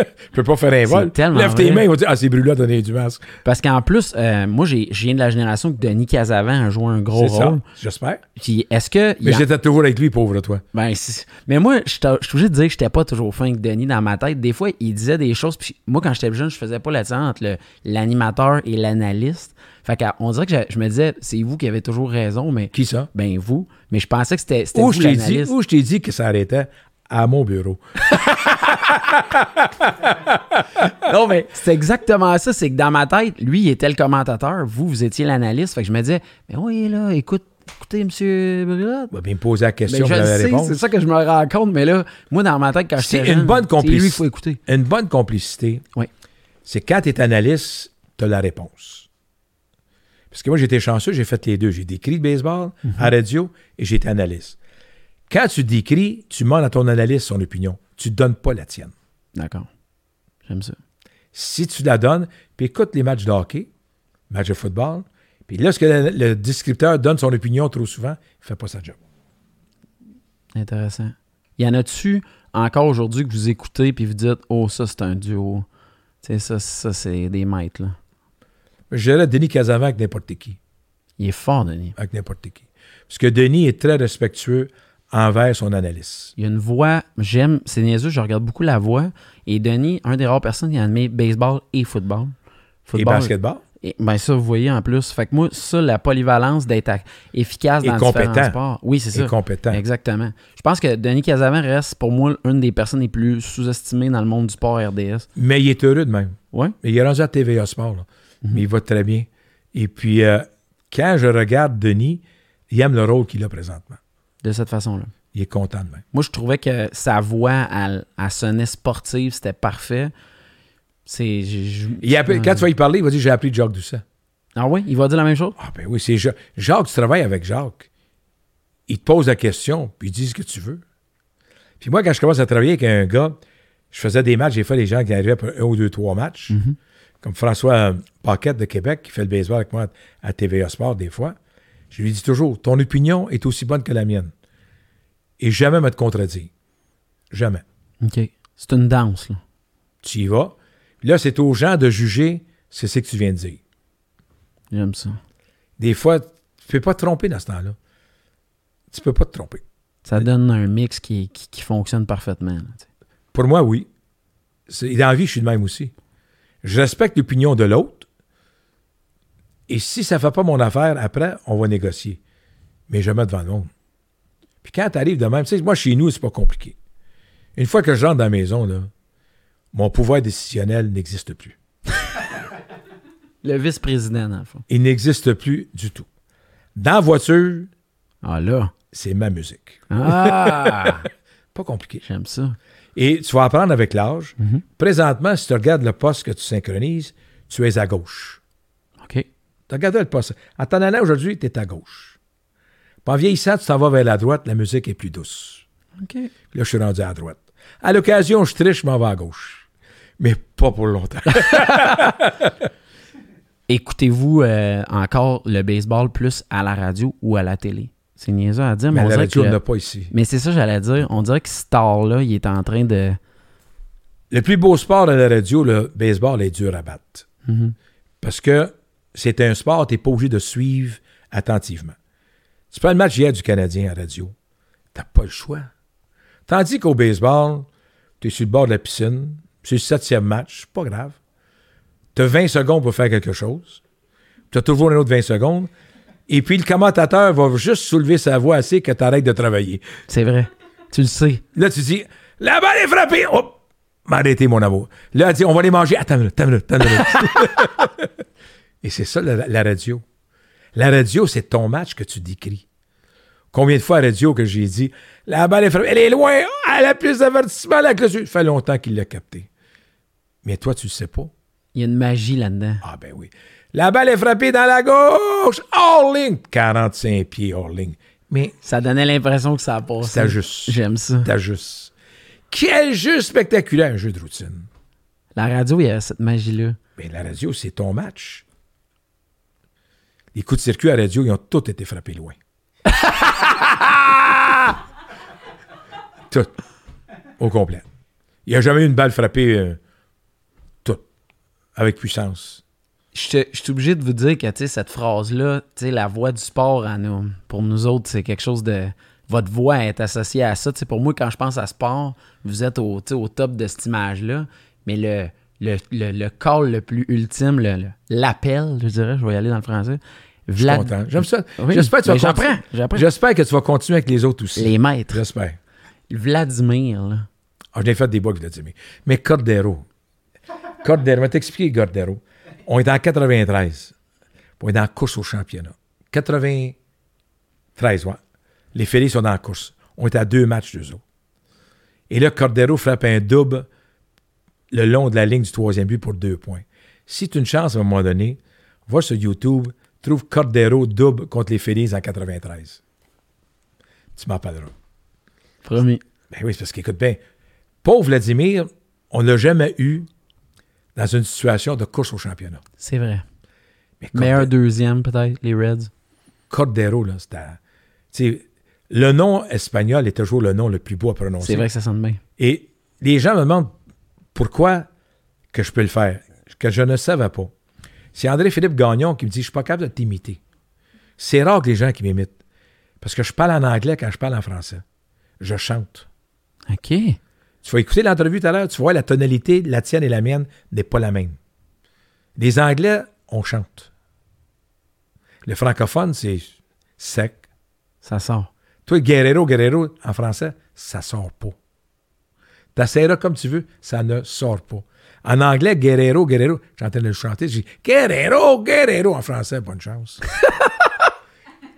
Speaker 2: Je peux pas faire un vol.
Speaker 1: tellement
Speaker 2: Lève tes
Speaker 1: vrai.
Speaker 2: mains, on dit « Ah, c'est brûlant, donnez du masque.
Speaker 1: Parce qu'en plus, euh, moi, j'ai- je viens de la génération que Denis Casavant a joué un » gros
Speaker 2: C'est ça,
Speaker 1: rôle.
Speaker 2: j'espère.
Speaker 1: Puis est-ce que. il
Speaker 2: Mais
Speaker 1: y a-
Speaker 2: j'étais toujours avec lui, pauvre toi.
Speaker 1: Ben, c'est- mais moi, je t'a- je suis obligé de dire que j'étais pas toujours fin avec Denis dans ma tête. Des fois, il disait des choses. Puis moi, quand j'étais plus jeune, je faisais pas la différence entre le- l'animateur et l'analyste. Fait qu'on dirait que je, je me disais, c'est vous qui avez toujours raison, mais.
Speaker 2: Qui ça?
Speaker 1: Ben, vous. Mais je pensais que c'était c'était
Speaker 2: Ou
Speaker 1: vous
Speaker 2: je t'ai dit,
Speaker 1: l'analyste.
Speaker 2: ou je t'ai dit que ça arrêtait à mon bureau.
Speaker 1: Non, mais c'est exactement ça. C'est que dans ma tête, lui, il était le commentateur. Vous, vous étiez l'analyste. Fait que je me disais, mais oui, là, écoute, écoutez, monsieur Brulotte.
Speaker 2: Il va bien me poser la
Speaker 1: Mais
Speaker 2: question,
Speaker 1: je
Speaker 2: je
Speaker 1: le
Speaker 2: vais
Speaker 1: sais,
Speaker 2: répondre.
Speaker 1: c'est ça que je me rends compte. Mais là, moi, dans ma tête, quand
Speaker 2: C'est
Speaker 1: j'étais
Speaker 2: une
Speaker 1: jeune,
Speaker 2: bonne
Speaker 1: C'est lui, il
Speaker 2: complicité.
Speaker 1: faut écouter.
Speaker 2: Une bonne complicité,
Speaker 1: Oui.
Speaker 2: c'est quand tu es analyste, tu as la réponse. Parce que moi, j'étais chanceux, j'ai fait les deux. J'ai décrit le baseball
Speaker 1: Mm-hmm.
Speaker 2: à radio et j'ai été analyste. Quand tu décris, tu demandes à ton analyste son opinion. Tu ne donnes pas la tienne.
Speaker 1: D'accord. J'aime ça.
Speaker 2: Si tu la donnes, puis écoute les matchs de hockey, matchs de football, Puis lorsque le, le descripteur donne son opinion trop souvent, il fait pas sa job.
Speaker 1: Intéressant. Y en a-tu encore aujourd'hui que vous écoutez puis vous dites Oh, ça, c'est un duo? Tu sais, ça, ça c'est des maîtres, là.
Speaker 2: Je dirais Denis Casavant avec n'importe qui.
Speaker 1: Il est fort, Denis.
Speaker 2: Avec n'importe qui. Parce que Denis est très respectueux envers son analyste.
Speaker 1: Il y a une voix, j'aime, c'est niaiseux, je regarde beaucoup la voix. Et Denis, un des rares personnes qui a animé baseball et football.
Speaker 2: Et
Speaker 1: Football,
Speaker 2: basketball.
Speaker 1: et- ben ça, vous voyez en plus. Fait que moi, ça, la polyvalence d'être à- efficace
Speaker 2: Et
Speaker 1: dans
Speaker 2: compétent.
Speaker 1: différents sports. Oui, c'est
Speaker 2: Et
Speaker 1: ça.
Speaker 2: compétent.
Speaker 1: Exactement. Je pense que Denis Casavant reste pour moi une des personnes les plus sous-estimées dans le monde du sport RDS.
Speaker 2: Mais il est heureux de même.
Speaker 1: Ouais.
Speaker 2: Mais il est rendu à TVA Sport, là. mais il va très bien. Et puis, euh, quand je regarde Denis, il aime le rôle qu'il a présentement.
Speaker 1: De cette façon-là.
Speaker 2: Il est content de même.
Speaker 1: Moi, je trouvais que sa voix, elle, elle sonnait sportive, c'était parfait. C'est. j'ai- je-
Speaker 2: Il a- Quand tu vas y parler, il va dire J'ai appris de Jacques Doucet.
Speaker 1: Ah oui, il va dire la même chose?
Speaker 2: Ah, ben oui, c'est Ja- Jacques. Tu travailles avec Jacques. Il te pose la question, puis il dit ce que tu veux. Puis moi, quand je commence à travailler avec un gars, je faisais des matchs, j'ai fait des gens qui arrivaient pour un ou deux, trois matchs. Comme François euh, Paquette de Québec, qui fait le baseball avec moi à, à TVA Sport des fois. Je lui dis toujours Ton opinion est aussi bonne que la mienne. Et jamais me te contredire. Jamais
Speaker 1: OK. C'est une danse, là.
Speaker 2: tu y vas. Puis là, c'est aux gens de juger ce que c'est que tu viens de dire.
Speaker 1: J'aime ça.
Speaker 2: Des fois, tu ne peux pas te tromper dans ce temps-là. Tu peux pas te tromper.
Speaker 1: Ça donne un mix qui, qui, qui fonctionne parfaitement. là, tu sais.
Speaker 2: Pour moi, oui. C'est, dans la vie, je suis de même aussi. Je respecte l'opinion de l'autre. Et si ça ne fait pas mon affaire, après, on va négocier. Mais jamais devant le monde. Puis quand tu arrives de même, tu sais, moi, chez nous, c'est pas compliqué. Une fois que je rentre dans la maison, là, mon pouvoir décisionnel n'existe plus.
Speaker 1: Le vice-président, dans le fond.
Speaker 2: Il n'existe plus du tout. Dans la voiture,
Speaker 1: Ah là.
Speaker 2: c'est ma musique.
Speaker 1: Ah!
Speaker 2: Pas compliqué.
Speaker 1: J'aime ça.
Speaker 2: Et tu vas apprendre avec l'âge.
Speaker 1: Mhm.
Speaker 2: Présentement, si tu regardes le poste que tu synchronises, tu es à gauche.
Speaker 1: OK.
Speaker 2: Tu regardes le poste. En t'en allant aujourd'hui, tu es à gauche. Puis en vieillissant, tu t'en vas vers la droite, la musique est plus douce.
Speaker 1: OK.
Speaker 2: Là, je suis rendu à droite. À l'occasion, je triche, je m'en vais à gauche. Mais pas pour longtemps.
Speaker 1: Ah, Écoutez-vous euh, encore le baseball plus à la radio ou à la télé? C'est niaiseux à dire, mais,
Speaker 2: Mais
Speaker 1: on
Speaker 2: la
Speaker 1: dirait
Speaker 2: radio, on
Speaker 1: que-
Speaker 2: n'a pas ici.
Speaker 1: Mais c'est ça que j'allais dire. On dirait que Star, là, il est en train de...
Speaker 2: Le plus beau sport à la radio, le baseball est dur à battre. Parce que c'est un sport, tu n'es pas obligé de suivre attentivement. Tu prends le match hier du Canadien à radio, tu n'as pas le choix. Tandis qu'au baseball, tu es sur le bord de la piscine, c'est le septième match, c'est pas grave. Tu as 20 secondes pour faire quelque chose. Tu as toujours un autre 20 secondes. Et puis le commentateur va juste soulever sa voix assez que tu arrêtes de travailler.
Speaker 1: C'est vrai. Tu le sais.
Speaker 2: Là, tu dis, la balle est frappée. Hop! M'arrêtez, mon amour. Là, elle dit, on va les manger. Attends, une minute, attends, une minute, attends. une minute. Et c'est ça, la, la radio. La radio, c'est ton match que tu décris. Combien de fois à la radio que j'ai dit, la balle est frappée, elle est loin, Ah, elle a plus d'avertissement, la clôture. Ça fait longtemps qu'il l'a capté. Mais toi, tu le sais pas.
Speaker 1: Il y a une magie là-dedans.
Speaker 2: Ah ben oui. La balle est frappée dans la gauche, hors ligne. 45 pieds hors ligne. Mais
Speaker 1: Ça donnait l'impression que ça a passé.
Speaker 2: C'est juste.
Speaker 1: J'aime ça.
Speaker 2: t'ajustes. Quel jeu spectaculaire, un jeu de routine.
Speaker 1: La radio, il y a cette magie-là.
Speaker 2: Mais Ben, la radio, c'est ton match. Les coups de circuit à radio, ils ont tous été frappés loin. tout. Au complet. Il n'y a jamais eu une balle frappée. euh, tout. Avec puissance.
Speaker 1: Je te- je suis obligé de vous dire que tu sais, cette phrase-là, tu sais, la voix du sport à nous, pour nous autres, c'est quelque chose de. Votre voix est associée à ça. Tu sais, pour moi, quand je pense à sport, vous êtes au, tu sais, au top de cette image-là. Mais le, le, le, le call le plus ultime, le- le- l'appel, je dirais, je vais y aller dans le français. Vlad-
Speaker 2: Content. J'aime ça.
Speaker 1: Oui,
Speaker 2: J'espère que tu vas
Speaker 1: mais
Speaker 2: continuer-
Speaker 1: j'apprends, j'apprends.
Speaker 2: J'espère que tu vas continuer avec les autres aussi.
Speaker 1: Les maîtres.
Speaker 2: J'espère.
Speaker 1: Vladimir, là.
Speaker 2: Ah, je l'ai fait des bois, Vladimir. Mais Cordero. Cordero, je vais t'expliquer, Cordero. On est en 93. On est dans la course au championnat. 93, ouais. Les Phillies sont dans la course. On est à deux matchs, d'eux autres. Et là, Cordero frappe un double le long de la ligne du troisième but pour deux points. Si tu as une chance à un moment donné, va sur YouTube, trouve Cordero double contre les Phillies en 93. Tu m'en parleras.
Speaker 1: Promis.
Speaker 2: Ben oui, c'est parce qu'écoute bien, pauvre Vladimir, on ne l'a jamais eu dans une situation de course au championnat.
Speaker 1: C'est vrai.
Speaker 2: Mais
Speaker 1: Mais un
Speaker 2: Cordero,
Speaker 1: deuxième, peut-être, les Reds.
Speaker 2: Cordero, là, c'était. tu sais, Le nom espagnol est toujours le nom le plus beau à prononcer.
Speaker 1: C'est vrai que ça sonne bien.
Speaker 2: Et les gens me demandent pourquoi que je peux le faire, que je ne savais pas. C'est André-Philippe Gagnon qui me dit, je suis pas capable de t'imiter. C'est rare que les gens qui m'imitent. Parce que je parle en anglais quand je parle en français. Je chante.
Speaker 1: OK.
Speaker 2: Tu vas écouter l'entrevue tout à l'heure, tu vois, la tonalité, la tienne et la mienne, n'est pas la même. Les Anglais, on chante. Le francophone, c'est sec.
Speaker 1: Ça sort.
Speaker 2: Toi, Guerrero, Guerrero, en français, ça sort pas. T'essaieras comme tu veux, ça ne sort pas. En anglais, Guerrero, Guerrero, j'étais en train de le chanter, j'ai Guerrero, Guerrero en français, bonne chance.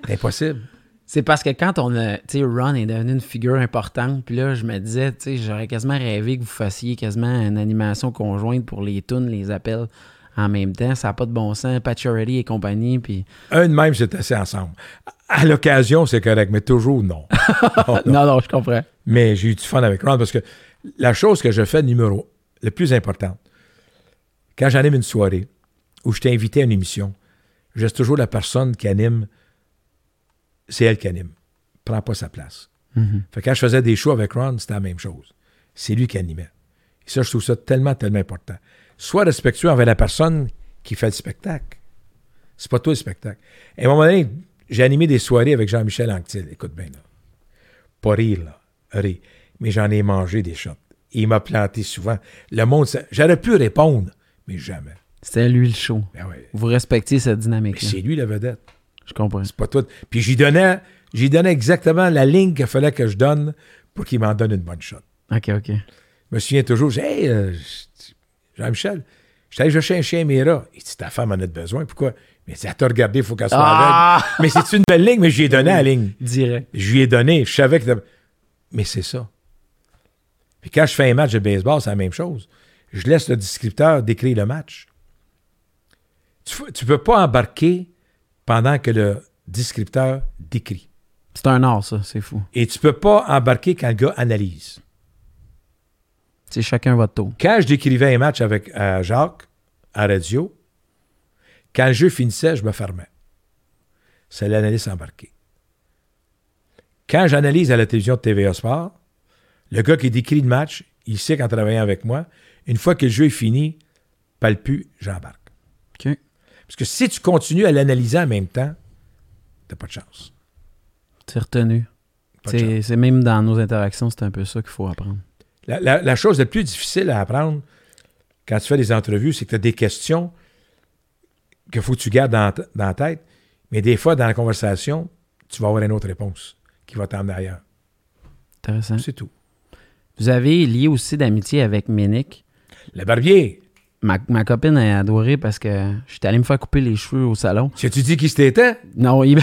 Speaker 2: Impossible.
Speaker 1: C'est parce que quand on a. Tu sais, Ron est devenu une figure importante. Puis là, je me disais, tu sais, j'aurais quasiment rêvé que vous fassiez quasiment une animation conjointe pour les tunes, les appels en même temps. Ça n'a pas de bon sens. Patcherelli et compagnie. Puis.
Speaker 2: Un de même, c'est assez ensemble. À l'occasion, c'est correct, mais toujours non. Ah, Non, non.
Speaker 1: Non, non, je comprends.
Speaker 2: Mais j'ai eu du fun avec Ron parce que la chose que je fais numéro, le plus importante, quand j'anime une soirée où je t'ai invité à une émission, je reste toujours la personne qui anime, c'est elle qui anime. Prends pas sa place. Fait que quand je faisais des shows avec Ron, c'était la même chose. C'est lui qui animait. Et ça, je trouve ça tellement, tellement important. Sois respectueux envers la personne qui fait le spectacle. C'est pas toi le spectacle. Et à un moment donné, j'ai animé des soirées avec Jean-Michel Anctil. Écoute bien, là pas rire, là, rire. Mais j'en ai mangé des shots. Il m'a planté souvent. Le monde, ça- j'aurais pu répondre, mais jamais.
Speaker 1: C'était lui le show.
Speaker 2: Ben ouais.
Speaker 1: Vous respectiez cette
Speaker 2: Mais
Speaker 1: dynamique-là.
Speaker 2: c'est lui la vedette.
Speaker 1: Je comprends.
Speaker 2: C'est pas toi. Puis j'y donnais, j'y donnais exactement la ligne qu'il fallait que je donne pour qu'il m'en donne une bonne shot.
Speaker 1: OK, OK.
Speaker 2: Je me souviens toujours, j'ai hey, euh, je- Jean-Michel, je suis allé chercher un chien et mes rats. Il dit, ta femme en a de besoin. Pourquoi? Mais elle dit, à te regarder, il faut qu'elle soit
Speaker 1: Ah!
Speaker 2: aveugle. Mais c'est une belle ligne, mais j'y ai donné la ligne.
Speaker 1: Direct.
Speaker 2: Je lui ai donné, je savais que... Mais c'est ça. Puis quand je fais un match de baseball, c'est la même chose. Je laisse le descripteur décrire le match. Tu ne peux pas embarquer pendant que le descripteur décrit.
Speaker 1: C'est un art, ça. C'est fou.
Speaker 2: Et tu ne peux pas embarquer quand le gars analyse.
Speaker 1: C'est chacun votre tour.
Speaker 2: Quand je décrivais un match avec euh, Jacques à radio, quand le jeu finissait, je me fermais. C'est l'analyse embarquée. Quand j'analyse à la télévision de TVA Sport, le gars qui décrit le match, il sait qu'en travaillant avec moi, une fois que le jeu est fini, parle plus, j'embarque.
Speaker 1: OK.
Speaker 2: Parce que si tu continues à l'analyser en même temps, t'as pas de chance.
Speaker 1: C'est retenu.
Speaker 2: Pas de chance.
Speaker 1: C'est c'est même dans nos interactions, c'est un peu ça qu'il faut apprendre.
Speaker 2: La, la- la chose la plus difficile à apprendre quand tu fais des entrevues, c'est que tu as des questions que faut que tu gardes dans, t- dans la tête, mais des fois, dans la conversation, tu vas avoir une autre réponse qui va t'emmener ailleurs.
Speaker 1: Intéressant.
Speaker 2: C'est tout.
Speaker 1: Vous avez lié aussi d'amitié avec Ménic.
Speaker 2: Le barbier,
Speaker 1: Ma, ma copine a adoré parce que je suis allé me faire couper les cheveux au salon.
Speaker 2: si tu dis qui c'était,
Speaker 1: Non, il...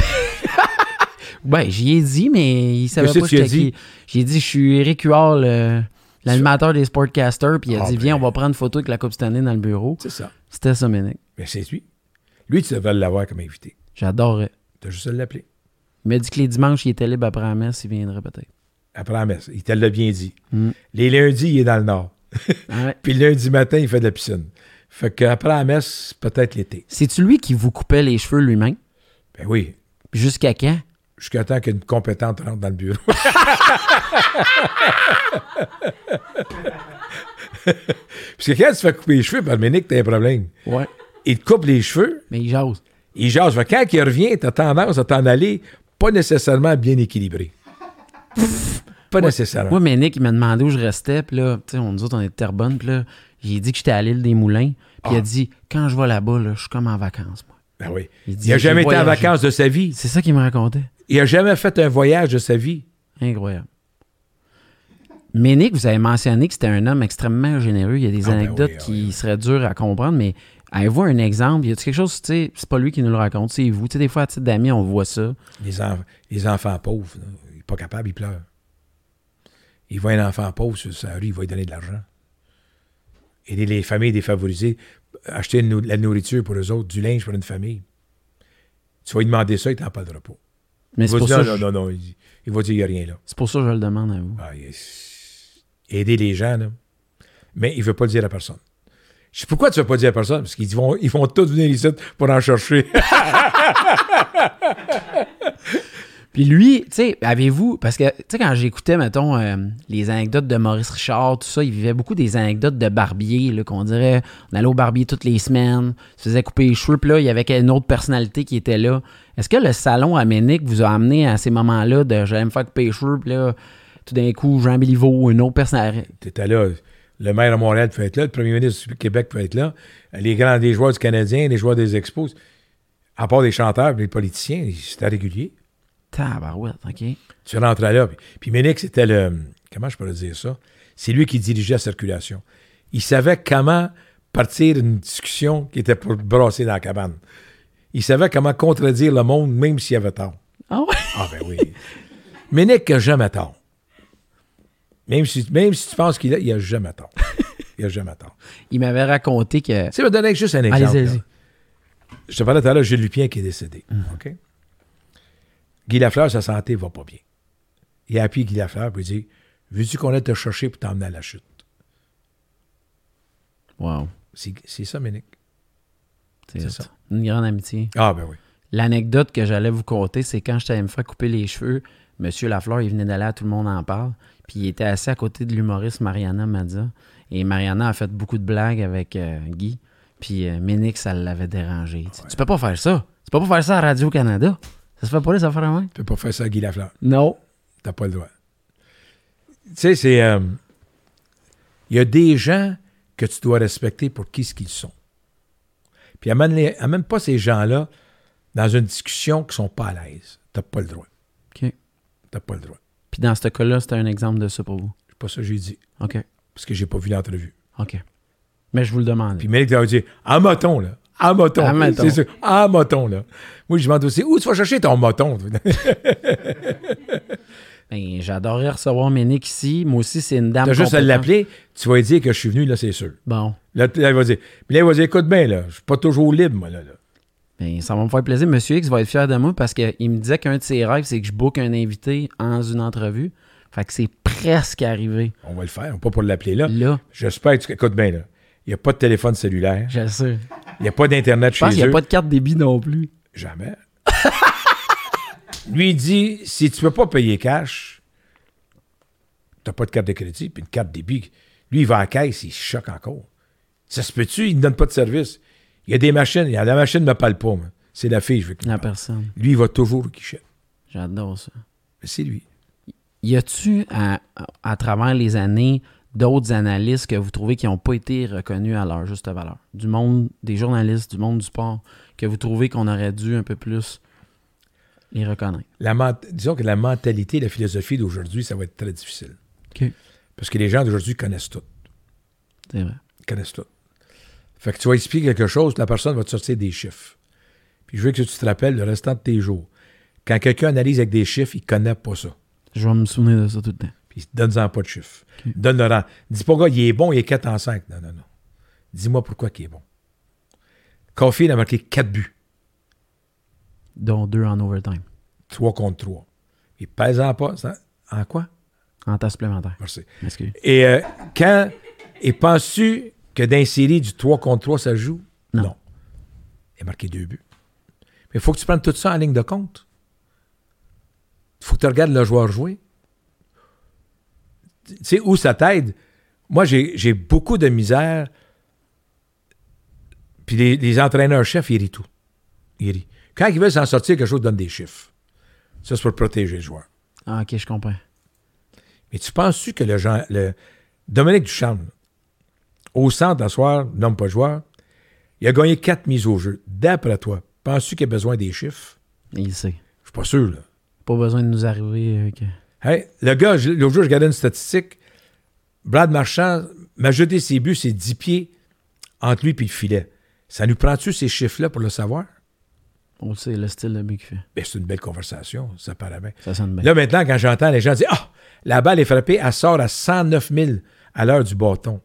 Speaker 1: ben, j'y ai dit, mais il savait
Speaker 2: Qu'est-ce
Speaker 1: pas
Speaker 2: que tu
Speaker 1: j'étais
Speaker 2: as dit?
Speaker 1: qui. J'ai dit, je suis Eric Huard, le- l'animateur des Sportcasters, puis il a
Speaker 2: Ah,
Speaker 1: dit,
Speaker 2: ben.
Speaker 1: viens, on va prendre une photo avec la Coupe Stanley dans le bureau.
Speaker 2: c'est ça.
Speaker 1: C'était ça, Ménic.
Speaker 2: Mais c'est lui. Lui, tu devais l'avoir comme invité.
Speaker 1: J'adorais.
Speaker 2: Tu as juste à l'appeler.
Speaker 1: Il m'a dit que les dimanches, il était libre après la messe, il viendrait peut-être.
Speaker 2: Après la messe. Il te l'a bien dit.
Speaker 1: Mm.
Speaker 2: Les lundis, il est dans le nord.
Speaker 1: Ouais.
Speaker 2: Puis le lundi matin, il fait de la piscine. Fait qu'après la messe, peut-être l'été.
Speaker 1: C'est-tu lui qui vous coupait les cheveux lui-même?
Speaker 2: Ben oui,
Speaker 1: Jusqu'à quand?
Speaker 2: jusqu'à temps qu'une compétente rentre dans le bureau. Parce que quand tu te fais couper les cheveux, par Ménic, t'as un problème.
Speaker 1: Ouais.
Speaker 2: Il te coupe les cheveux,
Speaker 1: Mais il jase.
Speaker 2: il jase. Fait que Quand il revient, t'as tendance à t'en aller pas nécessairement bien équilibré. pas nécessairement.
Speaker 1: Moi, Ménic, il m'a demandé où je restais. Puis là, tu sais, on, nous autres, on est de Terrebonne. Puis là, j'ai dit que j'étais à l'île des Moulins. Puis
Speaker 2: Ah.
Speaker 1: il a dit, quand je vais là-bas, là, je suis comme en vacances, moi.
Speaker 2: Ben oui.
Speaker 1: Il
Speaker 2: Il,
Speaker 1: dit,
Speaker 2: a
Speaker 1: j'ai
Speaker 2: jamais été en
Speaker 1: voyagé.
Speaker 2: vacances de sa vie.
Speaker 1: C'est ça qu'il me racontait.
Speaker 2: Il a jamais fait un voyage de sa vie.
Speaker 1: Incroyable. Ménic, vous avez mentionné que c'était un homme extrêmement généreux. Il y a des
Speaker 2: Ah, ben oui,
Speaker 1: anecdotes
Speaker 2: ah,
Speaker 1: qui
Speaker 2: oui,
Speaker 1: seraient dures à comprendre, mais avez-vous un exemple? Y a quelque chose, tu sais, c'est pas lui qui nous le raconte, c'est vous. Tu sais, des fois, à titre d'amis, on voit ça.
Speaker 2: Les, enf- les enfants pauvres, là, il n'est pas capable, il pleure. Il voit un enfant pauvre sur sa rue, il va lui donner de l'argent. Aider les familles défavorisées, acheter une nou- la nourriture pour eux autres, du linge pour une famille. Tu vas lui demander ça, il t'en parlera pas.
Speaker 1: Mais
Speaker 2: Il
Speaker 1: c'est
Speaker 2: va
Speaker 1: pour,
Speaker 2: dire
Speaker 1: ça
Speaker 2: non,
Speaker 1: que
Speaker 2: non,
Speaker 1: je-
Speaker 2: non, non, il, dit- il va dire il n'y a rien là.
Speaker 1: c'est pour ça que je le demande à vous.
Speaker 2: Ah, il est- Aider les gens, là. mais il ne veut pas le dire à personne. Je dis, pourquoi tu ne vas pas dire à personne? Parce qu'ils vont, ils vont tous venir ici pour en chercher.
Speaker 1: Puis lui, tu sais, avez-vous. Parce que, tu sais, quand j'écoutais, mettons, euh, les anecdotes de Maurice Richard, tout ça, il vivait beaucoup des anecdotes de barbier, là, qu'on dirait, on allait au barbier toutes les semaines, se faisait couper les cheveux, puis là, il y avait une autre personnalité qui était là. Est-ce que le salon à Ménic vous a amené à ces moments-là de j'allais me faire couper les cheveux, puis là, tout d'un coup, Jean Béliveau, une autre personnalité.
Speaker 2: tu étais là. Le maire de Montréal peut être là, le premier ministre du Québec peut être là, les grands les joueurs du Canadien, les joueurs des Expos, à part des chanteurs, les politiciens, c'était régulier.
Speaker 1: Tabarouette, OK.
Speaker 2: Tu rentrais là. Puis, puis Ménic, c'était le. Comment je pourrais dire ça? C'est lui qui dirigeait la circulation. Il savait comment partir une discussion qui était pour brasser dans la cabane. Il savait comment contredire le monde, même s'il avait tort.
Speaker 1: Ah ouais?
Speaker 2: Ah ben oui. Ménic n'a jamais tort. Même si, même si tu penses qu'il a, il a jamais tort. Il a jamais tort.
Speaker 1: Il m'avait raconté que.
Speaker 2: Tu sais, je vais te donner juste un exemple.
Speaker 1: Allez-y,
Speaker 2: là.
Speaker 1: allez-y.
Speaker 2: Je te parlais tout à l'heure de Gilles Lupien qui est décédé. OK? Guy Lafleur, sa santé va pas bien. Il a appuyé Guy Lafleur puis il dit Veux-tu qu'on aille te chercher pour t'emmener à la chute
Speaker 1: Wow.
Speaker 2: C'est c'est ça, Ménic.
Speaker 1: C'est
Speaker 2: ça.
Speaker 1: ça. Une grande amitié.
Speaker 2: Ah, ben oui.
Speaker 1: L'anecdote que j'allais vous conter, c'est quand j'étais allé me faire couper les cheveux, Monsieur Lafleur, il venait d'aller à Tout le monde en parle, puis il était assis à côté de l'humoriste Mariana Mazza. Et Mariana a fait beaucoup de blagues avec euh, Guy, puis euh, Ménic, ça l'avait dérangé. Tu- Tu peux pas faire ça. Tu peux pas faire ça à Radio-Canada. Ça se fait pas, les affaires à main.
Speaker 2: Tu peux pas faire ça à Guy Lafleur.
Speaker 1: Non.
Speaker 2: T'as pas le droit. Tu sais, c'est. euh, Il y a des gens que tu dois respecter pour qui ce qu'ils sont. Puis amène-les- amène pas ces gens-là dans une discussion qui sont pas à l'aise. T'as pas le droit.
Speaker 1: OK.
Speaker 2: T'as pas le droit.
Speaker 1: Puis dans ce cas-là, c'était un exemple de ça pour vous.
Speaker 2: C'est pas ça que j'ai dit,
Speaker 1: OK.
Speaker 2: parce que j'ai pas vu l'entrevue.
Speaker 1: OK. Mais je vous le demande.
Speaker 2: Puis Mélic t'avait dit « À moton, là. À moton.
Speaker 1: À moton.
Speaker 2: C'est sûr. À moton, là. Moi, je demande aussi Où tu vas chercher ton moton
Speaker 1: Ben, J'adorerais recevoir Ménic ici. Moi aussi, c'est une dame.
Speaker 2: T'as juste à
Speaker 1: compétente.
Speaker 2: l'appeler, tu vas lui dire que je suis venu, là, c'est sûr.
Speaker 1: Bon.
Speaker 2: Là, t- là, il va dire Mais là, il va dire Écoute bien, là, je suis pas toujours libre, moi, là. là.
Speaker 1: Ben, ça va me faire plaisir. Monsieur X va être fier de moi parce qu'il me disait qu'un de ses rêves, c'est que je book un invité en une entrevue. Fait que c'est presque arrivé.
Speaker 2: On va le faire, pas pour l'appeler là.
Speaker 1: Là,
Speaker 2: J'espère que tu écoutes bien, là. Il n'y a pas de téléphone cellulaire.
Speaker 1: je le sais.
Speaker 2: Il n'y a pas d'Internet
Speaker 1: Je
Speaker 2: chez
Speaker 1: pense qu'il n'y
Speaker 2: eux.
Speaker 1: a pas de carte débit non plus.
Speaker 2: Jamais. Lui il dit si tu ne peux pas payer cash, tu n'as pas de carte de crédit puis une carte débit. Lui, il va à la caisse, il se choque encore. Ça se peut-tu, il ne donne pas de service. Il y a des machines. il y a- La machine ne me parle pas, moi. C'est la fille, je veux qu'il
Speaker 1: La
Speaker 2: me parle.
Speaker 1: personne.
Speaker 2: Lui, il va toujours au guichet.
Speaker 1: J'adore ça.
Speaker 2: Mais C'est lui.
Speaker 1: Y a-tu, à, à travers les années, d'autres analystes que vous trouvez qui n'ont pas été reconnus à leur juste valeur? Du monde des journalistes, du monde du sport, que vous trouvez qu'on aurait dû un peu plus les reconnaître?
Speaker 2: La ment- Disons que la mentalité, la philosophie d'aujourd'hui, ça va être très difficile.
Speaker 1: OK.
Speaker 2: Parce que les gens d'aujourd'hui connaissent tout.
Speaker 1: C'est vrai.
Speaker 2: connaissent tout. Fait que tu vas expliquer quelque chose, la personne va te sortir des chiffres. Puis je veux que tu te rappelles le restant de tes jours. Quand quelqu'un analyse avec des chiffres, il connaît pas ça.
Speaker 1: Je vais me souvenir de ça tout le temps.
Speaker 2: Puis donne-en pas de chiffres. Donne le rang. Dis pas, gars, il est bon, il est 4 en 5. Non, non, non. Dis-moi pourquoi il est bon. Coffee, il a marqué 4 buts,
Speaker 1: Dont deux en overtime,
Speaker 2: 3 contre 3. Il pèse en pas. ça- En quoi?
Speaker 1: en temps supplémentaire.
Speaker 2: Merci.
Speaker 1: Excuse.
Speaker 2: Et euh, quand. Et penses-tu que dans une série du 3 contre 3, ça joue?
Speaker 1: Non.
Speaker 2: Il a marqué deux buts. Mais il faut que tu prennes tout ça en ligne de compte. Il faut que tu regardes le joueur jouer. Tu sais, où ça t'aide? Moi, j'ai j'ai beaucoup de misère. Puis les, les entraîneurs-chefs, ils rient tout. Ils rient. Quand ils veulent s'en sortir, quelque chose donne des chiffres. Ça, c'est pour protéger le joueur.
Speaker 1: Ah, ok, je comprends.
Speaker 2: Mais tu penses-tu que le, Jean- le Dominique Ducharme, au centre, à soir, nomme pas de joueur, il a gagné quatre mises au jeu. D'après toi, penses-tu qu'il a besoin des chiffres?
Speaker 1: Il sait.
Speaker 2: Je suis pas sûr, là.
Speaker 1: Pas besoin de nous arriver euh, avec.
Speaker 2: Hey, le gars, je- l'autre jour, je regardais une statistique. Brad Marchand, majorité de ses buts, c'est 10 pieds entre lui et le filet. Ça nous prend-tu ces chiffres-là pour le savoir?
Speaker 1: On le sait, le style de but qu'il fait.
Speaker 2: Ben, c'est une belle conversation, ça paraît bien.
Speaker 1: Ça sonne bien.
Speaker 2: Là, maintenant, quand j'entends les gens dire Ah, la balle est frappée, elle sort à 109 000 à l'heure du bâton.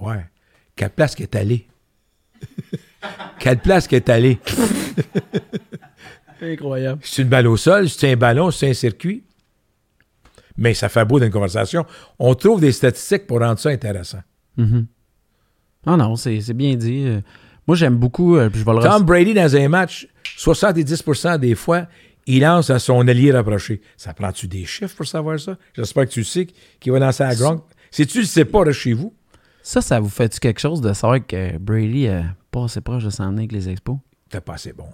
Speaker 2: Ouais. Quelle place qu'elle est allée? Quelle place qu'elle est allée?
Speaker 1: Incroyable.
Speaker 2: C'est une balle au sol, c'est un ballon, c'est un circuit. Mais ça fait beau d'une conversation. On trouve des statistiques pour rendre ça intéressant.
Speaker 1: Non, Ah non, c'est c'est bien dit. Euh, Moi, j'aime beaucoup, euh, puis je vais le
Speaker 2: Tom Brady, dans un match, 70 des fois, il lance à son allié rapproché. Ça prend-tu des chiffres pour savoir ça? J'espère que tu le sais qu'il va lancer à Gronk. Si tu le sais pas, là, chez vous,
Speaker 1: Ça, ça vous fait-tu quelque chose de savoir que Brady euh, pas assez proche de s'en aller avec les expos?
Speaker 2: t'es pas assez bon.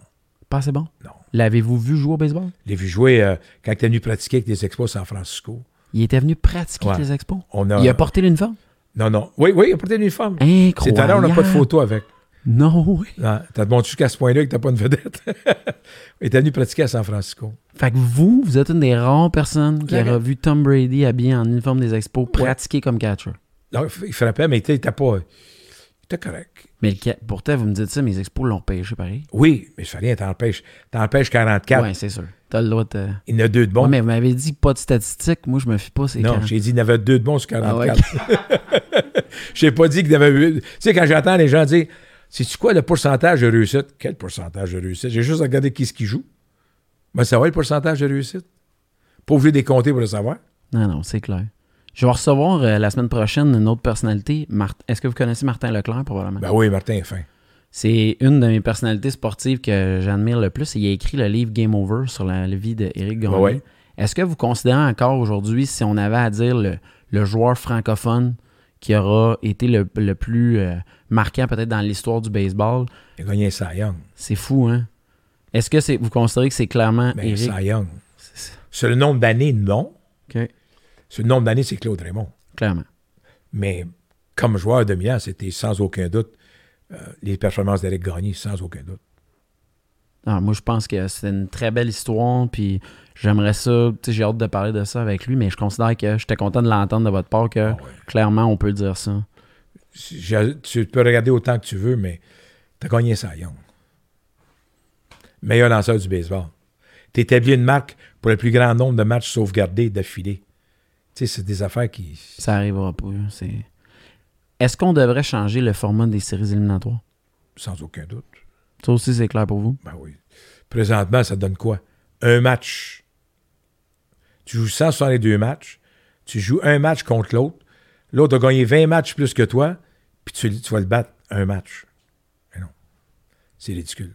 Speaker 1: Pas assez bon?
Speaker 2: Non.
Speaker 1: L'avez-vous vu jouer au baseball?
Speaker 2: Je l'ai vu jouer euh, quand t'es venu pratiquer avec des expos à San Francisco.
Speaker 1: Il était venu pratiquer
Speaker 2: Ouais.
Speaker 1: les expos.
Speaker 2: On a-
Speaker 1: Il a porté l'uniforme?
Speaker 2: Non, non. Oui, oui, il a porté l'uniforme.
Speaker 1: Incroyable.
Speaker 2: C'est à l'heure, on n'a pas de photo avec.
Speaker 1: Non, oui.
Speaker 2: Non, T'as montré jusqu'à ce point-là que t'as pas une vedette. il était venu pratiquer à San Francisco.
Speaker 1: Fait que vous, vous êtes une des rares personnes qui
Speaker 2: Correct.
Speaker 1: a vu Tom Brady habillé en uniforme des expos, pratiquer comme catcher.
Speaker 2: Non, il frappait, mais il était- il était pas. Il était correct.
Speaker 1: Mais le ca- pourtant, vous me dites ça, mais les expos l'ont pêché pareil.
Speaker 2: Oui, mais ça rien, t'empêche. T'empêches 44.
Speaker 1: Ouais, c'est sûr. T'as le droit de.
Speaker 2: Il y en a deux de bons.
Speaker 1: Ouais, mais vous m'avez dit pas de statistiques. Moi, je me fie pas. C'est
Speaker 2: Oh. non,
Speaker 1: quand-
Speaker 2: j'ai dit qu'il y en avait deux de bons sur
Speaker 1: Ah ouais.
Speaker 2: 44. J'ai pas dit qu'il y en avait huit. Tu sais, quand j'entends les gens dire C'est-tu quoi le pourcentage de réussite Quel pourcentage de réussite J'ai juste regardé qui ce qui joue. Mais ça va le pourcentage de réussite Pas obligé de les compter pour le savoir.
Speaker 1: non, non, c'est clair. Je vais recevoir euh, la semaine prochaine une autre personnalité. Mar- Est-ce que vous connaissez Martin Leclerc, probablement?
Speaker 2: Ben oui, Martin est fin.
Speaker 1: C'est une de mes personnalités sportives que j'admire le plus. Il a écrit le livre Game Over sur la, la vie d'Éric Gagnon.
Speaker 2: Ouais, ouais.
Speaker 1: Est-ce que vous considérez encore aujourd'hui, si on avait à dire le, le joueur francophone qui aura été le, le plus euh, marquant peut-être dans l'histoire du baseball,
Speaker 2: Il a gagné un Cy Young.
Speaker 1: c'est fou, hein? Est-ce que c'est, vous considérez que c'est clairement
Speaker 2: Ben,
Speaker 1: Éric?
Speaker 2: Cy Young.
Speaker 1: C'est-
Speaker 2: Sur le nombre d'années, non.
Speaker 1: OK.
Speaker 2: Sur le nombre d'années, c'est Claude Raymond.
Speaker 1: Clairement.
Speaker 2: Mais comme joueur de Milan, c'était sans aucun doute euh, les performances d'Éric Gagné, sans aucun doute.
Speaker 1: Ah, moi, je pense que c'est une très belle histoire, puis j'aimerais ça. tu sais, J'ai hâte de parler de ça avec lui, mais je considère que j'étais content de l'entendre de votre part, que
Speaker 2: Ah ouais.
Speaker 1: clairement, on peut dire ça.
Speaker 2: Je- tu peux regarder autant que tu veux, mais t'as gagné un Cy Young. Meilleur lanceur du baseball. T'établis une marque pour le plus grand nombre de matchs sauvegardés d'affilée. Tu sais, c'est des affaires qui...
Speaker 1: Ça arrivera pas. hein, C'est. Est-ce qu'on devrait changer le format des séries éliminatoires?
Speaker 2: Sans aucun doute.
Speaker 1: Ça aussi, c'est clair pour vous?
Speaker 2: Ben oui. Présentement, ça donne quoi? Un match. Tu joues 162 matchs. Tu joues un match contre l'autre. L'autre a gagné 20 matchs plus que toi. Puis tu, tu vas le battre un match. Mais non. C'est ridicule.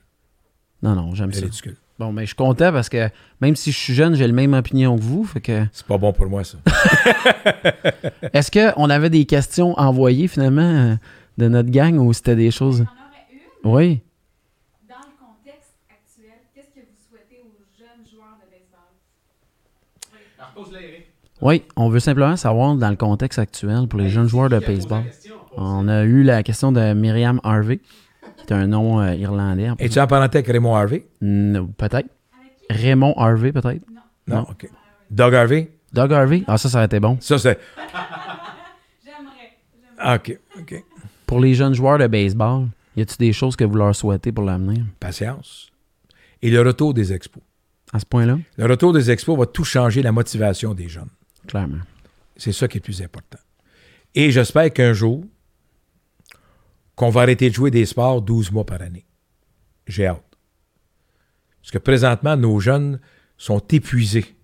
Speaker 1: Non, non, j'aime
Speaker 2: C'est
Speaker 1: ça.
Speaker 2: ridicule.
Speaker 1: Bon, mais je suis content parce que même si je suis jeune, j'ai la même opinion que vous. Fait que...
Speaker 2: C'est pas bon pour moi, ça.
Speaker 1: Est-ce qu'on avait des questions envoyées finalement euh, de notre gang ou c'était des choses.
Speaker 3: Il y en aurait une
Speaker 1: Oui.
Speaker 3: dans le contexte actuel. Qu'est-ce que vous souhaitez aux jeunes joueurs de baseball?
Speaker 1: Oui, on veut simplement savoir dans le contexte actuel pour les jeunes joueurs de baseball. On a eu la question de Myriam Harvey, qui est un nom euh, irlandais. en plus.
Speaker 2: Es-tu en parenté avec Raymond Harvey?
Speaker 1: Non, Peut-être. Raymond Harvey, peut-être. Non.
Speaker 2: OK. Doug Harvey?
Speaker 1: Doug Harvey. Ah, ça, ça aurait été bon.
Speaker 2: Ça, c'est.
Speaker 3: J'aimerais. j'aimerais.
Speaker 2: OK. OK.
Speaker 1: Pour les jeunes joueurs de baseball, y a-t-il des choses que vous leur souhaitez pour l'avenir
Speaker 2: Patience. Et le retour des expos.
Speaker 1: à ce point-là?
Speaker 2: Le retour des expos va tout changer la motivation des jeunes.
Speaker 1: Clairement.
Speaker 2: C'est ça qui est le plus important. Et j'espère qu'un jour, qu'on va arrêter de jouer des sports 12 mois par année. J'ai hâte. Parce que présentement, nos jeunes sont épuisés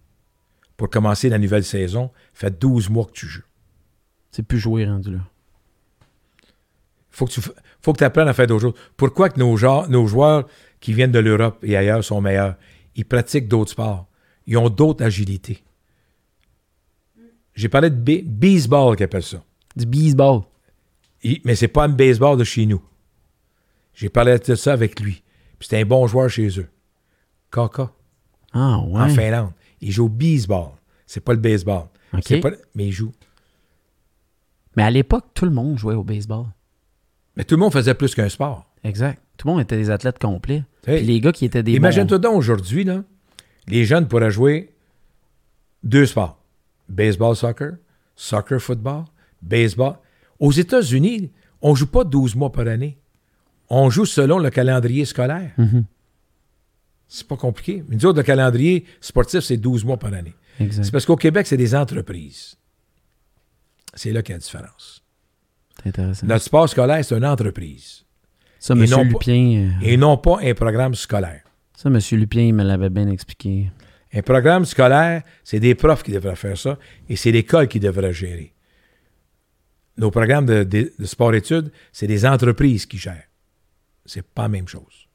Speaker 2: pour commencer la nouvelle saison. Fait 12 mois que tu joues.
Speaker 1: C'est plus jouer rendu là.
Speaker 2: faut que tu f- faut que apprennes à faire d'autres choses. Pourquoi que nos, gens- nos joueurs qui viennent de l'Europe et ailleurs sont meilleurs? Ils pratiquent d'autres sports. Ils ont d'autres agilités. J'ai parlé de ba- baseball, qu'ils appellent ça.
Speaker 1: Du baseball.
Speaker 2: Il- mais c'est pas un baseball de chez nous. J'ai parlé de ça avec lui. Puis c'était un bon joueur chez eux. Kaka,
Speaker 1: Ah, ouais.
Speaker 2: en Finlande. Il joue au baseball. C'est pas le baseball.
Speaker 1: OK.
Speaker 2: C'est pas le- mais il joue.
Speaker 1: Mais à l'époque, tout le monde jouait au baseball.
Speaker 2: Mais tout le monde faisait plus qu'un sport.
Speaker 1: Exact. Tout le monde était des athlètes complets.
Speaker 2: Hey.
Speaker 1: Puis les gars qui étaient des.
Speaker 2: Imagine-toi donc aujourd'hui, là, les jeunes pourraient jouer deux sports. Baseball, soccer, soccer, football, baseball. Aux États-Unis, on ne joue pas 12 mois par année. On joue selon le calendrier scolaire.
Speaker 1: Mm-hmm.
Speaker 2: C'est pas compliqué. Mais nous autres, le calendrier sportif, c'est 12 mois par année.
Speaker 1: bons- Exact.
Speaker 2: C'est parce qu'au Québec, c'est des entreprises. C'est là qu'il y a la différence.
Speaker 1: C'est intéressant.
Speaker 2: Notre sport scolaire, c'est une entreprise
Speaker 1: Ça,
Speaker 2: et
Speaker 1: M.
Speaker 2: non pas-
Speaker 1: Lupien. euh,
Speaker 2: et non pas un programme scolaire.
Speaker 1: Ça, M. Lupien, il me l'avait bien expliqué.
Speaker 2: Un programme scolaire, c'est des profs qui devraient faire ça et c'est l'école qui devrait gérer. nos programmes de, de- de sport-études, c'est des entreprises qui gèrent. C'est pas la même chose.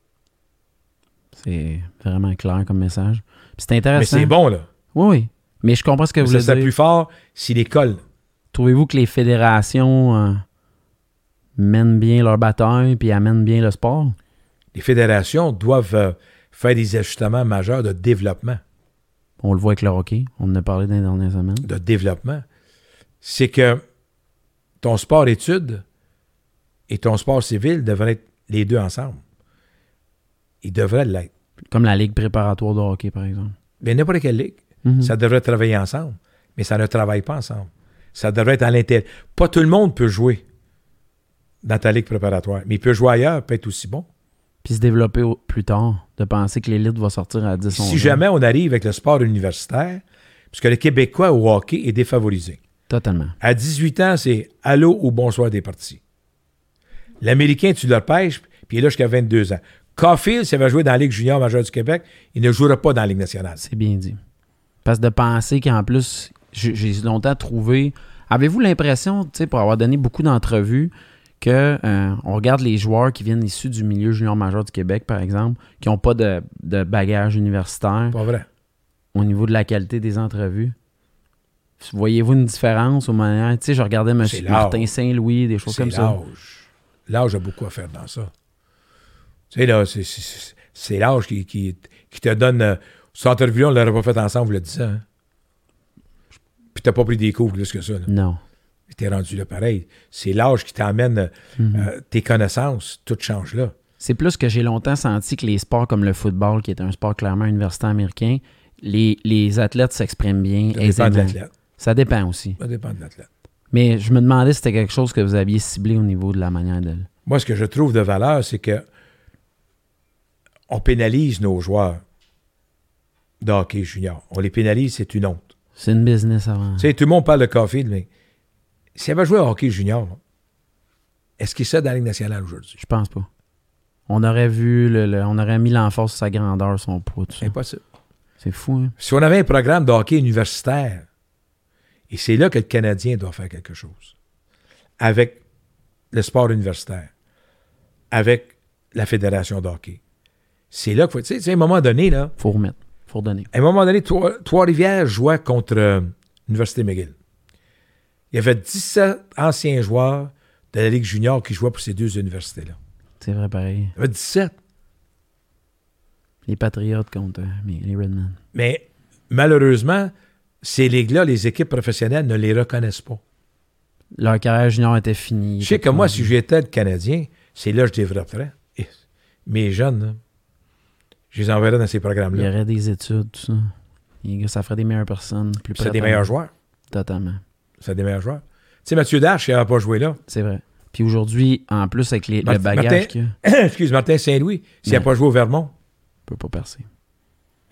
Speaker 1: C'est vraiment clair comme message. Puis c'est
Speaker 2: Mais
Speaker 1: intéressant.
Speaker 2: c'est bon, là.
Speaker 1: Oui, oui. Mais je comprends ce que vous
Speaker 2: Ça
Speaker 1: voulez dire.
Speaker 2: serait plus fort si l'école.
Speaker 1: Trouvez-vous que les fédérations euh, mènent bien leur bataille puis amènent bien le sport?
Speaker 2: Les fédérations doivent euh, faire des ajustements majeurs de développement.
Speaker 1: On le voit avec le hockey. On en a parlé dans les dernières semaines.
Speaker 2: de développement, c'est que ton sport études et ton sport civil devraient être les deux ensemble. Ils devraient l'être.
Speaker 1: Comme la ligue préparatoire de hockey, par exemple.
Speaker 2: Mais n'importe quelle ligue,
Speaker 1: Mhm.
Speaker 2: ça devrait travailler ensemble, mais ça ne travaille pas ensemble. Ça devrait être à l'intérieur. Pas tout le monde peut jouer dans ta ligue préparatoire, mais il peut jouer ailleurs, peut être aussi bon.
Speaker 1: Puis se développer au- plus tard, de penser que l'élite va sortir à 10 11 ans.
Speaker 2: Si jamais on arrive avec le sport universitaire, puisque le Québécois au hockey est défavorisé.
Speaker 1: Totalement.
Speaker 2: À 18 ans, c'est allô ou bonsoir des parties. L'Américain, tu le repêches, puis il est là jusqu'à 22 ans. Caulfield, s'il avait joué dans la Ligue junior majeure du Québec, il ne jouera pas dans la Ligue nationale.
Speaker 1: C'est bien dit. Parce que de penser qu'en plus, j'ai j'ai longtemps trouvé. Avez-vous l'impression, tu sais, pour avoir donné beaucoup d'entrevues, que euh, on regarde les joueurs qui viennent issus du milieu junior majeur du Québec, par exemple, qui n'ont pas de, de bagage universitaire
Speaker 2: Pas vrai.
Speaker 1: au niveau de la qualité des entrevues? Voyez-vous une différence aux manières? Tu sais, je regardais M.
Speaker 2: C'est
Speaker 1: Martin
Speaker 2: l'art.
Speaker 1: Saint-Louis, des choses
Speaker 2: C'est
Speaker 1: comme ça.
Speaker 2: l'âge. L'âge a beaucoup à faire dans ça. Tu sais, là, c'est- c'est- c'est c'est l'âge qui, qui, qui te donne. euh, cette interview, on ne l'aurait pas fait ensemble, le 10 ans. hein. Puis t'as pas pris des cours plus que ça. là.
Speaker 1: Non.
Speaker 2: T'es rendu là pareil. C'est l'âge qui t'amène euh,
Speaker 1: Mm-hmm.
Speaker 2: euh, tes connaissances, tout change là.
Speaker 1: C'est plus que j'ai longtemps senti que les sports comme le football, qui est un sport clairement universitaire américain, les, les athlètes s'expriment bien.
Speaker 2: Ça dépend de
Speaker 1: aisément.
Speaker 2: l'athlète.
Speaker 1: Ça dépend aussi.
Speaker 2: Ça dépend de l'athlète.
Speaker 1: Mais je me demandais si c'était quelque chose que vous aviez ciblé au niveau de la manière de.
Speaker 2: Moi, ce que je trouve de valeur, c'est que on pénalise nos joueurs de hockey junior. On les pénalise, c'est une honte.
Speaker 1: C'est une business avant.
Speaker 2: Tu sais, tout le monde parle de Caulfield, mais s'il avait joué au hockey junior, est-ce qu'il serait dans la Ligue nationale aujourd'hui?
Speaker 1: Je pense pas. On aurait vu, le, le- on aurait mis l'emphase sur sa grandeur, son poids, tout ça.
Speaker 2: C'est impossible.
Speaker 1: C'est fou, hein?
Speaker 2: Si on avait un programme de hockey universitaire, et c'est là que le Canadien doit faire quelque chose, avec le sport universitaire, avec la fédération de hockey. C'est là qu'il faut... Tu sais, tu sais, à un moment donné, là,
Speaker 1: Faut remettre. Faut redonner.
Speaker 2: À un moment donné, Trois- Trois-Rivières jouait contre euh, l'Université McGill. Il y avait 17 anciens joueurs de la Ligue junior qui jouaient pour ces deux universités-là.
Speaker 1: C'est vrai, pareil.
Speaker 2: Il y avait 17.
Speaker 1: Les Patriotes contre euh, mais les Redmen.
Speaker 2: Mais malheureusement, ces ligues-là, les équipes professionnelles ne les reconnaissent pas.
Speaker 1: Leur carrière junior était finie.
Speaker 2: Je sais que moi, si j'étais le Canadien, c'est là que je développerais. Et mes jeunes, là, je les enverrais dans
Speaker 1: Il
Speaker 2: ces
Speaker 1: y
Speaker 2: programmes-là.
Speaker 1: aurait des études, tout ça. Les gars, ça ferait des meilleures personnes. Plus
Speaker 2: C'est des
Speaker 1: préparées.
Speaker 2: meilleurs joueurs.
Speaker 1: Totalement.
Speaker 2: C'est des meilleurs joueurs. Tu sais, Mathieu Dash, il n'avait pas joué là.
Speaker 1: C'est vrai. Puis aujourd'hui, en plus, avec les, le
Speaker 2: Martin-
Speaker 1: bagage
Speaker 2: Martin-
Speaker 1: qu'il y a,
Speaker 2: Excuse, Martin Saint-Louis, s'il n'a
Speaker 1: Mais-
Speaker 2: pas joué au Vermont,
Speaker 1: on peut pas percer.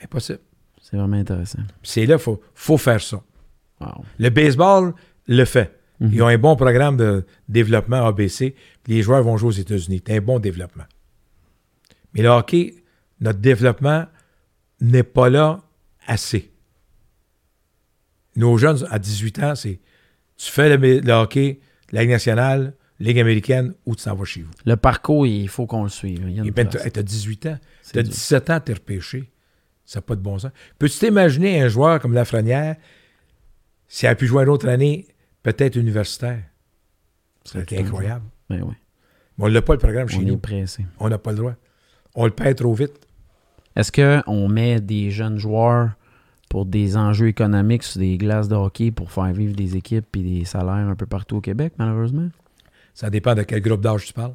Speaker 2: impossible.
Speaker 1: C'est vraiment intéressant.
Speaker 2: C'est là, faut, faut faire ça.
Speaker 1: Wow.
Speaker 2: Le baseball le fait.
Speaker 1: Mhm.
Speaker 2: Ils ont un bon programme de développement ABC. puis Les joueurs vont jouer aux États-Unis. C'est un bon développement. Mais le hockey, notre développement n'est pas là assez. Nos jeunes, à 18 ans, c'est tu fais le, le hockey, la Ligue nationale, Ligue américaine, ou tu t'en vas chez vous.
Speaker 1: Le parcours, il faut qu'on le suive. Il y a une
Speaker 2: Et ben,
Speaker 1: trace.
Speaker 2: t'as t'as 18 ans.
Speaker 1: C'est
Speaker 2: T'as
Speaker 1: dur.
Speaker 2: 17 ans, t'es repêché. Ça n'a pas de bon sens. Peux-tu t'imaginer un joueur comme Lafrenière, s'il a pu jouer une autre année, peut-être universitaire?
Speaker 1: Ça
Speaker 2: C'est
Speaker 1: fait
Speaker 2: incroyable.
Speaker 1: Ben oui,
Speaker 2: Mais on n'a pas le programme chez
Speaker 1: on est
Speaker 2: nous.
Speaker 1: pressé.
Speaker 2: On n'a pas le droit. On le perd trop vite.
Speaker 1: Est-ce qu'on met des jeunes joueurs pour des enjeux économiques sur des glaces de hockey pour faire vivre des équipes et des salaires un peu partout au Québec, malheureusement?
Speaker 2: Ça dépend de quel groupe d'âge tu parles.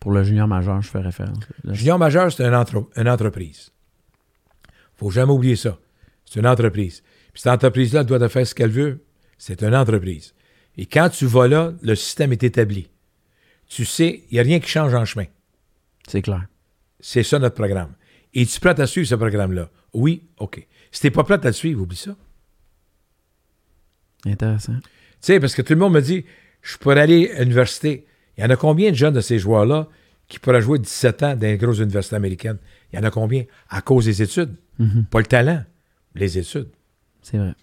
Speaker 1: Pour le junior majeur, je fais référence. Là,
Speaker 2: Junior majeur, c'est une, entre- une entreprise. faut jamais oublier ça. C'est une entreprise. Puis cette entreprise-là doit te faire ce qu'elle veut. C'est une entreprise. Et quand tu vas là, le système est établi. Tu sais, il n'y a rien qui change en chemin.
Speaker 1: C'est clair.
Speaker 2: C'est ça notre programme. Et tu prêt à suivre ce programme-là? Oui, OK. Si t'es pas prêt à le suivre, oublie ça.
Speaker 1: Intéressant.
Speaker 2: Tu sais, parce que tout le monde me dit, je pourrais aller à l'université. Il y en a combien de jeunes de ces joueurs-là qui pourraient jouer 17 ans dans les grosses universités américaines? Il y en a combien? À cause des études. Pas le talent, les études.
Speaker 1: C'est vrai.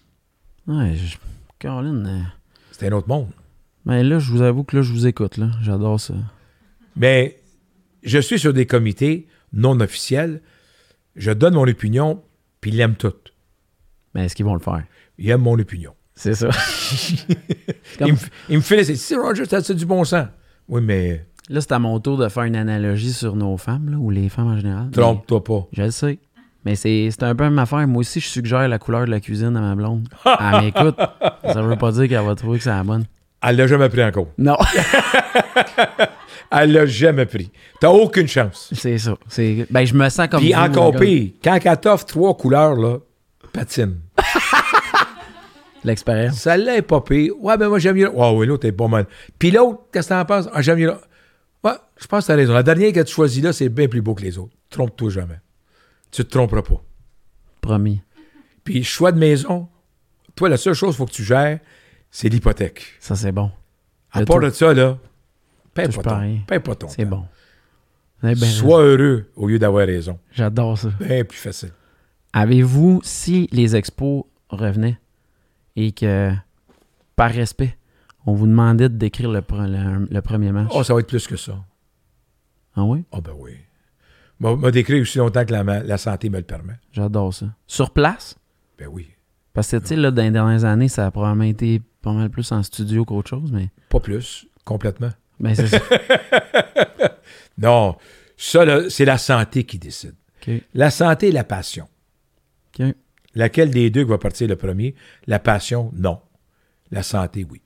Speaker 1: Ouais, je... Caroline, euh,
Speaker 2: C'est un autre monde.
Speaker 1: Mais là, je vous avoue que là, je vous écoute. là. J'adore ça.
Speaker 2: Mais je suis sur des comités non officiels. Je donne mon opinion, puis ils l'aiment toutes.
Speaker 1: Mais est-ce qu'ils vont le faire?
Speaker 2: Ils aiment mon opinion.
Speaker 1: C'est ça. Comme-
Speaker 2: Ils me, ils me félicitent. Si Roger, t'as ça du bon sens. Oui, mais
Speaker 1: Là, c'est à mon tour de faire une analogie sur nos femmes, là, ou les femmes en général.
Speaker 2: trompe-toi pas.
Speaker 1: Mais- je le sais. Mais c'est c'est un peu la même affaire. Moi aussi, je suggère la couleur de la cuisine à ma blonde. Elle m'écoute. Ça veut pas dire qu'elle va trouver que c'est la bonne.
Speaker 2: Elle l'a jamais pris encore.
Speaker 1: Non,
Speaker 2: Elle l'a jamais pris. T'as aucune chance.
Speaker 1: c'est ça. C'est- Ben, je me sens comme.
Speaker 2: Puis
Speaker 1: vous,
Speaker 2: encore
Speaker 1: Nicole.
Speaker 2: pire, quand elle t'offre trois couleurs, là, patine.
Speaker 1: L'expérience.
Speaker 2: Celle-là est pas pire. Ouais, ben moi, j'aime mieux. Ouais, oui, l'autre est pas mal. Puis l'autre, qu'est-ce que t'en penses? Ah, j'aime mieux. l'autre. Ouais, je pense que t'as raison. La dernière que tu choisis là, c'est bien plus beau que les autres. Trompe-toi jamais. Tu te tromperas pas.
Speaker 1: Promis.
Speaker 2: Puis choix de maison, toi, la seule chose qu'il faut que tu gères, c'est l'hypothèque.
Speaker 1: Ça, c'est bon.
Speaker 2: À
Speaker 1: Le
Speaker 2: part
Speaker 1: tout.
Speaker 2: de ça, là, paie
Speaker 1: Touche
Speaker 2: pas,
Speaker 1: pas à
Speaker 2: ton,
Speaker 1: rien.
Speaker 2: paie pas ton
Speaker 1: C'est
Speaker 2: temps.
Speaker 1: bon. Vous avez bien raison.
Speaker 2: Sois heureux au lieu d'avoir raison.
Speaker 1: J'adore ça.
Speaker 2: Bien plus facile.
Speaker 1: Avez-vous, si les expos revenaient et que, par respect, on vous demandait de décrire le, pre- le- le premier match?
Speaker 2: Oh, ça va être plus que ça.
Speaker 1: Ah oui?
Speaker 2: Ah, ben oui. M'a m'a décrit aussi longtemps que la, ma- la santé me le permet.
Speaker 1: J'adore ça. Sur place?
Speaker 2: Ben oui.
Speaker 1: Parce que, tu sais, là, dans les dernières années, ça a probablement été pas mal plus en studio qu'autre chose, mais...
Speaker 2: Pas plus, complètement.
Speaker 1: Ben, c'est ça.
Speaker 2: Non, ça, là, c'est la santé qui décide.
Speaker 1: OK.
Speaker 2: La santé et la passion.
Speaker 1: OK.
Speaker 2: Laquelle des deux qui va partir le premier? La passion, non. La santé, oui.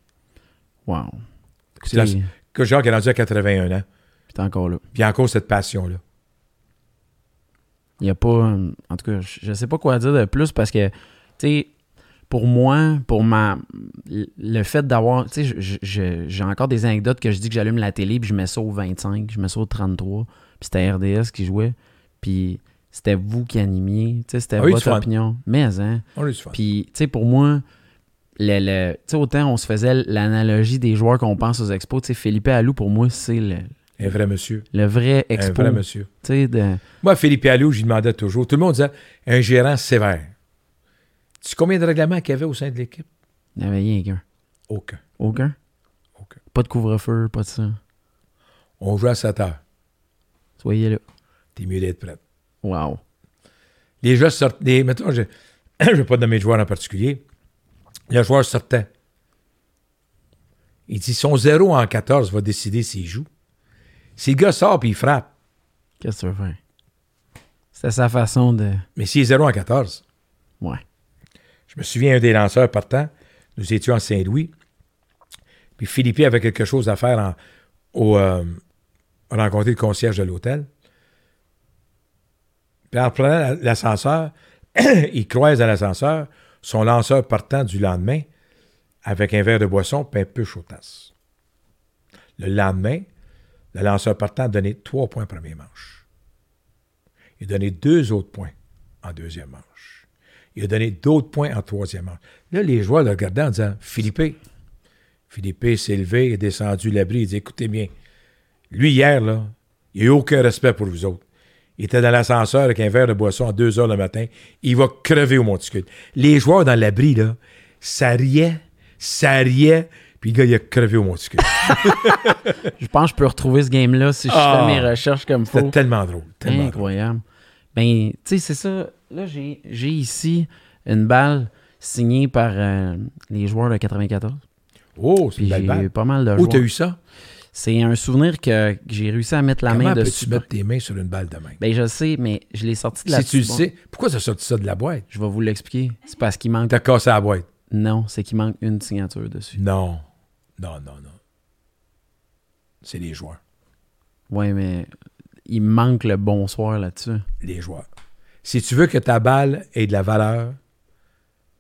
Speaker 1: Wow.
Speaker 2: C'est la...
Speaker 1: Écoutez,
Speaker 2: Que Jacques est rendu à 81 ans.
Speaker 1: puis t'es encore là.
Speaker 2: Puis encore cette passion-là.
Speaker 1: Il n'y a pas. euh, En tout cas, je je sais pas quoi dire de plus parce que, tu sais, pour moi, pour ma. le- Le fait d'avoir. Tu sais, je- je- je- j'ai encore des anecdotes que je dis que j'allume la télé puis je mets ça au 25, je mets ça au 33, puis c'était RDS qui jouait, puis c'était vous qui animiez, tu sais, c'était
Speaker 2: Ah oui,
Speaker 1: votre
Speaker 2: du fun.
Speaker 1: opinion. Mais, hein.
Speaker 2: On a du fun.
Speaker 1: Puis, tu sais, pour moi, le, le- tu sais, autant on se faisait l'analogie des joueurs qu'on pense aux expos, tu sais, Philippe Allou, pour moi, c'est le,
Speaker 2: Un vrai monsieur.
Speaker 1: le vrai
Speaker 2: Un
Speaker 1: expo.
Speaker 2: vrai
Speaker 1: Tu
Speaker 2: monsieur.
Speaker 1: sais, de-
Speaker 2: Moi, Philippe Allou, j'y demandais toujours. Tout le monde disait un gérant sévère. Tu sais combien de règlements qu'il y avait au sein de l'équipe?
Speaker 1: il n'y avait rien qu'un.
Speaker 2: Aucun.
Speaker 1: Aucun?
Speaker 2: Aucun.
Speaker 1: Pas de couvre-feu, pas de ça.
Speaker 2: On jouait à 7 heures.
Speaker 1: Soyez là.
Speaker 2: T'es mieux d'être prêt.
Speaker 1: Wow.
Speaker 2: Les joueurs sortaient. les- mettons, je ne vais pas nommer de joueur en particulier. Le joueur sortait. Il dit son 0 en 14 va décider s'il joue. Si le gars sort puis il frappe,
Speaker 1: Qu'est-ce que tu veux faire? C'était sa façon de.
Speaker 2: mais s'il est 0 en 14,
Speaker 1: Ouais.
Speaker 2: je me souviens un des lanceurs partant, nous étions à Saint-Louis, puis Philippe avait quelque chose à faire en, au, euh, rencontrer le concierge de l'hôtel. Puis en prenant la- l'ascenseur, il croise à l'ascenseur son lanceur partant du lendemain avec un verre de boisson puis un peu chautasse. Le lendemain, le lanceur partant a donné trois points premier manche. Il a donné deux autres points en deuxième manche. Il a donné d'autres points en troisième manche. Là, les joueurs le regardaient en disant Philippe. Philippe s'est levé, il est descendu l'abri, il dit Écoutez bien, lui, hier, là, il n'a eu aucun respect pour vous autres. Il était dans l'ascenseur avec un verre de boisson à 2 heures le matin. Il va crever au monticule. Les joueurs dans l'abri, là, ça riait, ça riait, puis le gars, il a crevé au monticule.
Speaker 1: Je pense que je peux retrouver ce game-là si je
Speaker 2: Ah.
Speaker 1: fais mes recherches comme faut.
Speaker 2: C'était tellement drôle.
Speaker 1: Mmh.
Speaker 2: Tellement drôle.
Speaker 1: Incroyable. Ben, tu sais, c'est ça. Là, j'ai j'ai ici une balle signée par euh, les joueurs de 94.
Speaker 2: Oh, c'est une
Speaker 1: Puis
Speaker 2: belle
Speaker 1: j'ai
Speaker 2: balle.
Speaker 1: pas mal de
Speaker 2: Où t'as
Speaker 1: joueurs.
Speaker 2: eu ça?
Speaker 1: C'est un souvenir que, que j'ai réussi à mettre la
Speaker 2: Comment
Speaker 1: main
Speaker 2: peux-tu
Speaker 1: dessus.
Speaker 2: mettre tes mains sur une balle de main?
Speaker 1: Ben, je le sais, mais je l'ai sorti de la
Speaker 2: si tu le
Speaker 1: petite-
Speaker 2: sais, pourquoi t'as sorti ça de la boîte?
Speaker 1: Je vais vous l'expliquer. C'est parce qu'il manque.
Speaker 2: T'as cassé la boîte.
Speaker 1: Non, c'est qu'il manque une signature dessus.
Speaker 2: Non. Non, non, non. C'est les joueurs.
Speaker 1: Ouais, mais il manque le bonsoir là-dessus.
Speaker 2: Les joueurs. Si tu veux que ta balle ait de la valeur,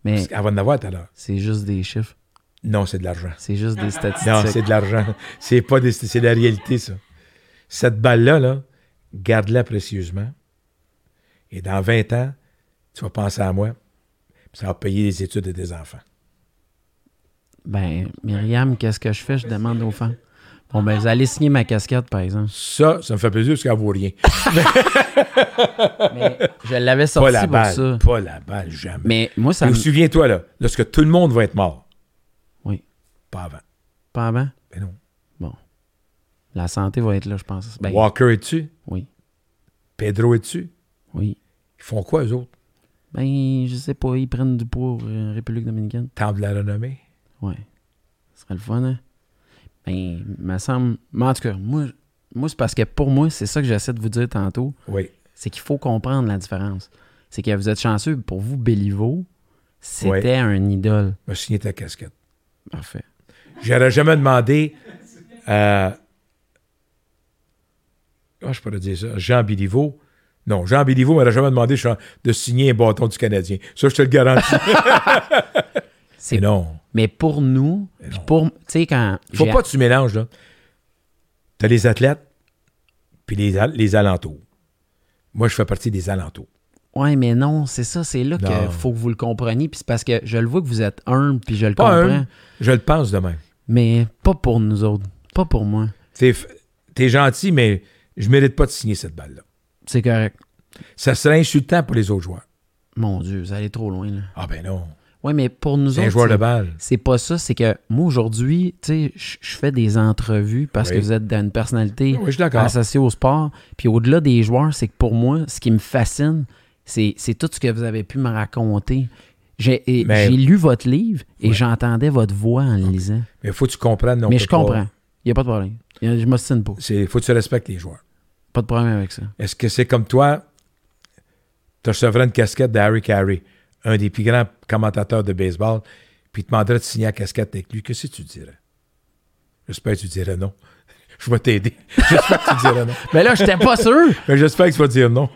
Speaker 1: Mais
Speaker 2: parce qu'elle va en avoir tout à l'heure.
Speaker 1: c'est juste des chiffres.
Speaker 2: Non, c'est de l'argent.
Speaker 1: C'est juste des statistiques.
Speaker 2: Non, c'est de l'argent. C'est pas des- c'est la réalité, ça. Cette balle-là, là, garde-la précieusement. Et dans 20 ans, tu vas penser à moi. puis Ça va payer les études de tes enfants.
Speaker 1: Ben, Myriam, qu'est-ce que je fais? Je demande aux femmes. Bon, ben, vous allez signer ma casquette, par exemple.
Speaker 2: Ça, ça me fait plaisir parce qu'elle vaut rien.
Speaker 1: Mais je l'avais
Speaker 2: Pas
Speaker 1: sorti
Speaker 2: la
Speaker 1: pour
Speaker 2: balle.
Speaker 1: ça.
Speaker 2: Pas la balle, jamais.
Speaker 1: Mais moi, ça
Speaker 2: Mais
Speaker 1: me...
Speaker 2: souviens-toi, là, lorsque tout le monde va être mort,
Speaker 1: Oui.
Speaker 2: pas avant.
Speaker 1: Pas avant?
Speaker 2: Ben non.
Speaker 1: La santé va être là, je pense. Ben,
Speaker 2: Walker est dessus.
Speaker 1: Oui,
Speaker 2: Pedro est dessus.
Speaker 1: oui.
Speaker 2: Ils font quoi, eux autres?
Speaker 1: Ben, je sais pas, ils prennent du poids euh, en République dominicaine.
Speaker 2: Temple de la renommée.
Speaker 1: Ouais. Ce serait le fun, hein? Ben, me semble. Mais en tout cas, moi, moi c'est parce que pour moi, c'est ça que j'essaie de vous dire tantôt.
Speaker 2: Oui.
Speaker 1: C'est qu'il faut comprendre la différence. C'est que vous êtes chanceux. Pour vous, Béliveau, c'était un idole.
Speaker 2: Me signer ta casquette.
Speaker 1: Parfait.
Speaker 2: J'aurais jamais demandé à. Comment ah, je pourrais dire ça? Jean Béliveau. Non, Jean Béliveau m'aurait jamais demandé de- de signer un bâton du Canadien. Ça, je te le garantis.
Speaker 1: C'est-
Speaker 2: Mais non.
Speaker 1: Mais pour nous, puis pour. Tu sais, quand.
Speaker 2: Faut
Speaker 1: j'ai-
Speaker 2: pas que tu mélanges, là. T'as les athlètes, puis les, al- les alentours. Moi, je fais partie des alentours.
Speaker 1: Ouais, mais non, c'est ça, c'est là
Speaker 2: Non.
Speaker 1: qu'il faut que vous le compreniez. Puis c'est parce que je le vois que vous êtes humble, puis je le
Speaker 2: Pas
Speaker 1: comprends.
Speaker 2: un, je le pense de même.
Speaker 1: Mais pas pour nous autres. Pas pour moi.
Speaker 2: T'es, f- t'es gentil, mais je mérite pas de signer cette balle-là.
Speaker 1: C'est correct.
Speaker 2: Ça serait insultant pour les autres joueurs.
Speaker 1: Mon Dieu, vous allez trop loin, là.
Speaker 2: Ah ben non,
Speaker 1: Ouais, mais pour nous
Speaker 2: c'est un
Speaker 1: autres.
Speaker 2: joueur de
Speaker 1: c'est-
Speaker 2: balle.
Speaker 1: C'est pas ça, c'est que moi aujourd'hui, tu sais, je je fais des entrevues parce
Speaker 2: Oui.
Speaker 1: que vous êtes dans une personnalité
Speaker 2: Oui, je suis d'accord.
Speaker 1: associée au sport. Puis au-delà des joueurs, c'est que pour moi, ce qui me fascine, c'est c'est tout ce que vous avez pu me raconter. J'ai et
Speaker 2: Mais-
Speaker 1: j'ai lu votre livre et j'entendais votre voix en le lisant.
Speaker 2: Mais faut que tu comprennes. non,
Speaker 1: mais
Speaker 2: que
Speaker 1: je
Speaker 2: toi,
Speaker 1: comprends. Il n'y a pas de problème. Y a- Je m'ostine pas.
Speaker 2: C'est, faut que tu respectes les joueurs.
Speaker 1: Pas de problème avec ça.
Speaker 2: Est-ce que c'est comme toi, tu recevrais une casquette de Harry Carey, un des plus grands commentateurs de baseball, puis il te demanderait de signer la casquette avec lui. Qu'est-ce que tu dirais? J'espère que tu dirais non. Je vais t'aider. J'espère que tu dirais non.
Speaker 1: Mais là, j'étais pas sûr.
Speaker 2: Mais j'espère que tu vas dire non.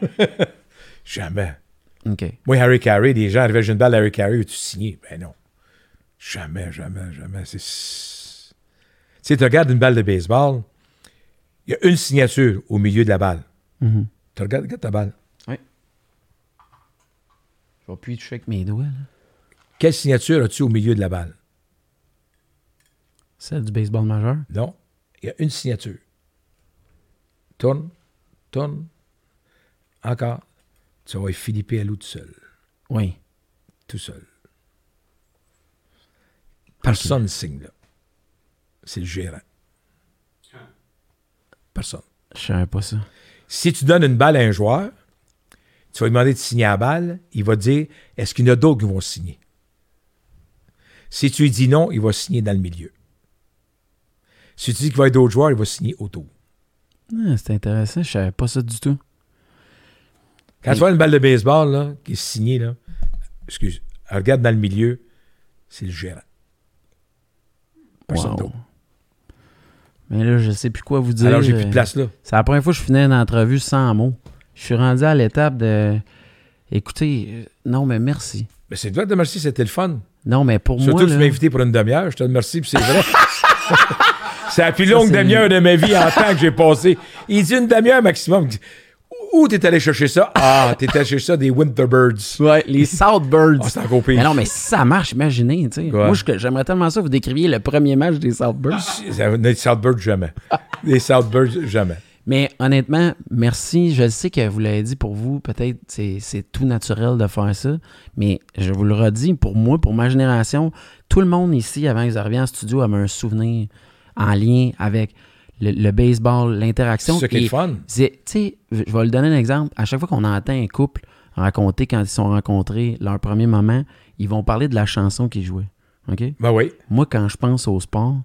Speaker 2: Jamais.
Speaker 1: OK.
Speaker 2: Moi, Harry Carey, des gens arrivaient, j'ai une balle Harry Carey, veux-tu signer? Ben non. Jamais, jamais, jamais. C'est... Tu sais, tu regardes une balle de baseball, il y a une signature au milieu de la balle.
Speaker 1: Mhm.
Speaker 2: Tu regardes, regarde ta balle.
Speaker 1: Je vais plus y toucher avec mes doigts. là.
Speaker 2: Quelle signature as-tu au milieu de la balle?
Speaker 1: Celle du baseball majeur.
Speaker 2: Non. Il y a une signature. Tourne, tourne, encore. Tu vas voir Philippe Allou tout seul.
Speaker 1: Oui.
Speaker 2: Tout seul. Personne ne signe là. C'est le gérant. Personne.
Speaker 1: Je savais pas ça.
Speaker 2: Si tu donnes une balle à un joueur, tu vas lui demander de signer la balle, il va te dire est-ce qu'il y en a d'autres qui vont signer Si tu lui dis non, il va signer dans le milieu. Si tu dis qu'il va y avoir d'autres joueurs, il va signer autour.
Speaker 1: Ah, c'est intéressant. Je savais pas ça du tout.
Speaker 2: Quand tu vois une balle de baseball là, qui est signée, là, excuse, elle regarde dans le milieu, c'est le gérant. Personne
Speaker 1: Wow.
Speaker 2: d'autre.
Speaker 1: Mais là, je sais plus quoi vous dire.
Speaker 2: Alors, j'ai plus de
Speaker 1: Euh,
Speaker 2: place là.
Speaker 1: C'est la première fois que je finis une entrevue sans mots. Je suis rendu à l'étape de. Écoutez, euh, non, mais merci.
Speaker 2: Mais c'est toi de merci, c'était le fun.
Speaker 1: Non, mais pour
Speaker 2: Surtout
Speaker 1: moi.
Speaker 2: que tu
Speaker 1: là-
Speaker 2: m'as invité pour une demi-heure. Je te remercie, puis c'est vrai. c'est la plus longue
Speaker 1: c'est-
Speaker 2: demi-heure de ma vie en temps que j'ai passé. Il dit une demi-heure maximum. Où t'es allé chercher ça? Ah, t'es allé chercher ça des Winterbirds.
Speaker 1: Ouais, les Southbirds.
Speaker 2: Ah, c'est encore pire.
Speaker 1: mais non, mais si ça marche, imaginez. tu sais.
Speaker 2: Quoi?
Speaker 1: Moi, je- j'aimerais tellement ça que vous décriviez le premier match des Southbirds.
Speaker 2: Ça- Les Southbirds, jamais. Les Southbirds, jamais.
Speaker 1: Mais honnêtement, merci. Je sais que vous l'avez dit pour vous, peut-être c'est, c'est tout naturel de faire ça, mais je vous le redis, pour moi, pour ma génération, tout le monde ici, avant que vous arriviez en studio, avait un souvenir en lien avec le, le baseball, l'interaction.
Speaker 2: C'est ça qui est le
Speaker 1: Et
Speaker 2: fun.
Speaker 1: c'est- Tu sais, je je vais vous donner un exemple. À chaque fois qu'on entend un couple raconter quand ils sont rencontrés, leur premier moment, ils vont parler de la chanson qu'ils jouaient. OK?
Speaker 2: Ben oui.
Speaker 1: Moi, quand je pense au sport,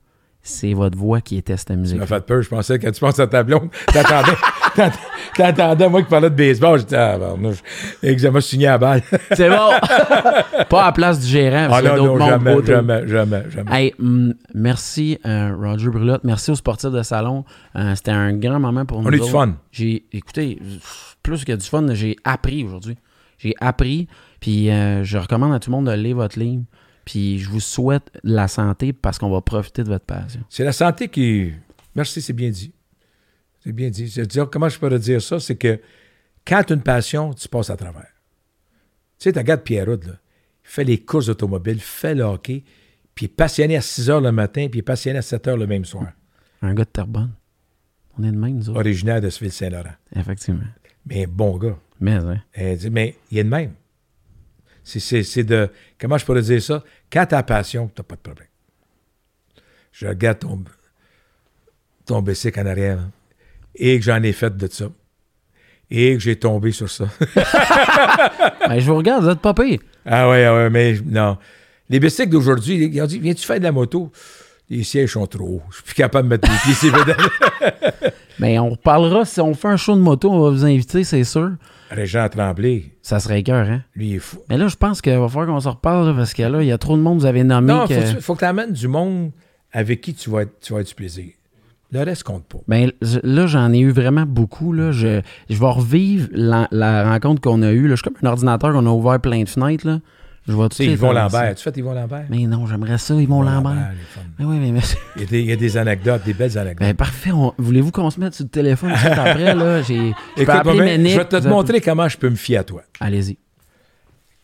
Speaker 1: c'est votre voix qui était cette musique.
Speaker 2: Ça m'a fait peur. Je pensais, quand tu penses à ta blonde, t'attendais. t'att- T'attendais, moi qui parlais de baseball. J'étais, ah, ben, examen signé à la balle.
Speaker 1: C'est bon. pas à la place du gérant.
Speaker 2: Ah
Speaker 1: parce
Speaker 2: non,
Speaker 1: que d'autres
Speaker 2: non,
Speaker 1: mondes
Speaker 2: jamais,
Speaker 1: autour.
Speaker 2: jamais, jamais, jamais.
Speaker 1: Hey, hum, merci euh, Roger Brulotte, merci aux sportifs de salon. Euh, C'était un grand moment pour nous.
Speaker 2: a eu du
Speaker 1: autres.
Speaker 2: fun.
Speaker 1: J'ai, écoutez, pff, plus que du fun, j'ai appris aujourd'hui. J'ai appris, puis euh, je recommande à tout le monde de lire votre livre. Puis je vous souhaite de la santé parce qu'on va profiter de votre passion.
Speaker 2: C'est la santé qui. Merci, c'est bien dit. C'est bien dit. Je veux dire, comment je pourrais dire ça? C'est que quand tu une passion, tu passes à travers. Tu sais, tu regardes Pierre-Houd, là. Il fait les courses automobiles, fait le hockey, puis il est passionné à 6 h le matin, puis il est passionné à 7 h le même soir.
Speaker 1: Un gars de Terrebonne. On est de même, nous autres.
Speaker 2: Originaire de Seville-Saint-Laurent.
Speaker 1: Effectivement.
Speaker 2: Mais un bon gars.
Speaker 1: Mais, hein.
Speaker 2: Elle dit, Euh, mais il est de même. C'est- C'est c'est de. Comment je pourrais dire ça? Quand tu as passion, tu n'as pas de problème. je regarde ton, ton bicycle en arrière. hein, et que j'en ai fait de ça. Et que j'ai tombé sur ça.
Speaker 1: Ben, je vous regarde, vous êtes pas pire.
Speaker 2: ah ouais, ah ouais, mais non. Les bicycles d'aujourd'hui, ils ont dit Viens-tu faire de la moto Les sièges sont trop hauts. Je suis plus capable de mettre les pieds. sur les pédales.
Speaker 1: Mais Ben, on parlera, si on fait un show de moto, on va vous inviter, c'est sûr.
Speaker 2: Régent Tremblay,
Speaker 1: Ça serait écœur, hein?
Speaker 2: lui, il est fou.
Speaker 1: Mais là, je pense qu'il va falloir qu'on se reparle, là, parce que là, il y a trop de monde, vous avez nommé.
Speaker 2: Non,
Speaker 1: que...
Speaker 2: faut, que tu- faut que tu amènes du monde avec qui tu vas, être- tu vas avoir du plaisir. Le reste compte pas.
Speaker 1: Ben, je- là, j'en ai eu vraiment beaucoup. Là. Je, je vais revivre la, la rencontre qu'on a eue. Là. Je suis comme un ordinateur qu'on a ouvert plein de fenêtres. Là. Je vois tout
Speaker 2: Tu sais,
Speaker 1: les
Speaker 2: Yvon
Speaker 1: faire,
Speaker 2: Lambert.
Speaker 1: ça.
Speaker 2: As-tu fait Yvon Lambert? Ah,
Speaker 1: Mais non, j'aimerais ça, Yvon Lambert.
Speaker 2: il est fun.
Speaker 1: Mais oui, mais monsieur.
Speaker 2: Il y, a des, il y a des anecdotes, des belles anecdotes.
Speaker 1: Ben parfait, on- voulez-vous qu'on se mette sur le téléphone tout de suite après? Là? J'ai, je peux
Speaker 2: Écoute,
Speaker 1: appeler
Speaker 2: Romain,
Speaker 1: Ménic,
Speaker 2: je vais te,
Speaker 1: vous
Speaker 2: te
Speaker 1: appelez-
Speaker 2: montrer comment je peux me fier à toi.
Speaker 1: Allez-y.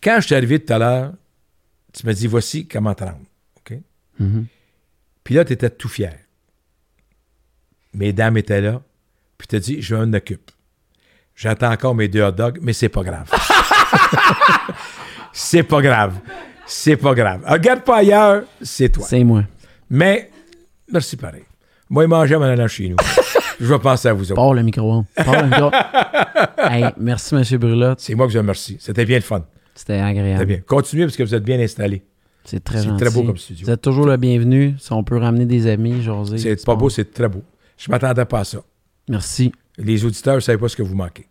Speaker 2: Quand je suis arrivé tout à l'heure, tu m'as dit voici comment te rendre. OK?
Speaker 1: Mhm.
Speaker 2: Puis là, tu étais tout fier. Mes dames étaient là, puis tu as dit je m'en occupe. J'attends encore mes deux hot dogs, mais c'est pas grave. c'est pas grave. C'est pas grave. Regarde pas ailleurs, c'est toi.
Speaker 1: C'est moi.
Speaker 2: Mais, merci pareil. Moi, il mangeait en allant chez nous. je vais penser à vous autres.
Speaker 1: Pars le micro-ondes. Pars le micro Hey, merci, monsieur Brulotte.
Speaker 2: C'est moi que je remercie. C'était bien le fun.
Speaker 1: C'était
Speaker 2: C'était
Speaker 1: agréable.
Speaker 2: bien. Continuez parce que vous êtes bien installés.
Speaker 1: C'est très
Speaker 2: C'est
Speaker 1: gentil.
Speaker 2: très beau comme studio.
Speaker 1: Vous êtes toujours le bienvenu. Si on peut ramener des amis, José.
Speaker 2: C'est pas beau, c'est très beau. Je m'attendais pas à ça.
Speaker 1: Merci.
Speaker 2: Les auditeurs ne savaient pas ce que vous manquez.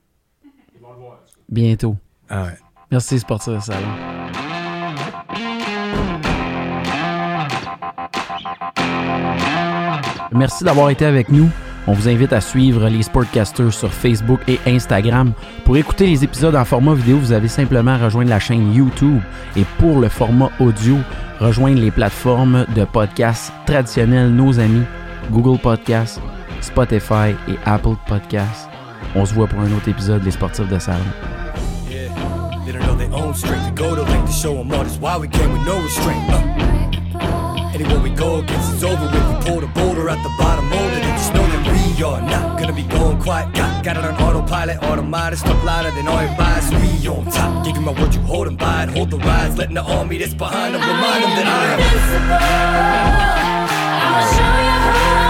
Speaker 1: Bientôt.
Speaker 2: Ah ouais.
Speaker 1: Merci, Sportif de Salon. Merci d'avoir été avec nous. On vous invite à suivre les Sportcasters sur Facebook et Instagram. Pour écouter les épisodes en format vidéo, vous avez simplement à rejoindre la chaîne YouTube. Et pour le format audio, rejoindre les plateformes de podcasts traditionnelles, nos amis, Google Podcasts, Spotify et Apple Podcasts. On se voit pour un autre épisode des Sportifs de Salon.
Speaker 4: Yeah. They don't know their own strength. We go to length to show them all. That's why we came with no restraint. Uh. Anywhere we go against, it's over with. We pull the boulder out the bottom older. They just know that we are not gonna be going quiet. Got, got it on autopilot, automatic. Stuff louder than all your bias. We on top. Give you my word, you hold 'em by it. Hold the rise. Letting the army that's behind them remind them that I am.
Speaker 5: I'll show you who I